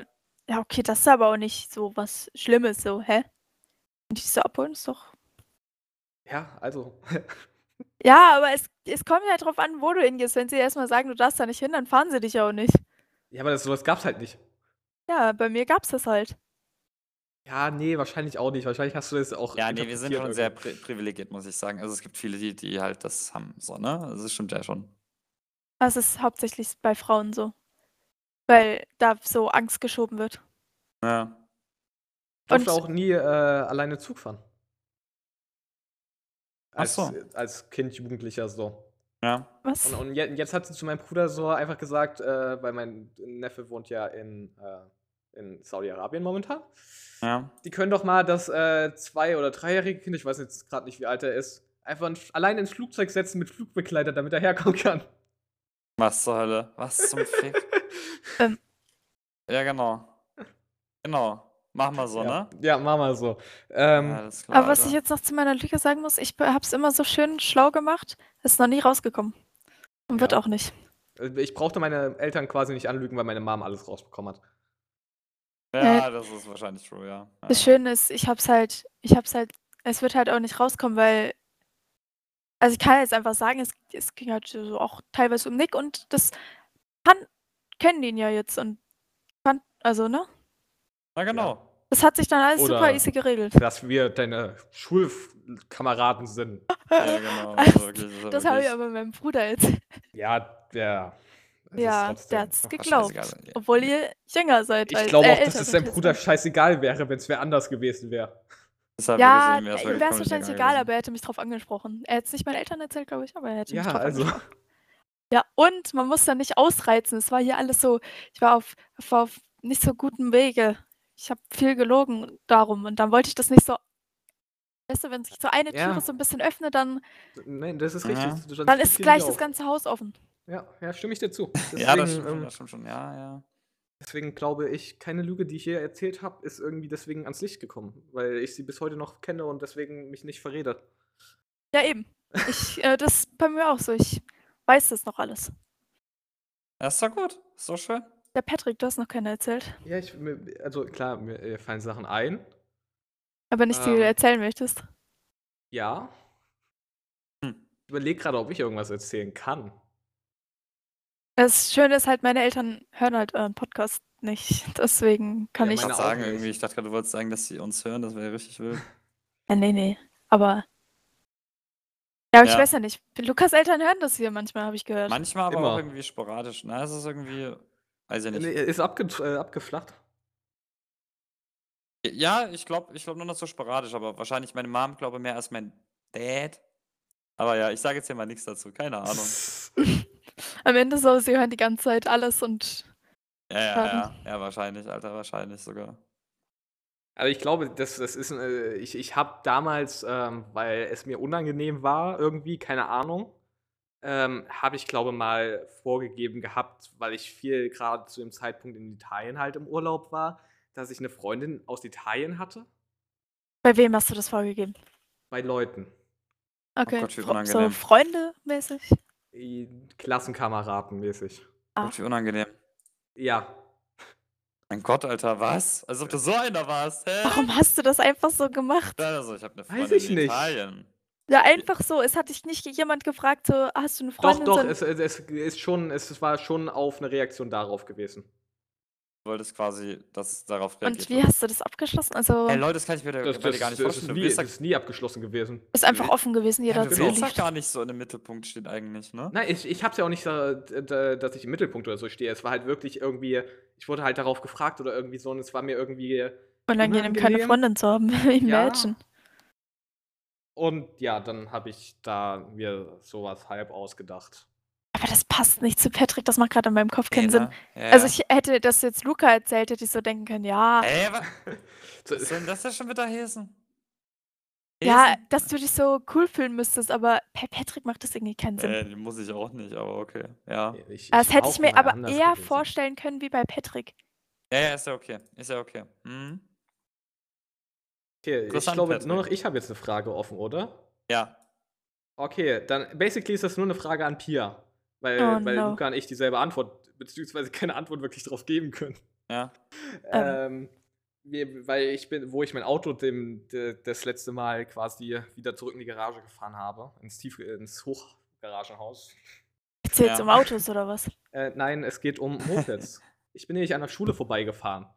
Speaker 2: ja, okay, das ist aber auch nicht so was Schlimmes, so, hä? Und dich so abholen ist doch.
Speaker 1: ja, also. <laughs>
Speaker 2: Ja, aber es, es kommt ja drauf an, wo du hingehst. Wenn sie erstmal sagen, du darfst da nicht hin, dann fahren sie dich auch nicht.
Speaker 1: Ja, aber das, sowas gab's halt nicht.
Speaker 2: Ja, bei mir gab's das halt.
Speaker 1: Ja, nee, wahrscheinlich auch nicht. Wahrscheinlich hast du das auch.
Speaker 3: Ja, nee, wir sind schon
Speaker 1: interpretiert irgendwie.
Speaker 3: sehr pri privilegiert, muss ich sagen. Also es gibt viele, die, die halt das haben, so, ne? Das stimmt ja schon.
Speaker 2: Es ist hauptsächlich bei Frauen so. Weil da so Angst geschoben wird.
Speaker 3: Ja.
Speaker 1: Ich durfte
Speaker 2: Und-
Speaker 1: auch nie äh, alleine Zug fahren.
Speaker 3: Ach
Speaker 1: Als,
Speaker 3: so.
Speaker 1: als Kind, Jugendlicher so.
Speaker 3: Ja.
Speaker 2: Was?
Speaker 1: Und, und je- jetzt hat sie zu meinem Bruder so einfach gesagt, äh, weil mein Neffe wohnt ja in, äh, in Saudi-Arabien momentan.
Speaker 3: Ja.
Speaker 1: Die können doch mal das äh, zwei- oder dreijährige Kind, ich weiß jetzt gerade nicht, wie alt er ist, einfach in, allein ins Flugzeug setzen mit Flugbegleiter, damit er herkommen kann.
Speaker 3: Was zur Hölle? Was
Speaker 1: <laughs>
Speaker 3: zum Fick?
Speaker 2: Ähm.
Speaker 3: Ja, genau. Genau. Machen wir so,
Speaker 1: ja.
Speaker 3: ne?
Speaker 1: ja, mach mal so. Ähm,
Speaker 3: Alles klar.
Speaker 2: Aber was ich
Speaker 3: Alter.
Speaker 2: jetzt noch zu meiner Lücke sagen muss, ich habe es immer so schön schlau gemacht, ist noch nie rausgekommen. Und wird
Speaker 1: Ja.
Speaker 2: auch nicht.
Speaker 1: äh, Ich brauchte meine Eltern quasi nicht anlügen, weil meine Mom alles rausbekommen hat.
Speaker 3: Ja, das ist wahrscheinlich true, ja. ja.
Speaker 2: Das Schöne ist, ich hab's halt, ich hab's halt, es wird halt auch nicht rauskommen, weil, also ich kann jetzt einfach sagen, es, es ging halt so auch teilweise um Nick und das kann, kennen den ja jetzt und fand, also ne,
Speaker 3: Na genau.
Speaker 2: das hat sich dann alles super
Speaker 1: Oder-
Speaker 2: easy geregelt.
Speaker 1: Dass wir deine Schulkameraden sind.
Speaker 2: <laughs>
Speaker 3: Ja, genau.
Speaker 2: Also,
Speaker 3: wirklich,
Speaker 2: Das habe ich
Speaker 3: wirklich-
Speaker 2: aber meinem Bruder jetzt,
Speaker 1: Ja, der. es ist
Speaker 2: ja,
Speaker 1: trotzdem-
Speaker 2: der hat's
Speaker 1: Ach,
Speaker 2: geglaubt,
Speaker 3: scheißegal, ja.
Speaker 2: obwohl ihr jünger seid.
Speaker 1: Ich
Speaker 2: als-
Speaker 1: glaube
Speaker 2: äh,
Speaker 1: auch, dass
Speaker 2: älter
Speaker 1: es
Speaker 2: seid
Speaker 1: seinem
Speaker 2: als
Speaker 1: Bruder
Speaker 2: ich.
Speaker 1: scheißegal wäre, wenn es wer anders gewesen wäre.
Speaker 3: Das hab ich
Speaker 2: Ja,
Speaker 3: gesehen,
Speaker 1: halt
Speaker 2: ihm
Speaker 3: mir ist wirklich
Speaker 2: wäre es
Speaker 3: komplett
Speaker 2: wahrscheinlich egal,
Speaker 3: gewesen.
Speaker 2: aber er hätte mich drauf angesprochen. Er hätte es nicht meinen Eltern erzählt, glaube ich, aber er hätte
Speaker 1: Ja,
Speaker 2: mich drauf
Speaker 1: also.
Speaker 2: angesprochen. Ja, und man muss da nicht ausreizen. Es war hier alles so, ich war auf, ich war auf nicht so gutem Wege. Ich habe viel gelogen darum und dann wollte ich das nicht so. Weißt du, wenn sich so eine Tür
Speaker 1: Ja.
Speaker 2: so ein bisschen öffnet, dann,
Speaker 1: Nein, das ist
Speaker 3: Mhm.
Speaker 1: richtig. Du- sonst
Speaker 2: dann
Speaker 1: kriegst
Speaker 2: ist
Speaker 1: du die
Speaker 2: gleich
Speaker 1: auf.
Speaker 2: das ganze Haus offen.
Speaker 1: Ja, ja, stimme ich dir zu. Deswegen,
Speaker 3: Ja, das stimmt, schon,
Speaker 1: ähm,
Speaker 3: das stimmt schon. Ja, ja.
Speaker 1: deswegen glaube ich, keine Lüge, die ich hier erzählt habe, ist irgendwie deswegen ans Licht gekommen. Weil ich sie bis heute noch kenne und deswegen mich nicht verrede.
Speaker 2: Ja, eben. Ich, äh, das ist bei mir auch so. Ich weiß das noch alles.
Speaker 3: Das ist doch gut. Ist doch schön.
Speaker 2: Der Patrick, du hast noch keiner erzählt.
Speaker 1: Ja, ich. mir- Also klar, mir äh, fallen Sachen ein.
Speaker 2: Aber nicht, die
Speaker 1: Ähm.
Speaker 2: du erzählen möchtest.
Speaker 1: Ja.
Speaker 3: Hm.
Speaker 1: Ich überlege gerade, ob ich irgendwas erzählen kann.
Speaker 2: Das Schöne ist halt, meine Eltern hören halt euren Podcast nicht. Deswegen kann
Speaker 1: Ja,
Speaker 2: ich.
Speaker 3: Ich
Speaker 1: meine
Speaker 3: wollte sagen
Speaker 1: auch nicht.
Speaker 3: irgendwie, ich dachte gerade, du wolltest sagen, dass sie uns hören, das wäre richtig wild.
Speaker 2: Ja, nee, nee. Aber. Ja, aber ich
Speaker 3: Ja.
Speaker 2: weiß ja nicht. Lukas Eltern hören das hier manchmal, habe ich gehört.
Speaker 3: Manchmal aber
Speaker 1: Immer.
Speaker 3: auch irgendwie sporadisch. Na, es ist irgendwie, weiß ich nicht.
Speaker 1: Nee, ist abge äh, abgeflacht.
Speaker 3: Ja, ich glaube, ich glaube nur noch so sporadisch, aber wahrscheinlich meine Mom glaube mehr als mein Dad. Aber ja, ich sage jetzt hier mal nichts dazu,
Speaker 2: <laughs>
Speaker 3: keine Ahnung.
Speaker 1: <laughs>
Speaker 2: Am Ende so, sie hören die ganze Zeit alles und.
Speaker 3: Ja, ja, ja,
Speaker 2: Schade.
Speaker 3: ja, wahrscheinlich, Alter, wahrscheinlich sogar.
Speaker 1: Also ich glaube, das, das ist, ein, äh, ich, ich habe damals, ähm, weil es mir unangenehm war, irgendwie, keine Ahnung, ähm, habe ich, glaube mal vorgegeben gehabt, weil ich viel gerade zu dem Zeitpunkt in Italien halt im Urlaub war, dass ich eine Freundin aus Italien hatte,
Speaker 2: Bei wem hast du das vorgegeben?
Speaker 1: bei Leuten,
Speaker 2: Okay.
Speaker 3: Gott, wie
Speaker 2: Fre- so
Speaker 3: unangenehm.
Speaker 2: freundemäßig.
Speaker 1: i- Klassenkameraden mäßig.
Speaker 2: Ah.
Speaker 3: Gott, wie unangenehm.
Speaker 1: Ja,
Speaker 3: Mein Gott, Alter, was? Als ob du so einer warst, hä?
Speaker 2: Warum hast du das einfach so gemacht?
Speaker 3: Ja, Also, ich habe eine Freundin
Speaker 1: ich
Speaker 3: in
Speaker 1: nicht.
Speaker 3: Italien.
Speaker 2: Ja, einfach so. Es hat dich nicht jemand gefragt, so, hast du eine
Speaker 1: doch,
Speaker 2: Freundin?
Speaker 1: doch,
Speaker 2: sondern-
Speaker 1: es, es, es ist schon, es war schon auf eine Reaktion darauf gewesen.
Speaker 3: Du wolltest quasi, dass darauf reagiert
Speaker 2: und wie hast du das abgeschlossen? Also,
Speaker 3: Ey, Leute, das kann ich mir
Speaker 1: Das,
Speaker 3: das,
Speaker 1: das,
Speaker 3: dir gar nicht
Speaker 1: das,
Speaker 3: vorstellen.
Speaker 1: ist
Speaker 3: Du
Speaker 1: nie,
Speaker 3: willst, da,
Speaker 1: das ist nie abgeschlossen gewesen.
Speaker 2: ist einfach offen gewesen,
Speaker 3: ja,
Speaker 2: jeder hat
Speaker 3: du
Speaker 1: das
Speaker 2: es
Speaker 1: will
Speaker 3: willst doch
Speaker 2: geliebt.
Speaker 3: gar nicht so in den Mittelpunkt stehen eigentlich, ne?
Speaker 1: Nein, ich, ich hab's ja auch nicht, äh, d- d- dass ich im Mittelpunkt oder so stehe. Es war halt wirklich irgendwie, ich wurde halt darauf gefragt oder irgendwie so und es war mir irgendwie.
Speaker 2: Unangenehm, keine
Speaker 1: unangenehm.
Speaker 2: Freundin zu haben. <laughs> Imagine.
Speaker 1: Und ja, dann habe ich da mir sowas halb ausgedacht.
Speaker 2: Aber das passt nicht zu Patrick, das macht gerade in meinem Kopf keinen
Speaker 3: Nee,
Speaker 2: Sinn.
Speaker 3: ne? Ja, Äh,
Speaker 2: Also
Speaker 3: ja.
Speaker 2: ich hätte das jetzt Luca erzählt, hätte ich so denken können, ja,
Speaker 3: Ey, wa-
Speaker 1: So,
Speaker 3: was soll denn das ja schon wieder heißen?
Speaker 2: ja,
Speaker 3: Heißen?
Speaker 2: dass du dich so cool fühlen müsstest, aber bei Patrick macht das irgendwie keinen Sinn.
Speaker 3: Äh, die muss ich auch nicht, aber okay. Ja.
Speaker 1: ich,
Speaker 2: das hätte
Speaker 1: auch
Speaker 2: ich mir
Speaker 1: mal
Speaker 2: aber
Speaker 1: anders
Speaker 2: eher
Speaker 1: gewesen.
Speaker 2: vorstellen können wie bei Patrick.
Speaker 3: Ja, ja, ist ja okay. Ist ja okay. Mhm.
Speaker 1: Okay, ich
Speaker 3: Interessant,
Speaker 1: glaube,
Speaker 3: Patrick.
Speaker 1: nur noch ich habe jetzt eine Frage offen, oder?
Speaker 3: Ja.
Speaker 1: Okay, dann basically ist das nur eine Frage an Pia. Weil,
Speaker 2: Oh,
Speaker 1: weil
Speaker 2: no.
Speaker 1: Luca und ich dieselbe Antwort, beziehungsweise keine Antwort wirklich drauf geben können.
Speaker 3: Ja. Ah.
Speaker 1: Ähm, wir, weil ich bin, wo ich mein Auto dem, de, das letzte Mal quasi wieder zurück in die Garage gefahren habe, ins, Tief, ins Hochgaragenhaus.
Speaker 2: Jetzt ja.
Speaker 3: Ja.
Speaker 2: um Autos oder was?
Speaker 1: Äh, nein, es geht um
Speaker 3: <laughs>
Speaker 1: Mopeds. ich bin nämlich an der Schule vorbeigefahren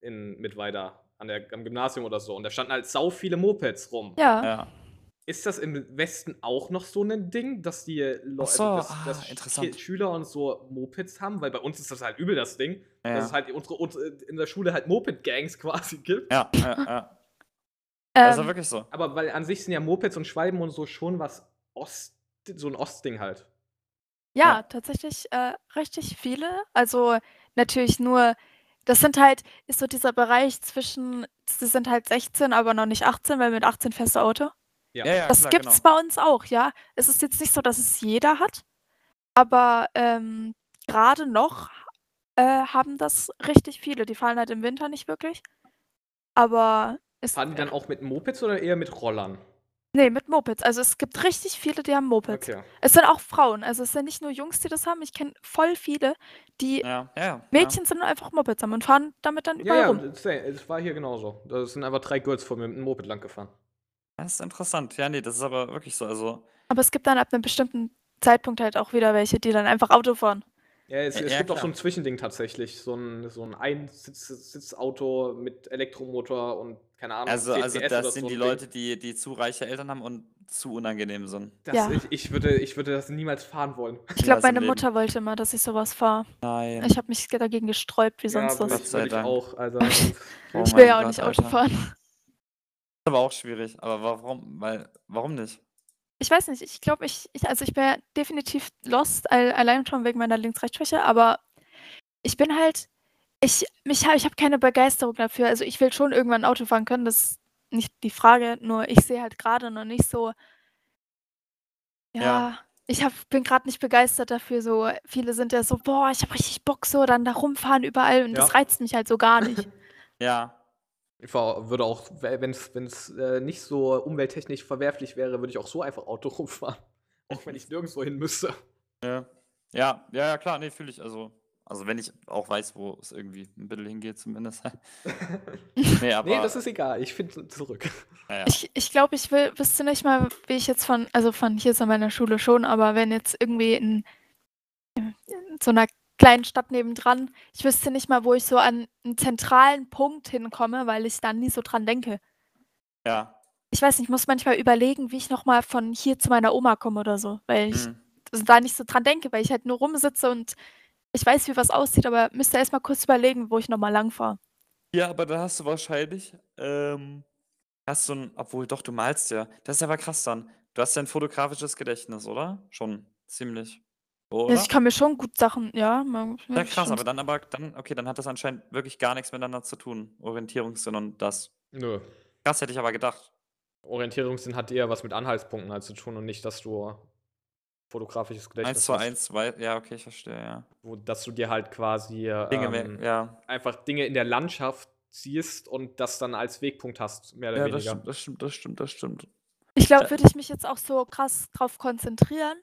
Speaker 1: in Mittweida, an der, am Gymnasium oder so. Und da standen halt sau viele Mopeds rum.
Speaker 2: <laughs> Ja,
Speaker 3: Ja.
Speaker 1: Ist das im Westen auch noch so ein Ding, dass die Leute,
Speaker 3: so,
Speaker 1: dass,
Speaker 3: ah,
Speaker 1: dass Sch-
Speaker 3: interessant.
Speaker 1: Schüler und so Mopeds haben? Weil bei uns ist das halt übel das Ding,
Speaker 3: Ja,
Speaker 1: dass es halt unsere, uns- in der Schule halt Moped-Gangs <laughs> quasi gibt.
Speaker 3: ja,
Speaker 2: <laughs>
Speaker 3: ja. ja. Das ist ja
Speaker 2: Ähm,
Speaker 3: wirklich so.
Speaker 1: Aber weil an sich sind ja Mopeds und Schwalben und so schon was Ost, so ein Ostding halt.
Speaker 3: Ja.
Speaker 2: ja, tatsächlich äh, richtig viele. Also natürlich nur, das sind halt, ist so dieser Bereich zwischen, sie sind halt 16, aber noch nicht 18, weil mit 18 fährst du Auto.
Speaker 1: Ja. genau.
Speaker 3: ja, genau.
Speaker 2: Das gibt's bei uns auch, ja. Es ist jetzt nicht so, dass es jeder hat, aber ähm, gerade noch äh, haben das richtig viele. Die fallen halt im Winter nicht wirklich. Aber es
Speaker 1: Fahren die dann auch mit Mopeds oder eher mit Rollern?
Speaker 2: nee, mit Mopeds. Also es gibt richtig viele, die haben Mopeds.
Speaker 1: Okay.
Speaker 2: Es sind auch Frauen. Also es sind nicht nur Jungs, die das haben. Ich kenne voll viele, die
Speaker 3: Ja, ja, ja.
Speaker 2: Mädchen sind und einfach Mopeds haben und fahren damit dann
Speaker 1: Ja,
Speaker 2: überall
Speaker 1: ja,
Speaker 2: rum.
Speaker 1: das äh, das war hier genauso. Da sind einfach drei Girls vor mir mit einem Moped lang gefahren.
Speaker 3: Das ist interessant. Ja, nee, das ist aber wirklich so. Also,
Speaker 2: Aber es gibt dann ab einem bestimmten Zeitpunkt halt auch wieder welche, die dann einfach Auto fahren.
Speaker 1: Ja, es,
Speaker 3: Ja,
Speaker 1: es
Speaker 3: ja,
Speaker 1: gibt auch so
Speaker 3: klar.
Speaker 1: ein Zwischending tatsächlich. So ein, so ein Einsitzauto mit Elektromotor und keine Ahnung.
Speaker 3: also, also
Speaker 1: CCS oder
Speaker 3: das sind
Speaker 1: so
Speaker 3: die
Speaker 1: ein
Speaker 3: Leute,
Speaker 1: Ding.
Speaker 3: die, die zu reiche Eltern haben und zu unangenehm sind.
Speaker 1: Das,
Speaker 2: Ja.
Speaker 1: ich, ich, würde, ich würde das niemals fahren wollen.
Speaker 2: Ich
Speaker 3: Ja,
Speaker 2: glaube,
Speaker 3: ist im
Speaker 2: meine
Speaker 3: Leben.
Speaker 2: Mutter wollte immer, dass ich sowas fahre.
Speaker 3: Nein.
Speaker 2: Ich habe mich ge- dagegen gesträubt, wie
Speaker 1: ja,
Speaker 2: sonst was.
Speaker 1: würde
Speaker 3: Gott
Speaker 1: ich,
Speaker 3: sei
Speaker 1: würde ich
Speaker 3: Dank.
Speaker 1: auch.
Speaker 3: <laughs>
Speaker 1: Also,
Speaker 3: Oh
Speaker 2: ich
Speaker 3: mein
Speaker 2: will ja auch
Speaker 3: Gott,
Speaker 2: nicht
Speaker 3: Alter.
Speaker 2: Auto fahren.
Speaker 3: ist aber auch schwierig. Aber warum? Weil, warum nicht?
Speaker 2: Ich weiß nicht, ich glaube, ich, ich, also ich wäre definitiv lost, all, allein schon wegen meiner Links-Rechts-Schwäche, aber ich bin halt, ich, mich, hab- ich habe keine Begeisterung dafür. Also ich will schon irgendwann Auto fahren können, das ist nicht die Frage, nur ich sehe halt gerade noch nicht so, ja, ich hab, bin gerade nicht begeistert dafür. So Viele sind ja so, boah, ich habe richtig Bock so, dann da rumfahren überall und
Speaker 1: Ja.
Speaker 2: das reizt mich halt so gar nicht.
Speaker 3: Ja.
Speaker 1: ich war, würde auch, wenn es äh, nicht so umwelttechnisch verwerflich wäre, würde ich auch so einfach Auto rumfahren. <laughs> Auch wenn ich nirgendwo hin müsste.
Speaker 3: Ja. Ja, ja, ja, klar, nee, fühle ich. Also, also wenn ich auch weiß, wo es irgendwie ein bisschen hingeht, zumindest. <laughs>
Speaker 2: <laughs>
Speaker 3: nee, aber.
Speaker 1: nee, das ist egal. Ich finde zurück.
Speaker 3: ja, ja.
Speaker 2: Ich, ich glaube, ich will, wüsste nicht mal, wie ich jetzt von, also von hier ist an meiner Schule schon, aber wenn jetzt irgendwie in, in so einer kleinen Stadt nebendran, ich wüsste nicht mal, wo ich so an einen zentralen Punkt hinkomme, weil ich da nie so dran denke.
Speaker 3: ja.
Speaker 2: Ich weiß nicht, ich muss manchmal überlegen, wie ich nochmal von hier zu meiner Oma komme oder so, weil ich
Speaker 3: hm.
Speaker 2: da nicht so dran denke, weil ich halt nur rumsitze und ich weiß, wie was aussieht, aber müsste erstmal kurz überlegen, wo ich nochmal lang fahre.
Speaker 3: Ja, aber da hast du wahrscheinlich, ähm, hast du ein, obwohl doch, du malst ja. Das ist aber krass dann. Du hast ja ein fotografisches Gedächtnis, oder? Schon ziemlich. Oder?
Speaker 2: Also Ich kann mir schon gut Sachen, ja. man-
Speaker 3: ja,
Speaker 2: schon
Speaker 3: krass,
Speaker 2: so-
Speaker 3: aber dann aber, dann, okay, dann hat das anscheinend wirklich gar nichts miteinander zu tun. Orientierungssinn und das.
Speaker 1: Nö.
Speaker 3: Krass hätte ich aber gedacht.
Speaker 1: Orientierungssinn hat eher was mit Anhaltspunkten halt zu tun und nicht, dass du fotografisches Gedächtnis
Speaker 3: Eins zu eins, weil, ja, okay, ich verstehe, ja.
Speaker 1: wo, dass du dir halt quasi
Speaker 3: Dinge,
Speaker 1: ähm,
Speaker 3: mehr, ja.
Speaker 1: einfach Dinge in der Landschaft ziehst und das dann als Wegpunkt hast, mehr oder
Speaker 3: Ja, das
Speaker 1: weniger.
Speaker 3: stimmt, das stimmt, das stimmt, das stimmt.
Speaker 2: Ich
Speaker 3: Äh,
Speaker 2: glaube, würde ich mich jetzt auch so krass drauf konzentrieren,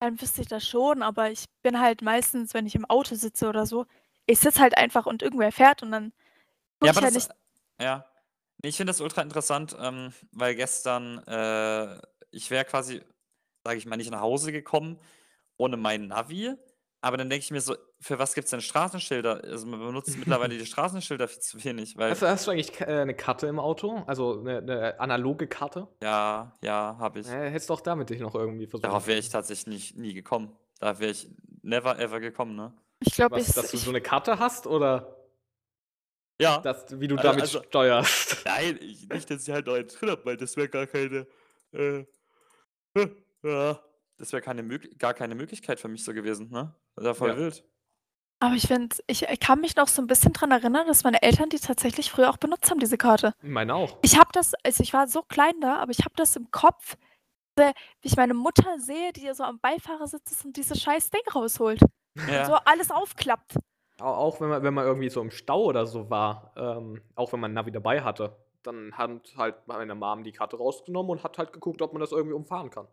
Speaker 2: dann wüsste ich das schon, aber ich bin halt meistens, wenn ich im Auto sitze oder so, ich sitze halt einfach und irgendwer fährt und dann guck
Speaker 3: Ja,
Speaker 2: ich
Speaker 3: aber
Speaker 2: halt
Speaker 3: das,
Speaker 2: nicht.
Speaker 3: ja. Nee, ich finde das ultra interessant, ähm, weil gestern, äh, ich wäre quasi, sage ich mal, nicht nach Hause gekommen ohne meinen Navi. Aber dann denke ich mir so, für was gibt es denn Straßenschilder? Also man <laughs> benutzt mittlerweile die Straßenschilder viel zu wenig, weil
Speaker 1: Hast, du- hast du eigentlich ke- äh, eine Karte im Auto? Also eine, eine analoge Karte?
Speaker 3: ja, ja, habe ich.
Speaker 1: Äh, hättest du auch damit dich noch irgendwie versucht.
Speaker 3: Darauf wäre ich tatsächlich nicht, nie gekommen. Da wäre ich never ever gekommen, ne?
Speaker 2: Ich glaube, ich,
Speaker 1: was, dass du so eine Karte hast oder
Speaker 3: Ja.
Speaker 1: dass, wie du
Speaker 3: Also-
Speaker 1: damit
Speaker 3: also-
Speaker 1: <laughs> steuerst?
Speaker 3: Nein, ich,
Speaker 4: Nicht, dass ich halt noch einen drin hab, weil das wäre gar keine. Äh, ja.
Speaker 3: das wäre keine Mög- gar keine Möglichkeit für mich so gewesen, ne? Das wär voll
Speaker 1: Ja.
Speaker 3: wild.
Speaker 2: aber ich finde, ich, ich kann mich noch so ein bisschen dran erinnern, dass meine Eltern die tatsächlich früher auch benutzt haben, diese Karte.
Speaker 1: Meine auch.
Speaker 2: Ich habe das, also ich war so klein da, aber ich habe das im Kopf, äh, wie ich meine Mutter sehe, die so am Beifahrersitz ist und dieses scheiß Ding rausholt.
Speaker 3: Ja.
Speaker 2: Und so alles aufklappt.
Speaker 1: Au- Auch wenn man, wenn man irgendwie so im Stau oder so war, ähm, auch wenn man Navi dabei hatte, dann hat halt meine Mom die Karte rausgenommen und hat halt geguckt, ob man das irgendwie umfahren kann.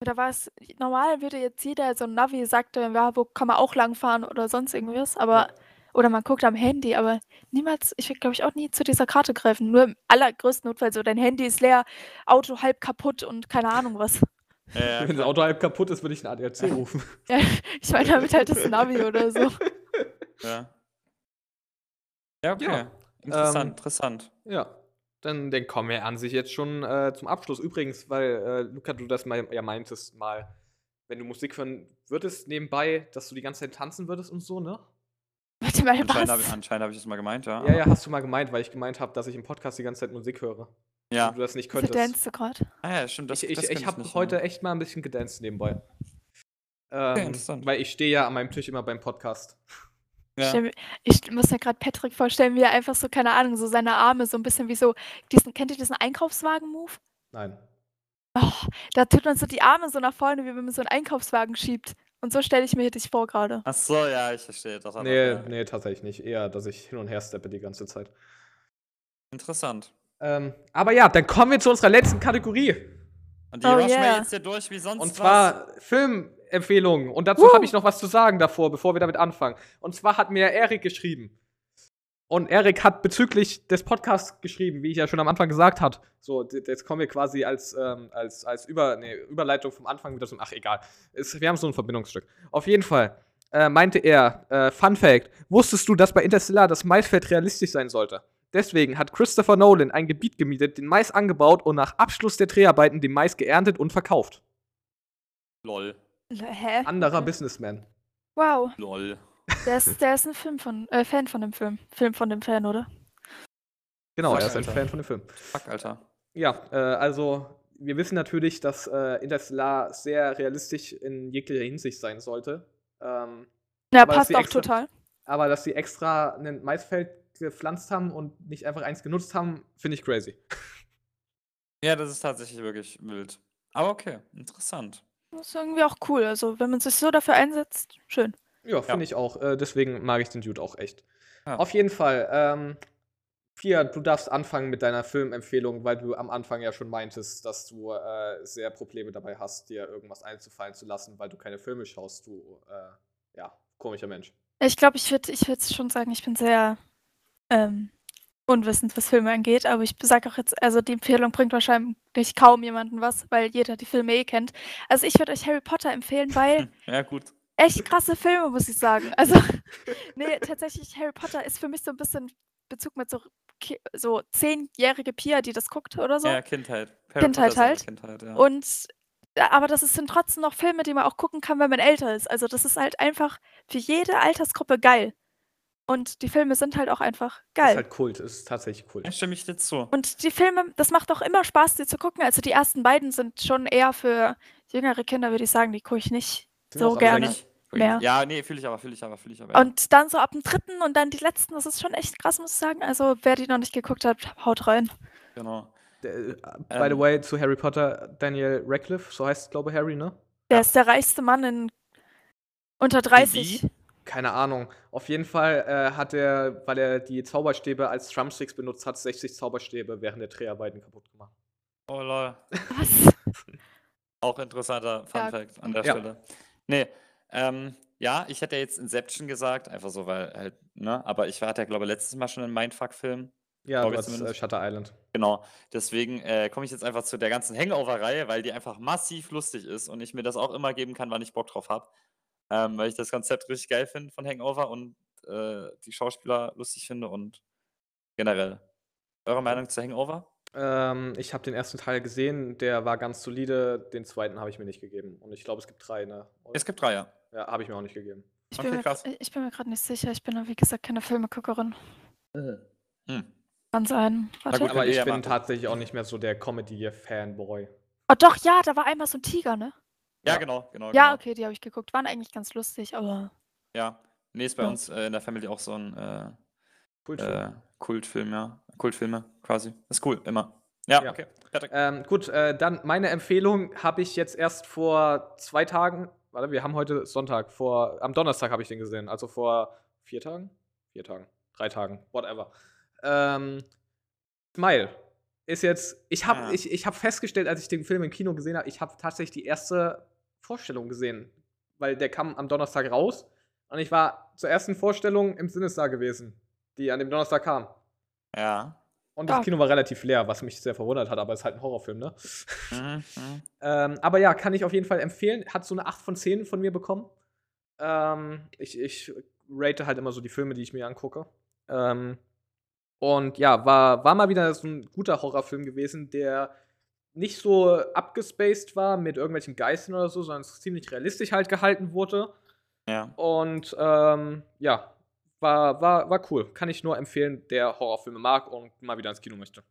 Speaker 2: Oder war es normal, würde jetzt jeder so ein Navi sagte, ja, wo kann man auch langfahren oder sonst irgendwas, aber oder man guckt am Handy, aber niemals, ich würde glaube ich auch nie zu dieser Karte greifen, nur im allergrößten Notfall so dein Handy ist leer, Auto halb kaputt und keine Ahnung was. <laughs>
Speaker 3: Ja,
Speaker 1: wenn das Auto halb kaputt ist, würde ich einen ADAC rufen. <laughs>
Speaker 2: Ich meine damit halt das Navi oder
Speaker 3: <laughs>
Speaker 2: so.
Speaker 3: Ja. Ja, okay.
Speaker 1: Ja,
Speaker 3: Interessant,
Speaker 1: ähm,
Speaker 3: interessant.
Speaker 1: ja. Dann, dann kommen wir an sich jetzt schon äh, zum Abschluss. Übrigens, weil, äh, Luca, du das mal, ja meintest, mal, wenn du Musik hören würdest, nebenbei, dass du die ganze Zeit tanzen würdest und so, ne?
Speaker 2: Warte mal,
Speaker 3: Anscheinend habe
Speaker 2: was?
Speaker 3: ich, anscheinend hab ich das mal gemeint, ja.
Speaker 1: Ja, ja, hast du mal gemeint, weil ich gemeint habe, dass ich im Podcast die ganze Zeit Musik höre.
Speaker 3: Ja.
Speaker 1: Und du das nicht könntest.
Speaker 2: Verdanced du gerade?
Speaker 3: Ah, ja, stimmt. Das,
Speaker 1: ich ich,
Speaker 3: das
Speaker 1: ich
Speaker 3: kann
Speaker 1: habe
Speaker 3: nicht,
Speaker 1: heute
Speaker 3: ja.
Speaker 1: echt mal ein bisschen gedanced nebenbei. Ähm,
Speaker 3: interessant.
Speaker 1: weil ich stehe ja an meinem Tisch immer beim Podcast.
Speaker 3: Ja.
Speaker 2: Stell mir- Ich muss mir gerade Patrick vorstellen, wie er einfach so, keine Ahnung, so seine Arme so ein bisschen wie so, diesen, kennt ihr diesen Einkaufswagen-Move?
Speaker 1: Nein.
Speaker 2: Oh, da tut man so die Arme so nach vorne, wie wenn man so einen Einkaufswagen schiebt. Und so stelle ich mir dich vor gerade.
Speaker 3: Ach so, ja, ich verstehe. Das hat-
Speaker 1: Nee,
Speaker 3: ja.
Speaker 1: nee, tatsächlich nicht. Eher, dass ich hin und her steppe die ganze Zeit.
Speaker 3: Interessant.
Speaker 1: Ähm, aber ja, dann kommen wir zu unserer letzten Kategorie.
Speaker 3: Und die
Speaker 2: Oh,
Speaker 3: rushen wir
Speaker 2: yeah.
Speaker 3: jetzt hier durch wie sonst
Speaker 1: Und
Speaker 3: was.
Speaker 1: zwar Filmempfehlungen. Und dazu
Speaker 2: Woo!
Speaker 1: habe ich noch was zu sagen davor, bevor wir damit anfangen. Und zwar hat mir Erik geschrieben. Und Erik hat bezüglich des Podcasts geschrieben, wie ich ja schon am Anfang gesagt hat. So, d- jetzt kommen wir quasi als, ähm, als, als Über, nee, Überleitung vom Anfang wieder zum. Ach, egal. Es, wir haben so ein Verbindungsstück. Auf jeden Fall äh, meinte er: äh, Fun Fact: Wusstest du, dass bei Interstellar das Maisfeld realistisch sein sollte? Deswegen hat Christopher Nolan ein Gebiet gemietet, den Mais angebaut und nach Abschluss der Dreharbeiten den Mais geerntet und verkauft.
Speaker 3: Lol,
Speaker 2: Hä?
Speaker 1: Anderer Businessman.
Speaker 2: Wow,
Speaker 3: lol.
Speaker 2: der ist, der ist ein Film von, äh, Fan von dem Film. Film von dem Fan, oder?
Speaker 1: Genau,
Speaker 3: Fuck,
Speaker 1: er ist ein
Speaker 3: Alter.
Speaker 1: Fan von dem Film.
Speaker 3: Fuck, Alter.
Speaker 1: Ja, äh, also wir wissen natürlich, dass äh, Interstellar sehr realistisch in jeglicher Hinsicht sein sollte. Ähm,
Speaker 2: Ja,
Speaker 1: Aber dass
Speaker 2: passt
Speaker 1: die
Speaker 2: auch
Speaker 1: extra-
Speaker 2: total.
Speaker 1: aber dass sie extra ein Maisfeld gepflanzt haben und nicht einfach eins genutzt haben, finde ich crazy.
Speaker 3: Ja, das ist tatsächlich wirklich wild. Aber okay, interessant.
Speaker 2: Das ist irgendwie auch cool. Also, wenn man sich so dafür einsetzt, schön.
Speaker 1: Ja, finde ich auch. Äh, deswegen mag ich den Dude auch echt.
Speaker 3: Ja.
Speaker 1: Auf jeden Fall. Ähm, Pia, du darfst anfangen mit deiner Filmempfehlung, weil du am Anfang ja schon meintest, dass du äh, sehr Probleme dabei hast, dir irgendwas einfallen zu lassen, weil du keine Filme schaust. Du, äh, ja, komischer Mensch.
Speaker 2: Ich glaube, ich würde ich würd schon sagen, ich bin sehr ähm, unwissend, was Filme angeht, aber ich sage auch jetzt, also die Empfehlung bringt wahrscheinlich kaum jemanden was, weil jeder die Filme eh kennt. Also ich würde euch Harry Potter empfehlen, weil
Speaker 3: <laughs> Ja, gut.
Speaker 2: echt krasse Filme, muss ich sagen. Also, <laughs> nee, tatsächlich, Harry Potter ist für mich so ein bisschen Bezug mit so, Ki- so zehnjährige Pia, die das guckt oder <laughs> so.
Speaker 3: Ja, Kindheit. Harry
Speaker 2: Kindheit
Speaker 3: Potter ist
Speaker 2: halt.
Speaker 3: Kindheit,
Speaker 1: genau.
Speaker 3: ja.
Speaker 2: Und aber das ist- sind trotzdem noch Filme, die man auch gucken kann, wenn man älter ist. Also das ist halt einfach für jede Altersgruppe geil. Und die Filme sind halt auch einfach
Speaker 1: Ist
Speaker 2: geil.
Speaker 1: halt Kult, ist tatsächlich Kult.
Speaker 3: Ja, stimme ich dir zu.
Speaker 2: Und die Filme, das macht auch immer Spaß, die zu gucken. Also die ersten beiden sind schon eher für jüngere Kinder, würde ich sagen, die gucke ich nicht.
Speaker 1: Sind
Speaker 2: so
Speaker 1: auch alle
Speaker 2: gerne.
Speaker 1: wirklich-
Speaker 3: Wirklich,
Speaker 2: Mehr.
Speaker 3: wirklich. Ja, nee, fühle ich aber, fühle ich aber, fühle ich aber. ja.
Speaker 2: Und dann so ab dem dritten und dann die letzten, das ist schon echt krass, muss ich sagen. Also wer die noch nicht geguckt hat, haut rein.
Speaker 3: Genau.
Speaker 1: Äh, By the
Speaker 3: Ähm.
Speaker 1: way, zu Harry Potter, Daniel Radcliffe, so heißt glaube Harry, ne?
Speaker 2: Der ist der reichste Mann in unter 30.
Speaker 1: Keine Ahnung. Auf jeden Fall äh, hat er, weil er die Zauberstäbe als Drumsticks benutzt hat, 60 Zauberstäbe während der Dreharbeiten kaputt gemacht.
Speaker 3: Oh, lol.
Speaker 2: Was?
Speaker 3: Auch interessanter Fun
Speaker 2: Ja.
Speaker 3: Fact an der
Speaker 1: Ja.
Speaker 3: Stelle. Nee, ähm, ja, ich hätte jetzt Inception gesagt, einfach so, weil halt, ne, aber ich hatte ja, glaube ich, letztes Mal schon einen Mindfuck-Film.
Speaker 1: Ja, du
Speaker 3: Glaub ich
Speaker 1: hast, äh,
Speaker 3: zumindest.
Speaker 1: Shutter Island.
Speaker 3: Genau, deswegen äh, komme ich jetzt einfach zu der ganzen Hangover-Reihe, weil die einfach massiv lustig ist und ich mir das auch immer geben kann, wann ich Bock drauf habe. Ähm, weil ich das Konzept richtig geil finde von Hangover und äh, die Schauspieler lustig finde und generell. Eure Meinung zu Hangover?
Speaker 1: Ähm, ich habe den ersten Teil gesehen, der war ganz solide. Den zweiten habe ich mir nicht gegeben. Und ich glaube, es gibt drei, ne? Oder?
Speaker 3: Es gibt drei, ja.
Speaker 1: Ja, habe ich mir auch nicht gegeben.
Speaker 2: Ich bin,
Speaker 3: Okay,
Speaker 2: mir,
Speaker 3: krass.
Speaker 2: ich- ich bin mir gerade nicht sicher. Ich bin ja, wie gesagt, keine Filmeguckerin.
Speaker 3: Hm.
Speaker 2: Kann sein. Warte.
Speaker 3: gut.
Speaker 1: Aber
Speaker 3: könnt ihr
Speaker 1: ich
Speaker 3: ja
Speaker 1: bin
Speaker 3: machen.
Speaker 1: tatsächlich auch nicht mehr so der Comedy-Fanboy.
Speaker 2: Oh doch, ja, da war einmal so ein Tiger, ne?
Speaker 3: Ja,
Speaker 1: Ja.
Speaker 3: genau, genau.
Speaker 2: Ja,
Speaker 3: genau.
Speaker 2: okay, die habe ich geguckt. Waren eigentlich ganz lustig, aber
Speaker 3: Ja. Nee, ist bei
Speaker 2: Ja.
Speaker 3: uns äh, in der Family auch so ein äh,
Speaker 1: Cool.
Speaker 3: äh, Kultfilm, ja. Kultfilme quasi. Ist cool, immer. Ja,
Speaker 1: Ja.
Speaker 3: okay. Patrick.
Speaker 1: Ähm, gut, äh, dann meine Empfehlung habe ich jetzt erst vor zwei Tagen. Warte, wir haben heute Sonntag. Vor, am Donnerstag habe ich den gesehen. Also vor vier Tagen? Vier Tagen. Drei Tagen. Whatever. Ähm, Smile ist jetzt. Ich habe
Speaker 3: Ah.
Speaker 1: ich, ich hab festgestellt, als ich den Film im Kino gesehen habe, ich habe tatsächlich die erste Vorstellung gesehen. Weil der kam am Donnerstag raus. Und ich war zur ersten Vorstellung im Sinnestar gewesen, die an dem Donnerstag kam.
Speaker 3: Ja.
Speaker 1: Und das
Speaker 2: Ah.
Speaker 1: Kino war relativ leer, was mich sehr verwundert hat, aber es ist halt ein Horrorfilm, ne?
Speaker 3: Mhm, mhm.
Speaker 1: <laughs> Ähm, aber ja, kann ich auf jeden Fall empfehlen. Hat so eine 8 von 10 von mir bekommen. Ähm, ich, ich rate halt immer so die Filme, die ich mir angucke. Ähm, Und ja, war, war mal wieder so ein guter Horrorfilm gewesen, der nicht so abgespaced war mit irgendwelchen Geistern oder so, sondern ziemlich realistisch halt gehalten wurde.
Speaker 3: Ja.
Speaker 1: Und ähm, ja, war, war, war cool. Kann ich nur empfehlen, der Horrorfilme mag und mal wieder ins Kino möchte.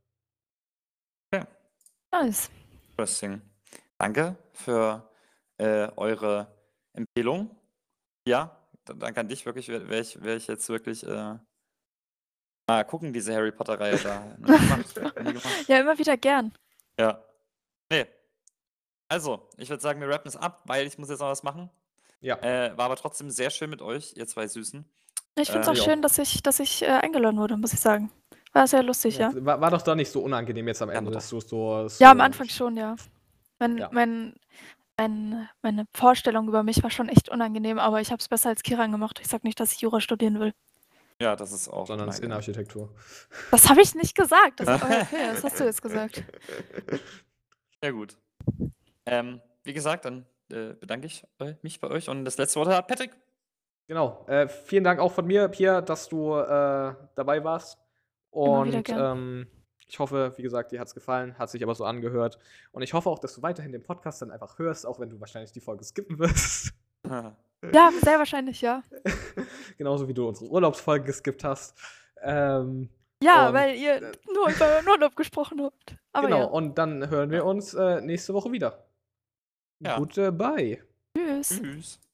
Speaker 2: Nice.
Speaker 3: Interesting. Danke für äh, eure Empfehlung. Ja, d- danke an dich wirklich. Wäre wär ich, wär ich jetzt wirklich äh, mal gucken, diese Harry Potter-Reihe da. Ne, gemacht, nie gemacht.
Speaker 2: Ja, immer wieder gern.
Speaker 3: ja. Nee. Also, ich würde sagen, wir rappen es ab, weil ich muss jetzt noch was machen.
Speaker 1: Ja.
Speaker 3: Äh, war aber trotzdem sehr schön mit euch, ihr zwei Süßen.
Speaker 2: Ich finde es
Speaker 3: Äh,
Speaker 2: auch
Speaker 1: ja.
Speaker 2: schön, dass ich, dass ich äh, eingeladen wurde, muss ich sagen. War sehr lustig, ja.
Speaker 1: War, war doch da nicht so unangenehm jetzt am
Speaker 3: Ja,
Speaker 1: Ende,
Speaker 3: doch.
Speaker 1: dass du so, so.
Speaker 2: Ja, am Anfang schon, ja. Mein,
Speaker 1: Ja.
Speaker 2: Mein, mein, meine Vorstellung über mich war schon echt unangenehm, aber ich habe es besser als Kiran gemacht. Ich sag nicht, dass ich Jura studieren will.
Speaker 3: Ja, das ist auch.
Speaker 1: Sondern es ist
Speaker 3: mein-
Speaker 1: Innenarchitektur.
Speaker 2: Das habe ich nicht
Speaker 1: <laughs>
Speaker 2: gesagt. Das, oh, okay, das hast du jetzt gesagt.
Speaker 3: Ja, gut. Ähm, wie gesagt, dann äh, bedanke ich äh, mich bei euch und das letzte Wort hat Patrick. <laughs>
Speaker 1: Genau. Äh, vielen Dank auch von mir, Pia, dass du äh, dabei warst.
Speaker 2: Immer wieder
Speaker 1: Und
Speaker 2: gern.
Speaker 1: ähm, ich hoffe, wie gesagt, dir hat es gefallen, hat sich aber so angehört. Und ich hoffe auch, dass du weiterhin den Podcast dann einfach hörst, auch wenn du wahrscheinlich die Folge skippen wirst. <laughs>
Speaker 2: Ja, sehr wahrscheinlich, ja.
Speaker 1: Genauso wie du unsere Urlaubsfolge geskippt hast. Ähm,
Speaker 2: Ja,
Speaker 1: Und,
Speaker 2: weil ihr nur über euren Urlaub gesprochen habt. Aber
Speaker 1: genau,
Speaker 2: ja.
Speaker 1: und dann hören wir uns äh, nächste Woche wieder.
Speaker 3: Ja.
Speaker 1: Goodbye.
Speaker 2: Tschüss.
Speaker 3: Tschüss.